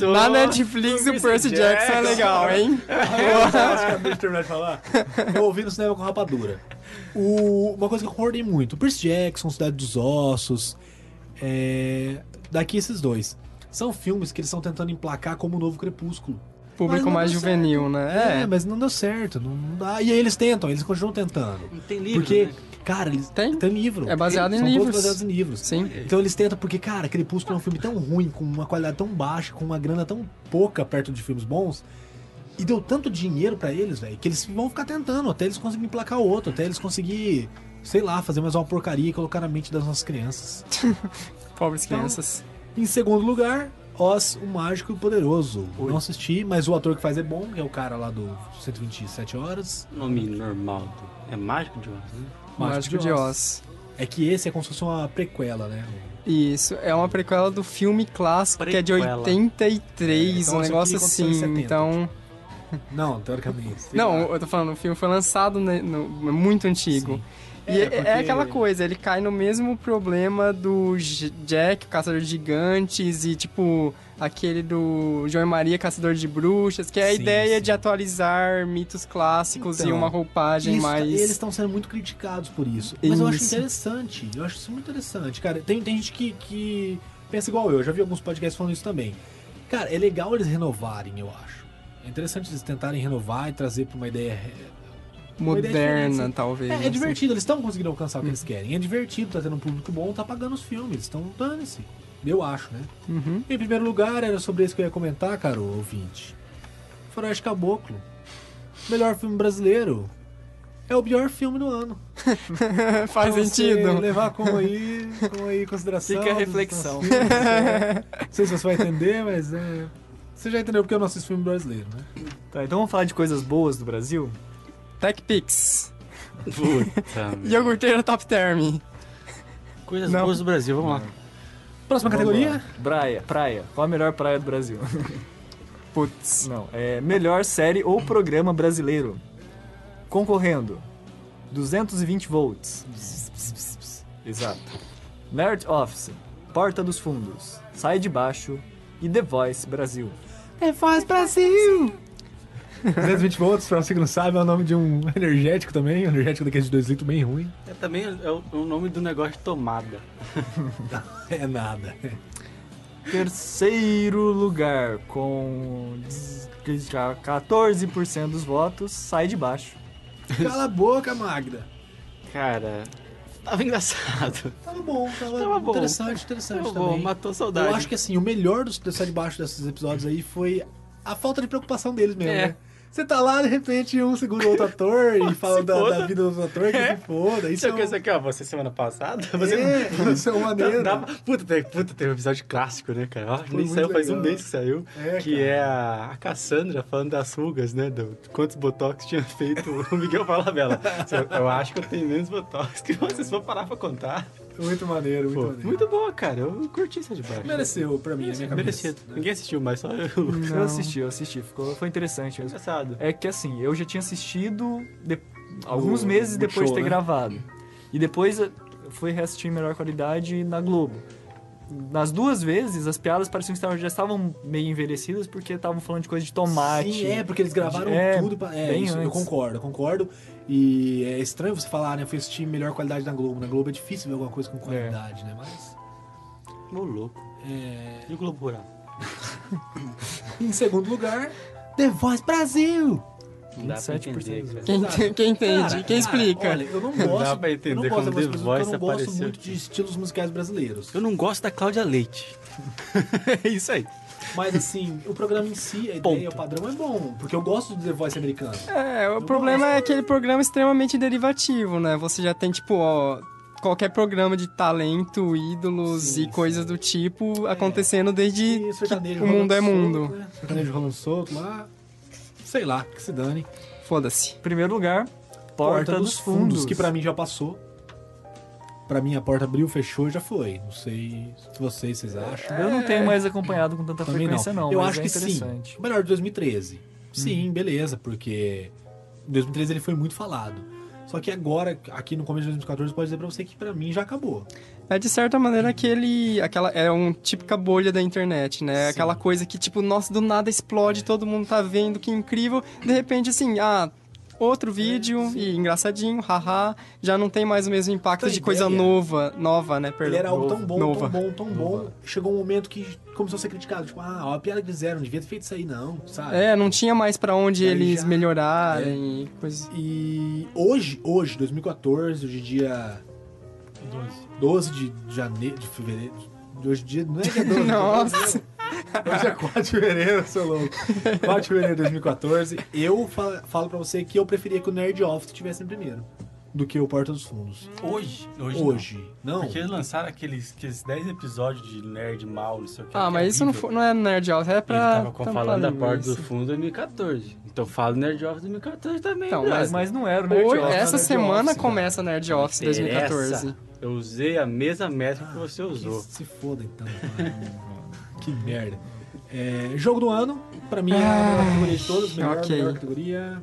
Speaker 1: olha,
Speaker 4: é. Na Netflix o Percy Jackson é legal, hein?
Speaker 1: Acabei de terminar de falar. Eu ouvi no cinema com rapadura. O- uma coisa que eu concordei muito: Percy Jackson, Cidade dos Ossos. é, daqui esses dois. São filmes que eles estão tentando emplacar como o novo Crepúsculo.
Speaker 4: Público
Speaker 1: não
Speaker 4: mais
Speaker 1: deu
Speaker 4: juvenil, né?
Speaker 1: É,
Speaker 4: É.
Speaker 1: mas não deu certo. Não, não dá. E aí eles tentam, eles continuam tentando.
Speaker 3: Não tem livro,
Speaker 1: Porque,
Speaker 3: né?
Speaker 1: cara, eles
Speaker 4: Tem?
Speaker 1: tem livro.
Speaker 4: É baseado em
Speaker 1: São todos
Speaker 4: livros.
Speaker 1: baseados em livros.
Speaker 4: Sim.
Speaker 1: Então eles tentam, porque, cara, Crepúsculo é um filme tão ruim, com uma qualidade tão baixa, com uma grana tão pouca perto de filmes bons. E deu tanto dinheiro pra eles, velho, que eles vão ficar tentando até eles conseguirem placar o outro, até eles conseguirem, sei lá, fazer mais uma porcaria e colocar na mente das nossas crianças.
Speaker 4: Pobres
Speaker 1: Então-
Speaker 4: crianças.
Speaker 1: Em segundo lugar, Oz, o Mágico e o Poderoso. Não assisti, mas o ator que faz é bom, que é o cara lá do 127 Horas.
Speaker 3: Nome normal. do- É Mágico de Oz, né?
Speaker 4: Mágico de Oz.
Speaker 1: É que esse é como se fosse uma prequela, né?
Speaker 4: Isso, é uma prequela do filme clássico que é de
Speaker 3: Prequela.
Speaker 4: 83,
Speaker 1: É, então
Speaker 4: um
Speaker 1: isso aqui
Speaker 4: negócio
Speaker 1: aconteceu em
Speaker 4: assim.
Speaker 1: 70.
Speaker 4: Então.
Speaker 1: Não, teoricamente. sei lá.
Speaker 4: Não, eu tô falando, o filme foi lançado né, no, muito antigo.
Speaker 1: Sim.
Speaker 4: E
Speaker 1: É,
Speaker 4: é, é
Speaker 1: porque-
Speaker 4: aquela coisa, ele cai no mesmo problema do J- Jack, o Caçador de Gigantes, e tipo, aquele do João e Maria, Caçador de Bruxas, que é a
Speaker 1: Sim,
Speaker 4: ideia
Speaker 1: sim.
Speaker 4: de atualizar mitos clássicos e
Speaker 1: Então,
Speaker 4: uma roupagem
Speaker 1: Isso,
Speaker 4: mais.
Speaker 1: Eles estão sendo muito criticados por isso. Mas eu acho
Speaker 4: Isso.
Speaker 1: interessante. Eu acho isso muito interessante. Cara, tem, tem gente que, que pensa igual eu. Eu já vi alguns podcasts falando isso também. Cara, é legal eles renovarem, eu acho. É interessante eles tentarem renovar e trazer pra uma ideia. uma ideia
Speaker 4: Moderna,
Speaker 1: diferente.
Speaker 4: talvez.
Speaker 1: É,
Speaker 4: não
Speaker 1: é
Speaker 4: sei.
Speaker 1: divertido, eles estão conseguindo alcançar o que eles querem. É divertido, tá tendo um público bom, tá pagando os filmes, estão dane-se. Eu acho, né?
Speaker 4: Uhum.
Speaker 1: Em primeiro lugar, era sobre isso que eu ia comentar, cara, ouvinte. Faroeste Caboclo. Melhor filme brasileiro. É o pior filme do ano. Pra
Speaker 4: Faz
Speaker 1: você
Speaker 4: sentido.
Speaker 1: Levar como aí, como aí em consideração.
Speaker 3: é
Speaker 2: Fica a
Speaker 1: dos-
Speaker 2: reflexão.
Speaker 1: dos filmes, né? Não sei se você vai entender, mas é. Você já entendeu porque eu não assisto filme brasileiro, né?
Speaker 2: Tá, então vamos falar de coisas boas do Brasil?
Speaker 4: TechPix.
Speaker 3: Puta merda.
Speaker 4: Iogurteira Top Term.
Speaker 3: Coisas
Speaker 4: Não.
Speaker 3: boas do Brasil, vamos lá.
Speaker 1: Próxima
Speaker 2: Vamos
Speaker 1: categoria.
Speaker 2: lá. Praia, praia. Qual a melhor praia do Brasil?
Speaker 4: Putz.
Speaker 2: Não, é melhor série ou programa brasileiro. Concorrendo. 220 volts. Exato. Merit Office, Porta dos Fundos, Sai de Baixo e The Voice Brasil.
Speaker 1: É Voz Brasil! 220 volts, pra você que não sabe, é o nome de um energético também. Um energético daqueles de 2 litros, bem ruim.
Speaker 3: É também é o, é o nome do negócio de tomada.
Speaker 1: É nada.
Speaker 2: Terceiro lugar, com 14% dos votos, Sai de Baixo.
Speaker 1: Cala a boca, Magda.
Speaker 3: Cara, tava engraçado.
Speaker 1: Tava Tá bom, tava,
Speaker 3: Tava bom.
Speaker 1: interessante, interessante
Speaker 3: Tava
Speaker 1: também.
Speaker 3: bom, matou a saudade.
Speaker 1: Eu acho que assim, o melhor dos dessa debaixo desses episódios aí foi a falta de preocupação deles mesmo,
Speaker 3: É.
Speaker 1: né? Você tá lá, de repente, um segura o outro ator e fala da,
Speaker 3: foda.
Speaker 1: da vida do outro ator, que
Speaker 3: É.
Speaker 1: se foda. Isso
Speaker 3: Isso
Speaker 1: é,
Speaker 3: aqui,
Speaker 1: um...
Speaker 3: isso aqui, ó, você semana passada, você
Speaker 1: é, isso é um maneiro.
Speaker 3: Dá- dá- puta, teve, puta, teve um episódio clássico, né, cara? Ó, nem
Speaker 1: muito
Speaker 3: saiu faz um
Speaker 1: legal.
Speaker 3: mês que saiu.
Speaker 1: É,
Speaker 3: que
Speaker 1: cara.
Speaker 3: é a, a Cassandra falando das rugas, né? Do, quantos botox tinha feito o Miguel Falabella. eu, eu acho que eu tenho menos botox que vocês vão parar pra contar.
Speaker 1: Muito maneiro, muito
Speaker 3: Pô,
Speaker 1: maneiro.
Speaker 3: muito boa, cara. Eu curti essa de baixo.
Speaker 1: Mereceu pra
Speaker 3: né,
Speaker 1: mim, a minha cabeça.
Speaker 3: Merecido. Ninguém assistiu, mas só eu.
Speaker 4: Não.
Speaker 2: É Eu assisti, eu assisti, ficou, foi interessante mesmo.
Speaker 3: Engraçado.
Speaker 2: É que assim, eu já tinha assistido de- alguns
Speaker 1: Do
Speaker 2: meses
Speaker 1: Multishow,
Speaker 2: depois de ter
Speaker 1: né?
Speaker 2: gravado. E depois eh, fui reassistir em melhor qualidade na Globo. Nas duas vezes, as piadas pareciam que estavam- já estavam meio envelhecidas porque estavam falando de coisa de tomate.
Speaker 1: Sim, é, porque eles gravaram
Speaker 2: É,
Speaker 1: tudo. Pra... É,
Speaker 2: bem
Speaker 1: isso, eu
Speaker 2: antes.
Speaker 1: concordo, eu concordo. E é estranho você falar, né? Eu fui assistir melhor qualidade na Globo. Na Globo é difícil ver alguma coisa com qualidade, né? Mas.
Speaker 3: Ô, um louco.
Speaker 1: é,
Speaker 3: E o Globo Rural?
Speaker 1: Em segundo lugar, The Voice Brasil!
Speaker 3: Não dá pra
Speaker 2: 27%
Speaker 3: entender, cara.
Speaker 4: Quem,
Speaker 1: Exato.
Speaker 4: quem entende?
Speaker 1: Cara,
Speaker 4: quem
Speaker 1: cara,
Speaker 4: explica?
Speaker 1: olha, eu não
Speaker 3: Dá
Speaker 1: gosto.
Speaker 3: pra entender
Speaker 1: eu não gosto
Speaker 3: como
Speaker 1: da Voz
Speaker 3: The
Speaker 1: Brasil,
Speaker 3: Voice
Speaker 1: porque eu não gosto
Speaker 3: apareceu
Speaker 1: muito de estilos musicais brasileiros.
Speaker 3: Eu não gosto da Cláudia Leite. é isso aí.
Speaker 1: Mas assim, o programa em si, a
Speaker 3: Ponto.
Speaker 1: ideia, o padrão é bom, porque eu gosto do The Voice americano.
Speaker 4: É, o problema é aquele programa extremamente derivativo, né? Você já tem, tipo, ó, qualquer programa de talento, ídolos
Speaker 1: Sim,
Speaker 4: e
Speaker 1: sim. É.
Speaker 4: coisas do tipo acontecendo desde
Speaker 1: E sertanejo
Speaker 4: o mundo
Speaker 1: rolando
Speaker 4: é mundo.
Speaker 1: solto, né? Sertanejo rolando solto lá. Sei lá, que se dane.
Speaker 4: Foda-se.
Speaker 2: Primeiro lugar, Porta, dos, Fundos.
Speaker 1: que pra mim já passou. Pra mim a porta abriu, fechou e já foi. Não sei se vocês, vocês acham.
Speaker 2: Eu não tenho mais acompanhado com tanta
Speaker 1: é- Também não.
Speaker 2: frequência, não.
Speaker 1: Eu
Speaker 2: mas
Speaker 1: acho
Speaker 2: é
Speaker 1: que sim.
Speaker 2: interessante. Uhum.
Speaker 1: O melhor de 2013. Sim, beleza, porque em 2013 ele foi muito falado. Só que agora, aqui no começo de 2014, pode dizer pra você que pra mim já acabou.
Speaker 4: É de certa maneira aquele. Aquela, é um típica bolha da internet, né?
Speaker 1: Sim.
Speaker 4: Aquela coisa que, tipo, nossa, do nada explode, todo mundo tá vendo, que incrível. De repente, assim, ah.
Speaker 1: É,
Speaker 4: Outro vídeo e engraçadinho, haha, já não tem mais o mesmo impacto
Speaker 1: Tem
Speaker 4: de coisa
Speaker 1: ideia.
Speaker 4: nova, nova, né? Perdão.
Speaker 1: Ele era algo tão
Speaker 4: Nova.
Speaker 1: bom,
Speaker 4: Nova.
Speaker 1: tão bom, tão bom. Chegou um momento que começou a ser criticado. Tipo, ah, ó, a piada que fizeram, não devia ter feito isso aí não, sabe?
Speaker 4: É, não tinha mais pra onde
Speaker 1: Aí
Speaker 4: eles
Speaker 1: já-
Speaker 4: melhorarem e coisas.
Speaker 1: E hoje, hoje, 2014, hoje é dia 12, de janeiro, de fevereiro. de Hoje dia não é dia 12.
Speaker 4: Nossa.
Speaker 1: Hoje é 4 de fevereiro, seu louco. 4 de fevereiro de 2014. Eu falo, falo pra você que eu preferia que o Nerd Office tivesse em primeiro do que o Porta dos Fundos.
Speaker 3: Hoje? Hoje.
Speaker 1: Hoje.
Speaker 3: não.
Speaker 1: Não.
Speaker 3: Porque eles lançaram aqueles, aqueles 10 episódios de nerd mal, não sei o que.
Speaker 4: Ah,
Speaker 3: que
Speaker 4: mas isso não,
Speaker 3: horrível.
Speaker 4: foi- não é nerd alto, é
Speaker 3: Ele
Speaker 4: pra.
Speaker 3: tava com-
Speaker 4: tampar
Speaker 3: falando da
Speaker 4: linguiça.
Speaker 3: parte do fundo 2014. Então fala Nerd Office 2014 também,
Speaker 4: Então,
Speaker 3: brother.
Speaker 2: Mas, mas não era o Nerd
Speaker 4: Hoje,
Speaker 2: Office,
Speaker 4: essa
Speaker 2: Nerd
Speaker 4: semana
Speaker 2: Office,
Speaker 4: começa Nerd Office
Speaker 3: Não né? interessa.
Speaker 4: 2014.
Speaker 3: É Eu usei a mesma métrica que você
Speaker 1: Que
Speaker 3: usou.
Speaker 1: se foda então. que merda. É, jogo do ano, pra mim é a
Speaker 4: Ah,
Speaker 1: melhor categoria de todas, melhor,
Speaker 4: ok.
Speaker 1: melhor categoria.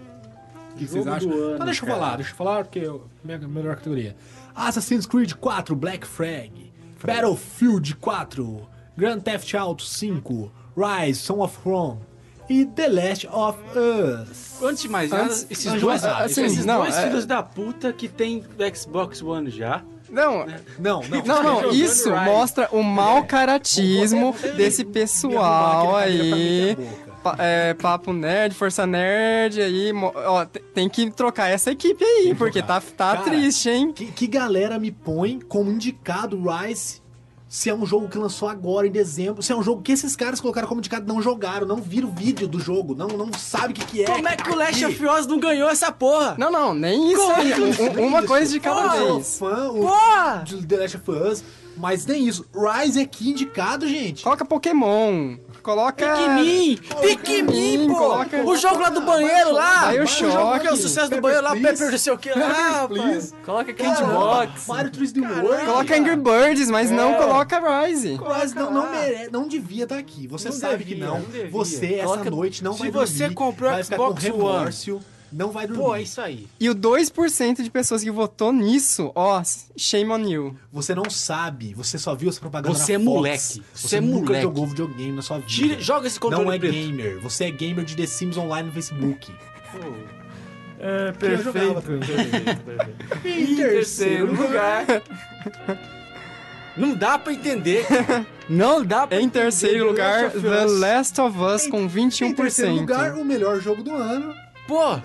Speaker 1: O que que
Speaker 3: Jogo
Speaker 1: vocês
Speaker 3: do
Speaker 1: acham?
Speaker 3: ano,
Speaker 1: então deixa eu
Speaker 3: cara.
Speaker 1: falar, deixa eu falar porque é a minha melhor categoria. Assassin's Creed 4, Black Frag, Battlefield 4, Grand Theft Auto 5, Rise, Son of Rome e The Last of Us.
Speaker 3: Antes de mais nada,
Speaker 4: Antes-
Speaker 3: esses
Speaker 1: antes
Speaker 3: dois,
Speaker 1: de mais nada,
Speaker 3: esses
Speaker 4: assim, não,
Speaker 3: dois
Speaker 4: é-
Speaker 3: filhos da puta que tem Xbox One já.
Speaker 4: Não,
Speaker 1: Não, não.
Speaker 4: não, não,
Speaker 3: jogando
Speaker 4: isso
Speaker 3: Rise.
Speaker 4: mostra o mau caratismo desse pessoal aí. Pa- é, papo nerd, força nerd aí. mo- Ó, te- tem que trocar essa equipe aí,
Speaker 1: que
Speaker 4: porque tá,
Speaker 1: trocar.
Speaker 4: tá
Speaker 1: Cara,
Speaker 4: triste, hein?
Speaker 1: Que, que galera me põe como indicado Rise se é um jogo que lançou agora em dezembro, se é um jogo que esses caras colocaram como indicado, não jogaram, não viram o vídeo do jogo, não, não sabe o que, que é.
Speaker 3: Como é que o Last
Speaker 1: tá
Speaker 3: of Us não ganhou essa porra?
Speaker 4: Não, não, nem isso aí. um- uma coisa de cada
Speaker 1: Eu sou
Speaker 4: vez.
Speaker 1: fã o-
Speaker 3: Porra!
Speaker 1: de The Last of Us, mas nem isso. Rise aqui indicado, gente.
Speaker 4: Coloca Pokémon. Coloca.
Speaker 3: Pikmin! Pikmin, pô!
Speaker 4: Hum, coloca-
Speaker 3: O jogo lá do banheiro lá!
Speaker 4: Vai o
Speaker 3: O jogo
Speaker 4: choque.
Speaker 3: que é o sucesso do
Speaker 1: Pepper,
Speaker 3: banheiro lá,
Speaker 1: please.
Speaker 3: Pepper, não sei o que lá,
Speaker 1: Please.
Speaker 2: né? Coloca Candy
Speaker 1: Caramba,
Speaker 2: Box.
Speaker 1: Mario 3D World.
Speaker 3: Caralho.
Speaker 4: Coloca Angry Birds, mas
Speaker 3: É.
Speaker 4: não coloca Rise.
Speaker 1: Mas não, não
Speaker 3: lá.
Speaker 1: merece, não devia estar aqui. Você
Speaker 3: Não
Speaker 1: sabe
Speaker 3: devia,
Speaker 1: que não.
Speaker 3: não devia.
Speaker 1: você essa
Speaker 2: Coloca-
Speaker 1: noite não
Speaker 3: Se
Speaker 1: vai dormir.
Speaker 3: você comprou
Speaker 1: vai ficar com
Speaker 3: Xbox One.
Speaker 1: remorso, não vai dormir.
Speaker 3: Pô, é isso aí.
Speaker 4: E o 2% de pessoas que votou nisso, ó, shame on you.
Speaker 1: Você não sabe, você só viu essa propaganda
Speaker 3: Você
Speaker 1: na
Speaker 3: é
Speaker 1: Fox.
Speaker 3: moleque.
Speaker 1: Você,
Speaker 3: Você é
Speaker 1: nunca
Speaker 3: moleque.
Speaker 1: jogou videogame na sua vida.
Speaker 3: Tira, joga esse controle
Speaker 1: não é
Speaker 3: preto.
Speaker 1: gamer. Você é gamer de The Sims Online no Facebook.
Speaker 2: É,
Speaker 1: Que eu jogava
Speaker 2: perfeito. Em terceiro lugar,
Speaker 3: Não dá pra entender. É
Speaker 4: Não dá pra Em terceiro
Speaker 3: entender,
Speaker 4: lugar,
Speaker 3: The Last of
Speaker 4: The
Speaker 3: Us.
Speaker 4: Last of Us com 21%.
Speaker 1: Em terceiro lugar, o melhor jogo do ano.
Speaker 3: Pô,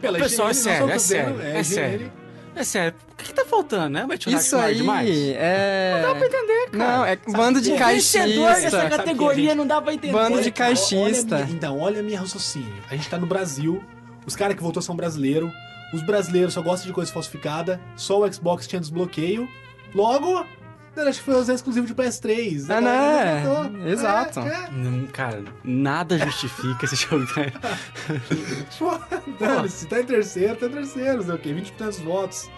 Speaker 1: Pela
Speaker 3: Pessoal, é
Speaker 1: IGN, nós
Speaker 3: sério,
Speaker 1: estamos
Speaker 3: é
Speaker 1: fazendo,
Speaker 3: sério, é sério.
Speaker 1: IGN.
Speaker 3: é sério, o que, que tá faltando, né? Mas churrasco
Speaker 4: Isso
Speaker 3: não é
Speaker 4: aí
Speaker 3: demais.
Speaker 4: é... Não dá pra entender, cara. Não, é bando de
Speaker 3: O vencedor dessa
Speaker 4: caixista.
Speaker 3: categoria não dá pra entender.
Speaker 4: Bando de
Speaker 1: Olha,
Speaker 4: caixista.
Speaker 1: olha a minha- então, olha a minha raciocínio. A gente tá no Brasil, os caras que votou são brasileiro, os brasileiros só gostam de coisa falsificada, só o Xbox tinha desbloqueio. Logo, The Last of Us é exclusivo de PS3.
Speaker 4: Ah,
Speaker 1: A galera
Speaker 4: né?
Speaker 1: já votou.
Speaker 4: Exato.
Speaker 1: É, é.
Speaker 3: Não, cara, nada justifica esse jogo. né?
Speaker 1: é, Pô, Dane-se, tá em terceiro, tá em terceiro, sei o quê, 20 tantos votos.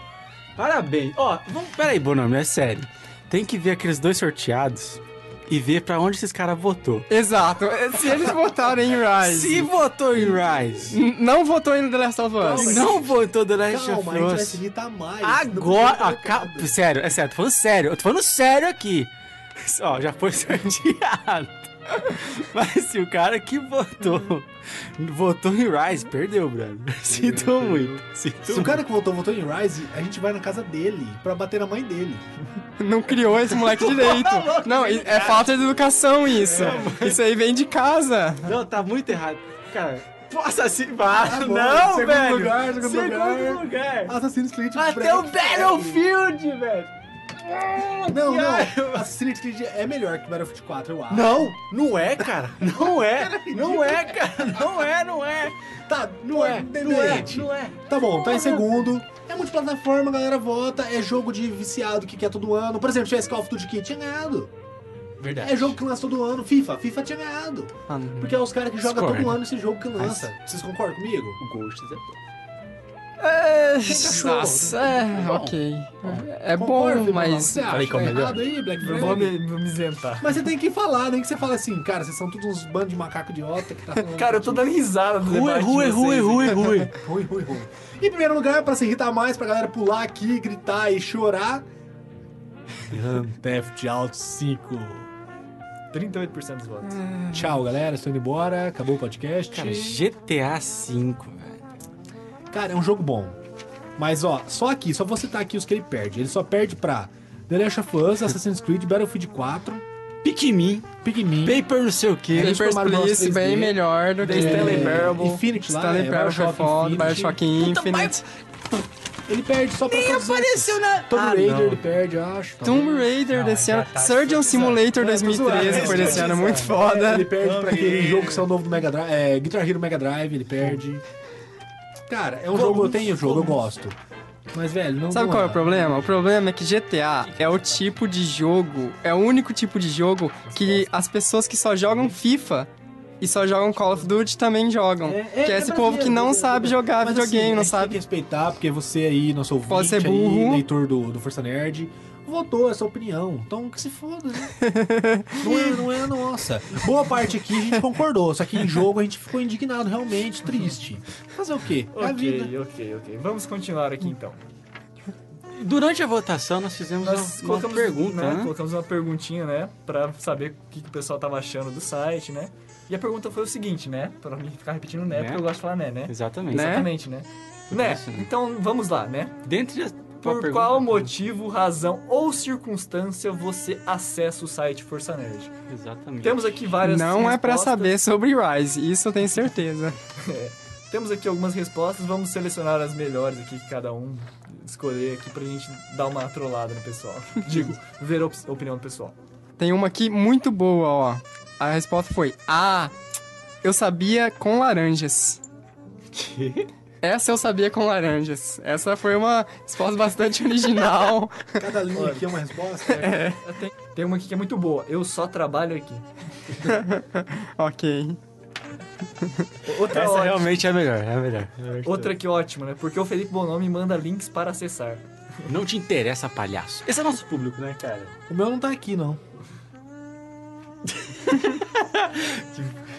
Speaker 3: Parabéns. Ó, vamos. Peraí, Bonomi, é sério. Tem que ver aqueles dois sorteados e ver pra onde esses caras votou.
Speaker 4: Exato. Se eles votarem em Rise,
Speaker 3: Se votou em Rise,
Speaker 4: n- não votou em The Last of Us.
Speaker 1: mas-
Speaker 3: não votou The Last
Speaker 1: Calma, a
Speaker 3: of
Speaker 1: gente vai
Speaker 3: Us.
Speaker 1: se irritar mais. um
Speaker 3: Agora,
Speaker 1: Não
Speaker 3: ah, cal-
Speaker 1: precisa ser
Speaker 3: sério, é sério, tô falando sério, eu tô falando sério aqui. Ó, já foi sorteado. Mas se o cara que votou, votou em Rise, perdeu, brother. Sinto muito. Sinto
Speaker 1: Se o um cara que votou, votou em Rise, a gente vai na casa dele pra bater na mãe dele.
Speaker 4: Não criou esse moleque direito. Não, e- é falta de educação isso.
Speaker 1: É.
Speaker 4: Isso aí vem de casa.
Speaker 3: Não, tá muito errado. Cara, posso assinar?
Speaker 1: Tá bom,
Speaker 3: não,
Speaker 1: segundo
Speaker 3: velho.
Speaker 1: lugar, segundo lugar.
Speaker 3: lugar.
Speaker 1: Assassin's Creed
Speaker 3: Até
Speaker 1: Black
Speaker 3: o Battlefield, velho.
Speaker 1: Não,
Speaker 3: Ai,
Speaker 1: não. Assassin's Creed é melhor que Battlefield 4, eu acho.
Speaker 3: Não, não é, cara. Não é. Não é, cara. Não é, não é.
Speaker 1: Tá,
Speaker 3: Não é. Não é.
Speaker 1: debate.
Speaker 3: Não é.
Speaker 1: Tá bom, tá em segundo. É multiplataforma, a galera vota. É jogo de viciado que quer todo ano. Por exemplo, tinha esse Call of Duty que tinha ganhado.
Speaker 3: Verdade.
Speaker 1: É jogo que lança todo ano. FIFA. FIFA tinha ganhado. Porque é os caras que jogam
Speaker 3: Discordo.
Speaker 1: todo ano esse jogo que lança. Vocês concordam comigo?
Speaker 3: O Ghosts é bom.
Speaker 4: É,
Speaker 1: Cachorro.
Speaker 4: nossa, é,
Speaker 1: Bom.
Speaker 4: ok.
Speaker 1: Concorda,
Speaker 4: É bom,
Speaker 1: Fernando?
Speaker 4: mas.
Speaker 1: Você acha
Speaker 3: Falei que é o
Speaker 1: tá
Speaker 3: melhor.
Speaker 1: errado aí, Black
Speaker 2: Eu
Speaker 1: Friday?
Speaker 2: vou me, vou me isentar.
Speaker 1: Mas você tem que falar, nem que você fala assim, cara, vocês são todos uns bandos de macaco idiota que tá falando.
Speaker 2: Cara, eu tô dando risada do
Speaker 3: Rui,
Speaker 2: debate de
Speaker 3: rui,
Speaker 2: vocês,
Speaker 3: rui,
Speaker 2: hein?
Speaker 3: rui, rui.
Speaker 1: Ruim, ruim, ruim. Em primeiro lugar, pra se irritar mais, pra galera pular aqui, gritar e chorar. Theft Auto 5.
Speaker 2: 38% dos votos.
Speaker 1: Tchau, galera. Estou indo embora. Acabou o podcast.
Speaker 3: Cara, GTA V, velho.
Speaker 1: Cara, é um jogo bom. Mas, ó, só aqui, só vou citar aqui os que ele perde. Ele só perde pra The Last of Us, Assassin's Creed, Battlefield 4,
Speaker 3: Pikmin,
Speaker 1: Pikmin,
Speaker 3: Paper não sei o quê.
Speaker 1: Super
Speaker 4: Papers,
Speaker 1: Mario Bros.
Speaker 4: Please,
Speaker 1: 3D,
Speaker 4: bem melhor do que.
Speaker 2: The Stanley Parable.
Speaker 1: é, Infinity lá,
Speaker 4: Stanley
Speaker 1: é,
Speaker 4: Parable foi
Speaker 1: Bioshock
Speaker 4: foda,
Speaker 1: Infinite.
Speaker 4: Bioshock
Speaker 3: Puta,
Speaker 4: Infinite.
Speaker 3: mas
Speaker 1: Ele perde só pra
Speaker 3: nem
Speaker 1: todos
Speaker 3: apareceu
Speaker 1: esses.
Speaker 3: na...
Speaker 1: Tomb
Speaker 3: Ah,
Speaker 1: Raider
Speaker 3: não.
Speaker 1: ele perde, eu acho. tá
Speaker 4: Tomb Raider
Speaker 3: Não,
Speaker 4: desse
Speaker 3: já
Speaker 4: ano.
Speaker 3: tá
Speaker 4: Surgeon Simulator
Speaker 1: Eu né? tô zoando,
Speaker 4: 2013 foi
Speaker 1: eu tô
Speaker 4: desse ano,
Speaker 1: zoando.
Speaker 4: muito foda.
Speaker 1: Ele perde pra aquele
Speaker 3: Raider.
Speaker 1: jogo que saiu novo do Mega Drive, é, Guitar Hero Mega Drive, ele perde. Cara, é um jogo, eu tenho o jogo, eu gosto. Mas, velho, não
Speaker 4: Sabe
Speaker 1: não
Speaker 4: qual é o problema? O problema é que GTA é o tipo de jogo, é o único tipo de jogo que as pessoas que só jogam FIFA e só jogam Call of Duty também jogam.
Speaker 1: É,
Speaker 4: que é esse povo que
Speaker 1: brasileiro,
Speaker 4: não
Speaker 1: é
Speaker 4: sabe
Speaker 1: brasileiro.
Speaker 4: jogar
Speaker 1: Mas,
Speaker 4: videogame,
Speaker 1: assim, a
Speaker 4: não
Speaker 1: gente Tem que
Speaker 4: sabe.
Speaker 1: respeitar, porque você aí, nosso ouvinte,
Speaker 4: Pode ser
Speaker 1: Aí,
Speaker 4: burro.
Speaker 1: leitor do, do Força Nerd, votou essa opinião. Então, que se foda, né? não, é, não é a nossa. Boa parte aqui a gente concordou, só que em jogo a gente ficou indignado, realmente, triste. Fazer o quê? É a vida.
Speaker 2: Ok, ok, ok. Vamos continuar aqui então.
Speaker 3: Durante a votação, nós fizemos
Speaker 2: Nós
Speaker 3: uma, uma
Speaker 2: colocamos,
Speaker 3: pergunta,
Speaker 2: né,
Speaker 3: né?
Speaker 2: colocamos uma perguntinha, né? Pra saber o que, que o pessoal tava achando do site, né? E a pergunta foi o seguinte, né? Pra não ficar repetindo né,
Speaker 3: Né?
Speaker 2: porque eu gosto de falar né, né?
Speaker 3: Exatamente.
Speaker 4: Né?
Speaker 2: Exatamente, né? Né?
Speaker 3: isso, né?
Speaker 2: Então vamos lá, né?
Speaker 3: Dentre as...
Speaker 2: Por
Speaker 3: uma pergunta-
Speaker 2: qual motivo, razão ou circunstância você acessa o site Força Nerd?
Speaker 3: Exatamente.
Speaker 2: Temos aqui várias
Speaker 4: Não é pra
Speaker 2: respostas.
Speaker 4: saber sobre Rise, isso eu tenho certeza.
Speaker 2: Temos aqui algumas respostas, vamos selecionar as melhores aqui que cada um escolher aqui pra gente dar uma trollada no pessoal. Digo, ver a op- opinião do pessoal.
Speaker 4: Tem uma aqui muito boa, ó. A resposta foi: Ah, eu sabia com laranjas. Essa eu sabia com laranjas. Essa foi uma resposta bastante original.
Speaker 1: Cada linha aqui é uma resposta. É.
Speaker 2: Tem, tem uma aqui que é muito boa. Eu só trabalho aqui.
Speaker 4: ok.
Speaker 2: O- Outra,
Speaker 3: Essa
Speaker 2: ótima,
Speaker 3: realmente é a melhor, é a melhor. É a melhor de
Speaker 2: outra que ótima, né? Porque o Felipe Bonomi manda links para acessar.
Speaker 3: todas. Não te interessa, palhaço. Esse é nosso público, né, cara?
Speaker 1: O meu não tá aqui, não.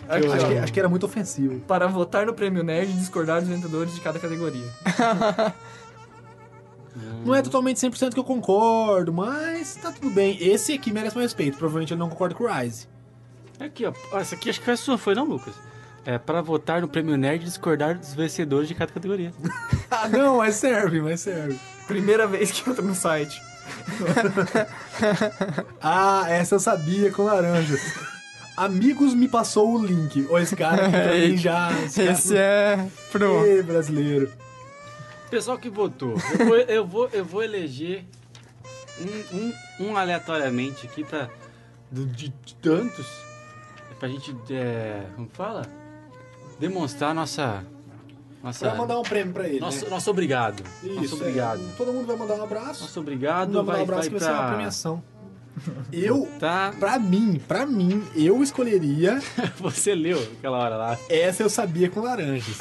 Speaker 2: Aqui,
Speaker 1: Acho que,
Speaker 2: ó.
Speaker 1: acho que era muito ofensivo.
Speaker 2: Para votar no Prêmio Nerd e discordar dos vendedores de cada categoria.
Speaker 1: Não é totalmente 100% que eu concordo, mas tá tudo bem. Esse aqui merece meu respeito. Provavelmente eu não concordo com o Rise.
Speaker 3: É Aqui, ó. Ó, Essa aqui acho que foi a sua, foi não, Lucas? É pra votar no Prêmio Nerd e discordar dos vencedores de cada categoria.
Speaker 1: Ah, não, mas serve, mas serve.
Speaker 2: Primeira vez que entra no site.
Speaker 1: Ah, essa eu sabia com laranjas. Amigos me passou o link. Ô, esse cara aqui pra mim já.
Speaker 4: Esse é pro.
Speaker 1: Ei, brasileiro.
Speaker 3: Pessoal que votou, eu vou, eu vou, eu vou eleger um, um, um aleatoriamente aqui pra. De, de- de tantos. Pra gente. É, como fala? Demonstrar nossa. Nossa.
Speaker 1: Pra mandar um prêmio pra ele.
Speaker 3: Nosso,
Speaker 1: né?
Speaker 3: nosso obrigado. nosso
Speaker 1: Isso, é.
Speaker 3: obrigado.
Speaker 1: Todo mundo vai mandar um abraço.
Speaker 3: Nosso
Speaker 1: Todo mundo
Speaker 3: obrigado.
Speaker 1: vai mandar um
Speaker 3: Vai,
Speaker 1: abraço
Speaker 3: vai
Speaker 1: que vai ser uma
Speaker 3: pra.
Speaker 1: premiação. Eu,
Speaker 3: Tá.
Speaker 1: pra mim, pra mim, eu escolheria.
Speaker 3: Você leu aquela hora lá.
Speaker 1: Essa eu sabia com laranjas.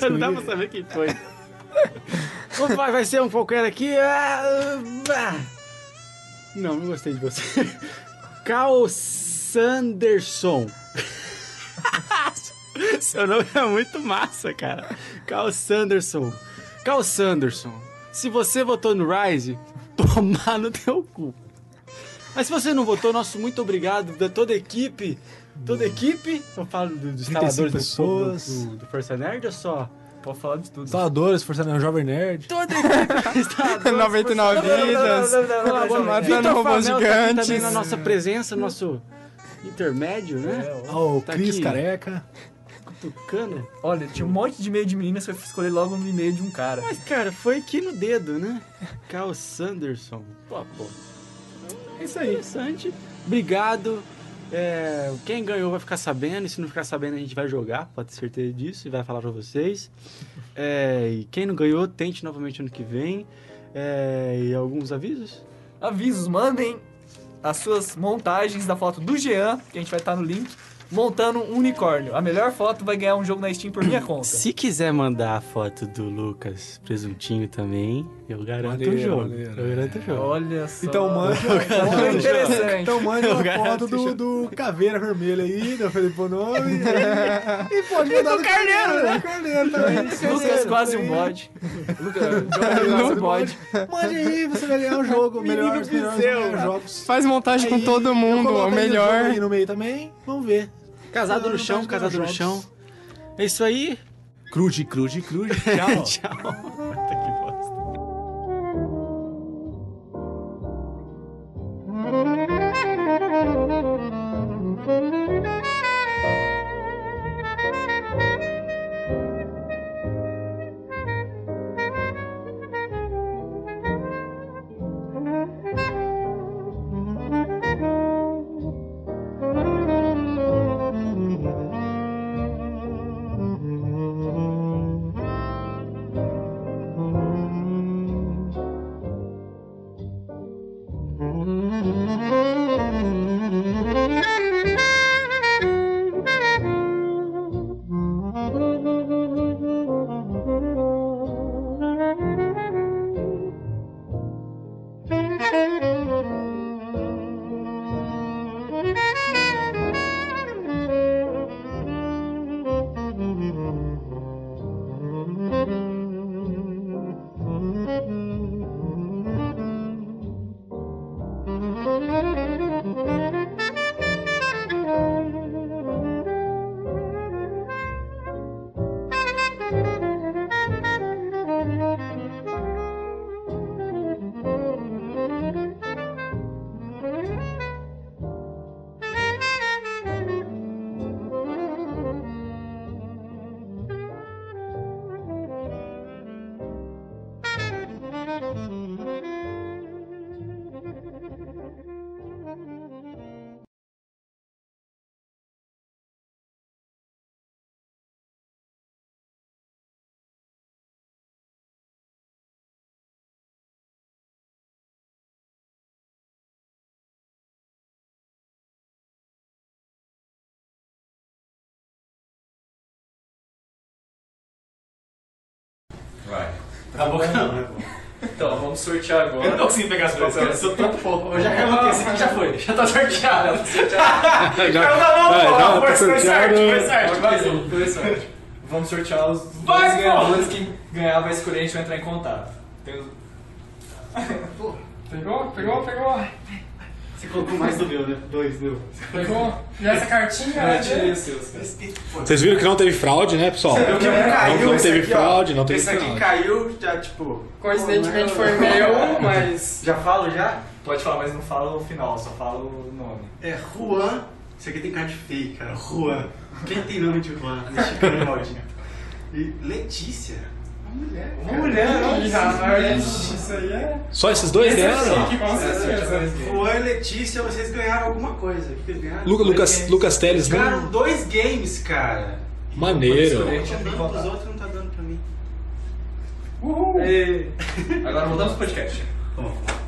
Speaker 1: Eu
Speaker 3: Não dá pra
Speaker 1: escolheria.
Speaker 3: saber quem foi. Vamos lá, vai ser um qualquer aqui. Ah, ah. Não, não gostei de você. Carl Sanderson. Seu nome é muito massa, cara. Carl Sanderson. Carl Sanderson. Se você votou no Rise, tomar no teu cu. Mas se você não votou, nosso muito obrigado da toda a equipe. Toda a equipe. Eu falo do-
Speaker 1: 35
Speaker 3: dos instaladores do-
Speaker 1: pessoas.
Speaker 3: do, do, do Força Nerd ou só?
Speaker 2: Pode falar de tudo.
Speaker 1: Instaladores, forçando um jovem nerd.
Speaker 3: Toda a equipe. instaladores,
Speaker 4: 99
Speaker 3: Força Nerd.
Speaker 4: vidas. Matando
Speaker 3: Tá Vitor
Speaker 4: robôs
Speaker 3: Famel tá aqui também
Speaker 4: gigantes.
Speaker 3: na nossa presença, no nosso intermédio, né?
Speaker 1: Ó, o
Speaker 3: Tá
Speaker 1: Cris
Speaker 3: aqui.
Speaker 1: Careca.
Speaker 3: Cutucando.
Speaker 2: Olha, tinha um monte de e-mail de meninas, eu escolhi logo um e-mail de um cara.
Speaker 3: Mas, cara, foi aqui no dedo, né? Carl Sanderson. Pô, pô. É isso aí. Interessante. Obrigado. É, quem ganhou vai ficar sabendo, e se não ficar sabendo, a gente vai jogar, pode ter certeza disso, e vai falar pra vocês. É, e quem não ganhou, tente novamente ano que vem. É, e alguns avisos?
Speaker 2: Avisos, mandem as suas montagens da foto do Jean, que a gente vai estar no link, montando um unicórnio. A melhor foto vai ganhar um jogo na Steam por minha conta.
Speaker 3: Se quiser mandar a foto do Lucas presuntinho também, eu garanto o
Speaker 1: Maneiro,
Speaker 3: jogo.
Speaker 1: maneiro.
Speaker 3: Eu garanto o jogo.
Speaker 2: Olha só.
Speaker 1: Então mande uma
Speaker 2: Olha,
Speaker 1: foto.
Speaker 2: interessante.
Speaker 1: Então mande
Speaker 3: Eu
Speaker 1: uma
Speaker 3: garanto
Speaker 1: foto
Speaker 3: que
Speaker 1: do, do Caveira Vermelha aí, do Felipe Nome. e pode mandar do Carneiro, né? Carneiro também.
Speaker 2: Lucas
Speaker 1: Carneiro
Speaker 2: quase um
Speaker 1: também.
Speaker 2: bode. Lucas quase um bode.
Speaker 1: Mande aí, você vai
Speaker 3: um
Speaker 1: ganhar o jogo. Melhores, melhores, melhores jogos.
Speaker 4: Faz montagem
Speaker 1: Aí,
Speaker 4: com todo
Speaker 1: eu
Speaker 4: mundo, o
Speaker 1: coloco aí
Speaker 4: melhor.
Speaker 1: jogo aí no meio também, vamos ver.
Speaker 3: Casado
Speaker 1: Não,
Speaker 3: no
Speaker 1: não
Speaker 3: chão,
Speaker 1: faz
Speaker 3: casado no
Speaker 1: jogos.
Speaker 3: chão. É isso aí.
Speaker 1: Crude, crude, crude. Tchau.
Speaker 3: Tchau. Puta que bosta.
Speaker 5: Vai. Tá bom,
Speaker 2: Então, vamos sortear
Speaker 5: Eu não
Speaker 2: agora.
Speaker 5: consigo pegar as coisas, cara. Eu sou tão pouco. Eu já acabou aqui, esse aqui já foi. Já tá sorteado. Caiu na
Speaker 7: Ah,
Speaker 5: mão, pô. Força, foi sorte, foi sorte. Mais um.
Speaker 2: Vamos sortear os dois
Speaker 5: Vai, pô!
Speaker 2: ganhadores. Quem ganhar vai escolher, a gente vai entrar em contato. Tem os-
Speaker 8: Pegou, pegou, pegou,
Speaker 5: Você colocou mais do meu, né? Dois, meu.
Speaker 8: pegou. E essa cartinha
Speaker 2: Ah,
Speaker 8: é
Speaker 2: tirei
Speaker 8: de...
Speaker 2: os seus, cara.
Speaker 7: Vocês viram que não teve fraude, né, pessoal?
Speaker 5: O que caiu,
Speaker 7: não
Speaker 5: esse
Speaker 7: teve
Speaker 5: aqui, ó.
Speaker 7: fraude, não teve
Speaker 5: Esse aqui
Speaker 7: fraude.
Speaker 5: caiu, já tipo.
Speaker 4: Coincidentemente foi meu, mas.
Speaker 5: Já falo já?
Speaker 2: Pode falar, mas não fala o final, só fala o nome.
Speaker 5: É Juan. Isso aqui tem cara de feio, cara. Juan. Quem tem nome de Juan? Mexicano maldito. E Letícia. Uma mulher. Uma mulher,
Speaker 8: Isso aí é...
Speaker 7: Só esses dois ganharam?
Speaker 8: Com certeza.
Speaker 5: Juan e Letícia, vocês ganharam alguma coisa. O que eles ganharam?
Speaker 7: Lu-
Speaker 5: Dois
Speaker 7: Lucas,
Speaker 5: games.
Speaker 7: Lucas Teles,
Speaker 5: Eles ganharam
Speaker 7: não?
Speaker 5: dois games, cara.
Speaker 7: Maneiro.
Speaker 5: Eu tô dando pros outros não tá dando pra mim.
Speaker 8: Uhul.
Speaker 2: Agora voltamos pro podcast.
Speaker 5: Bom,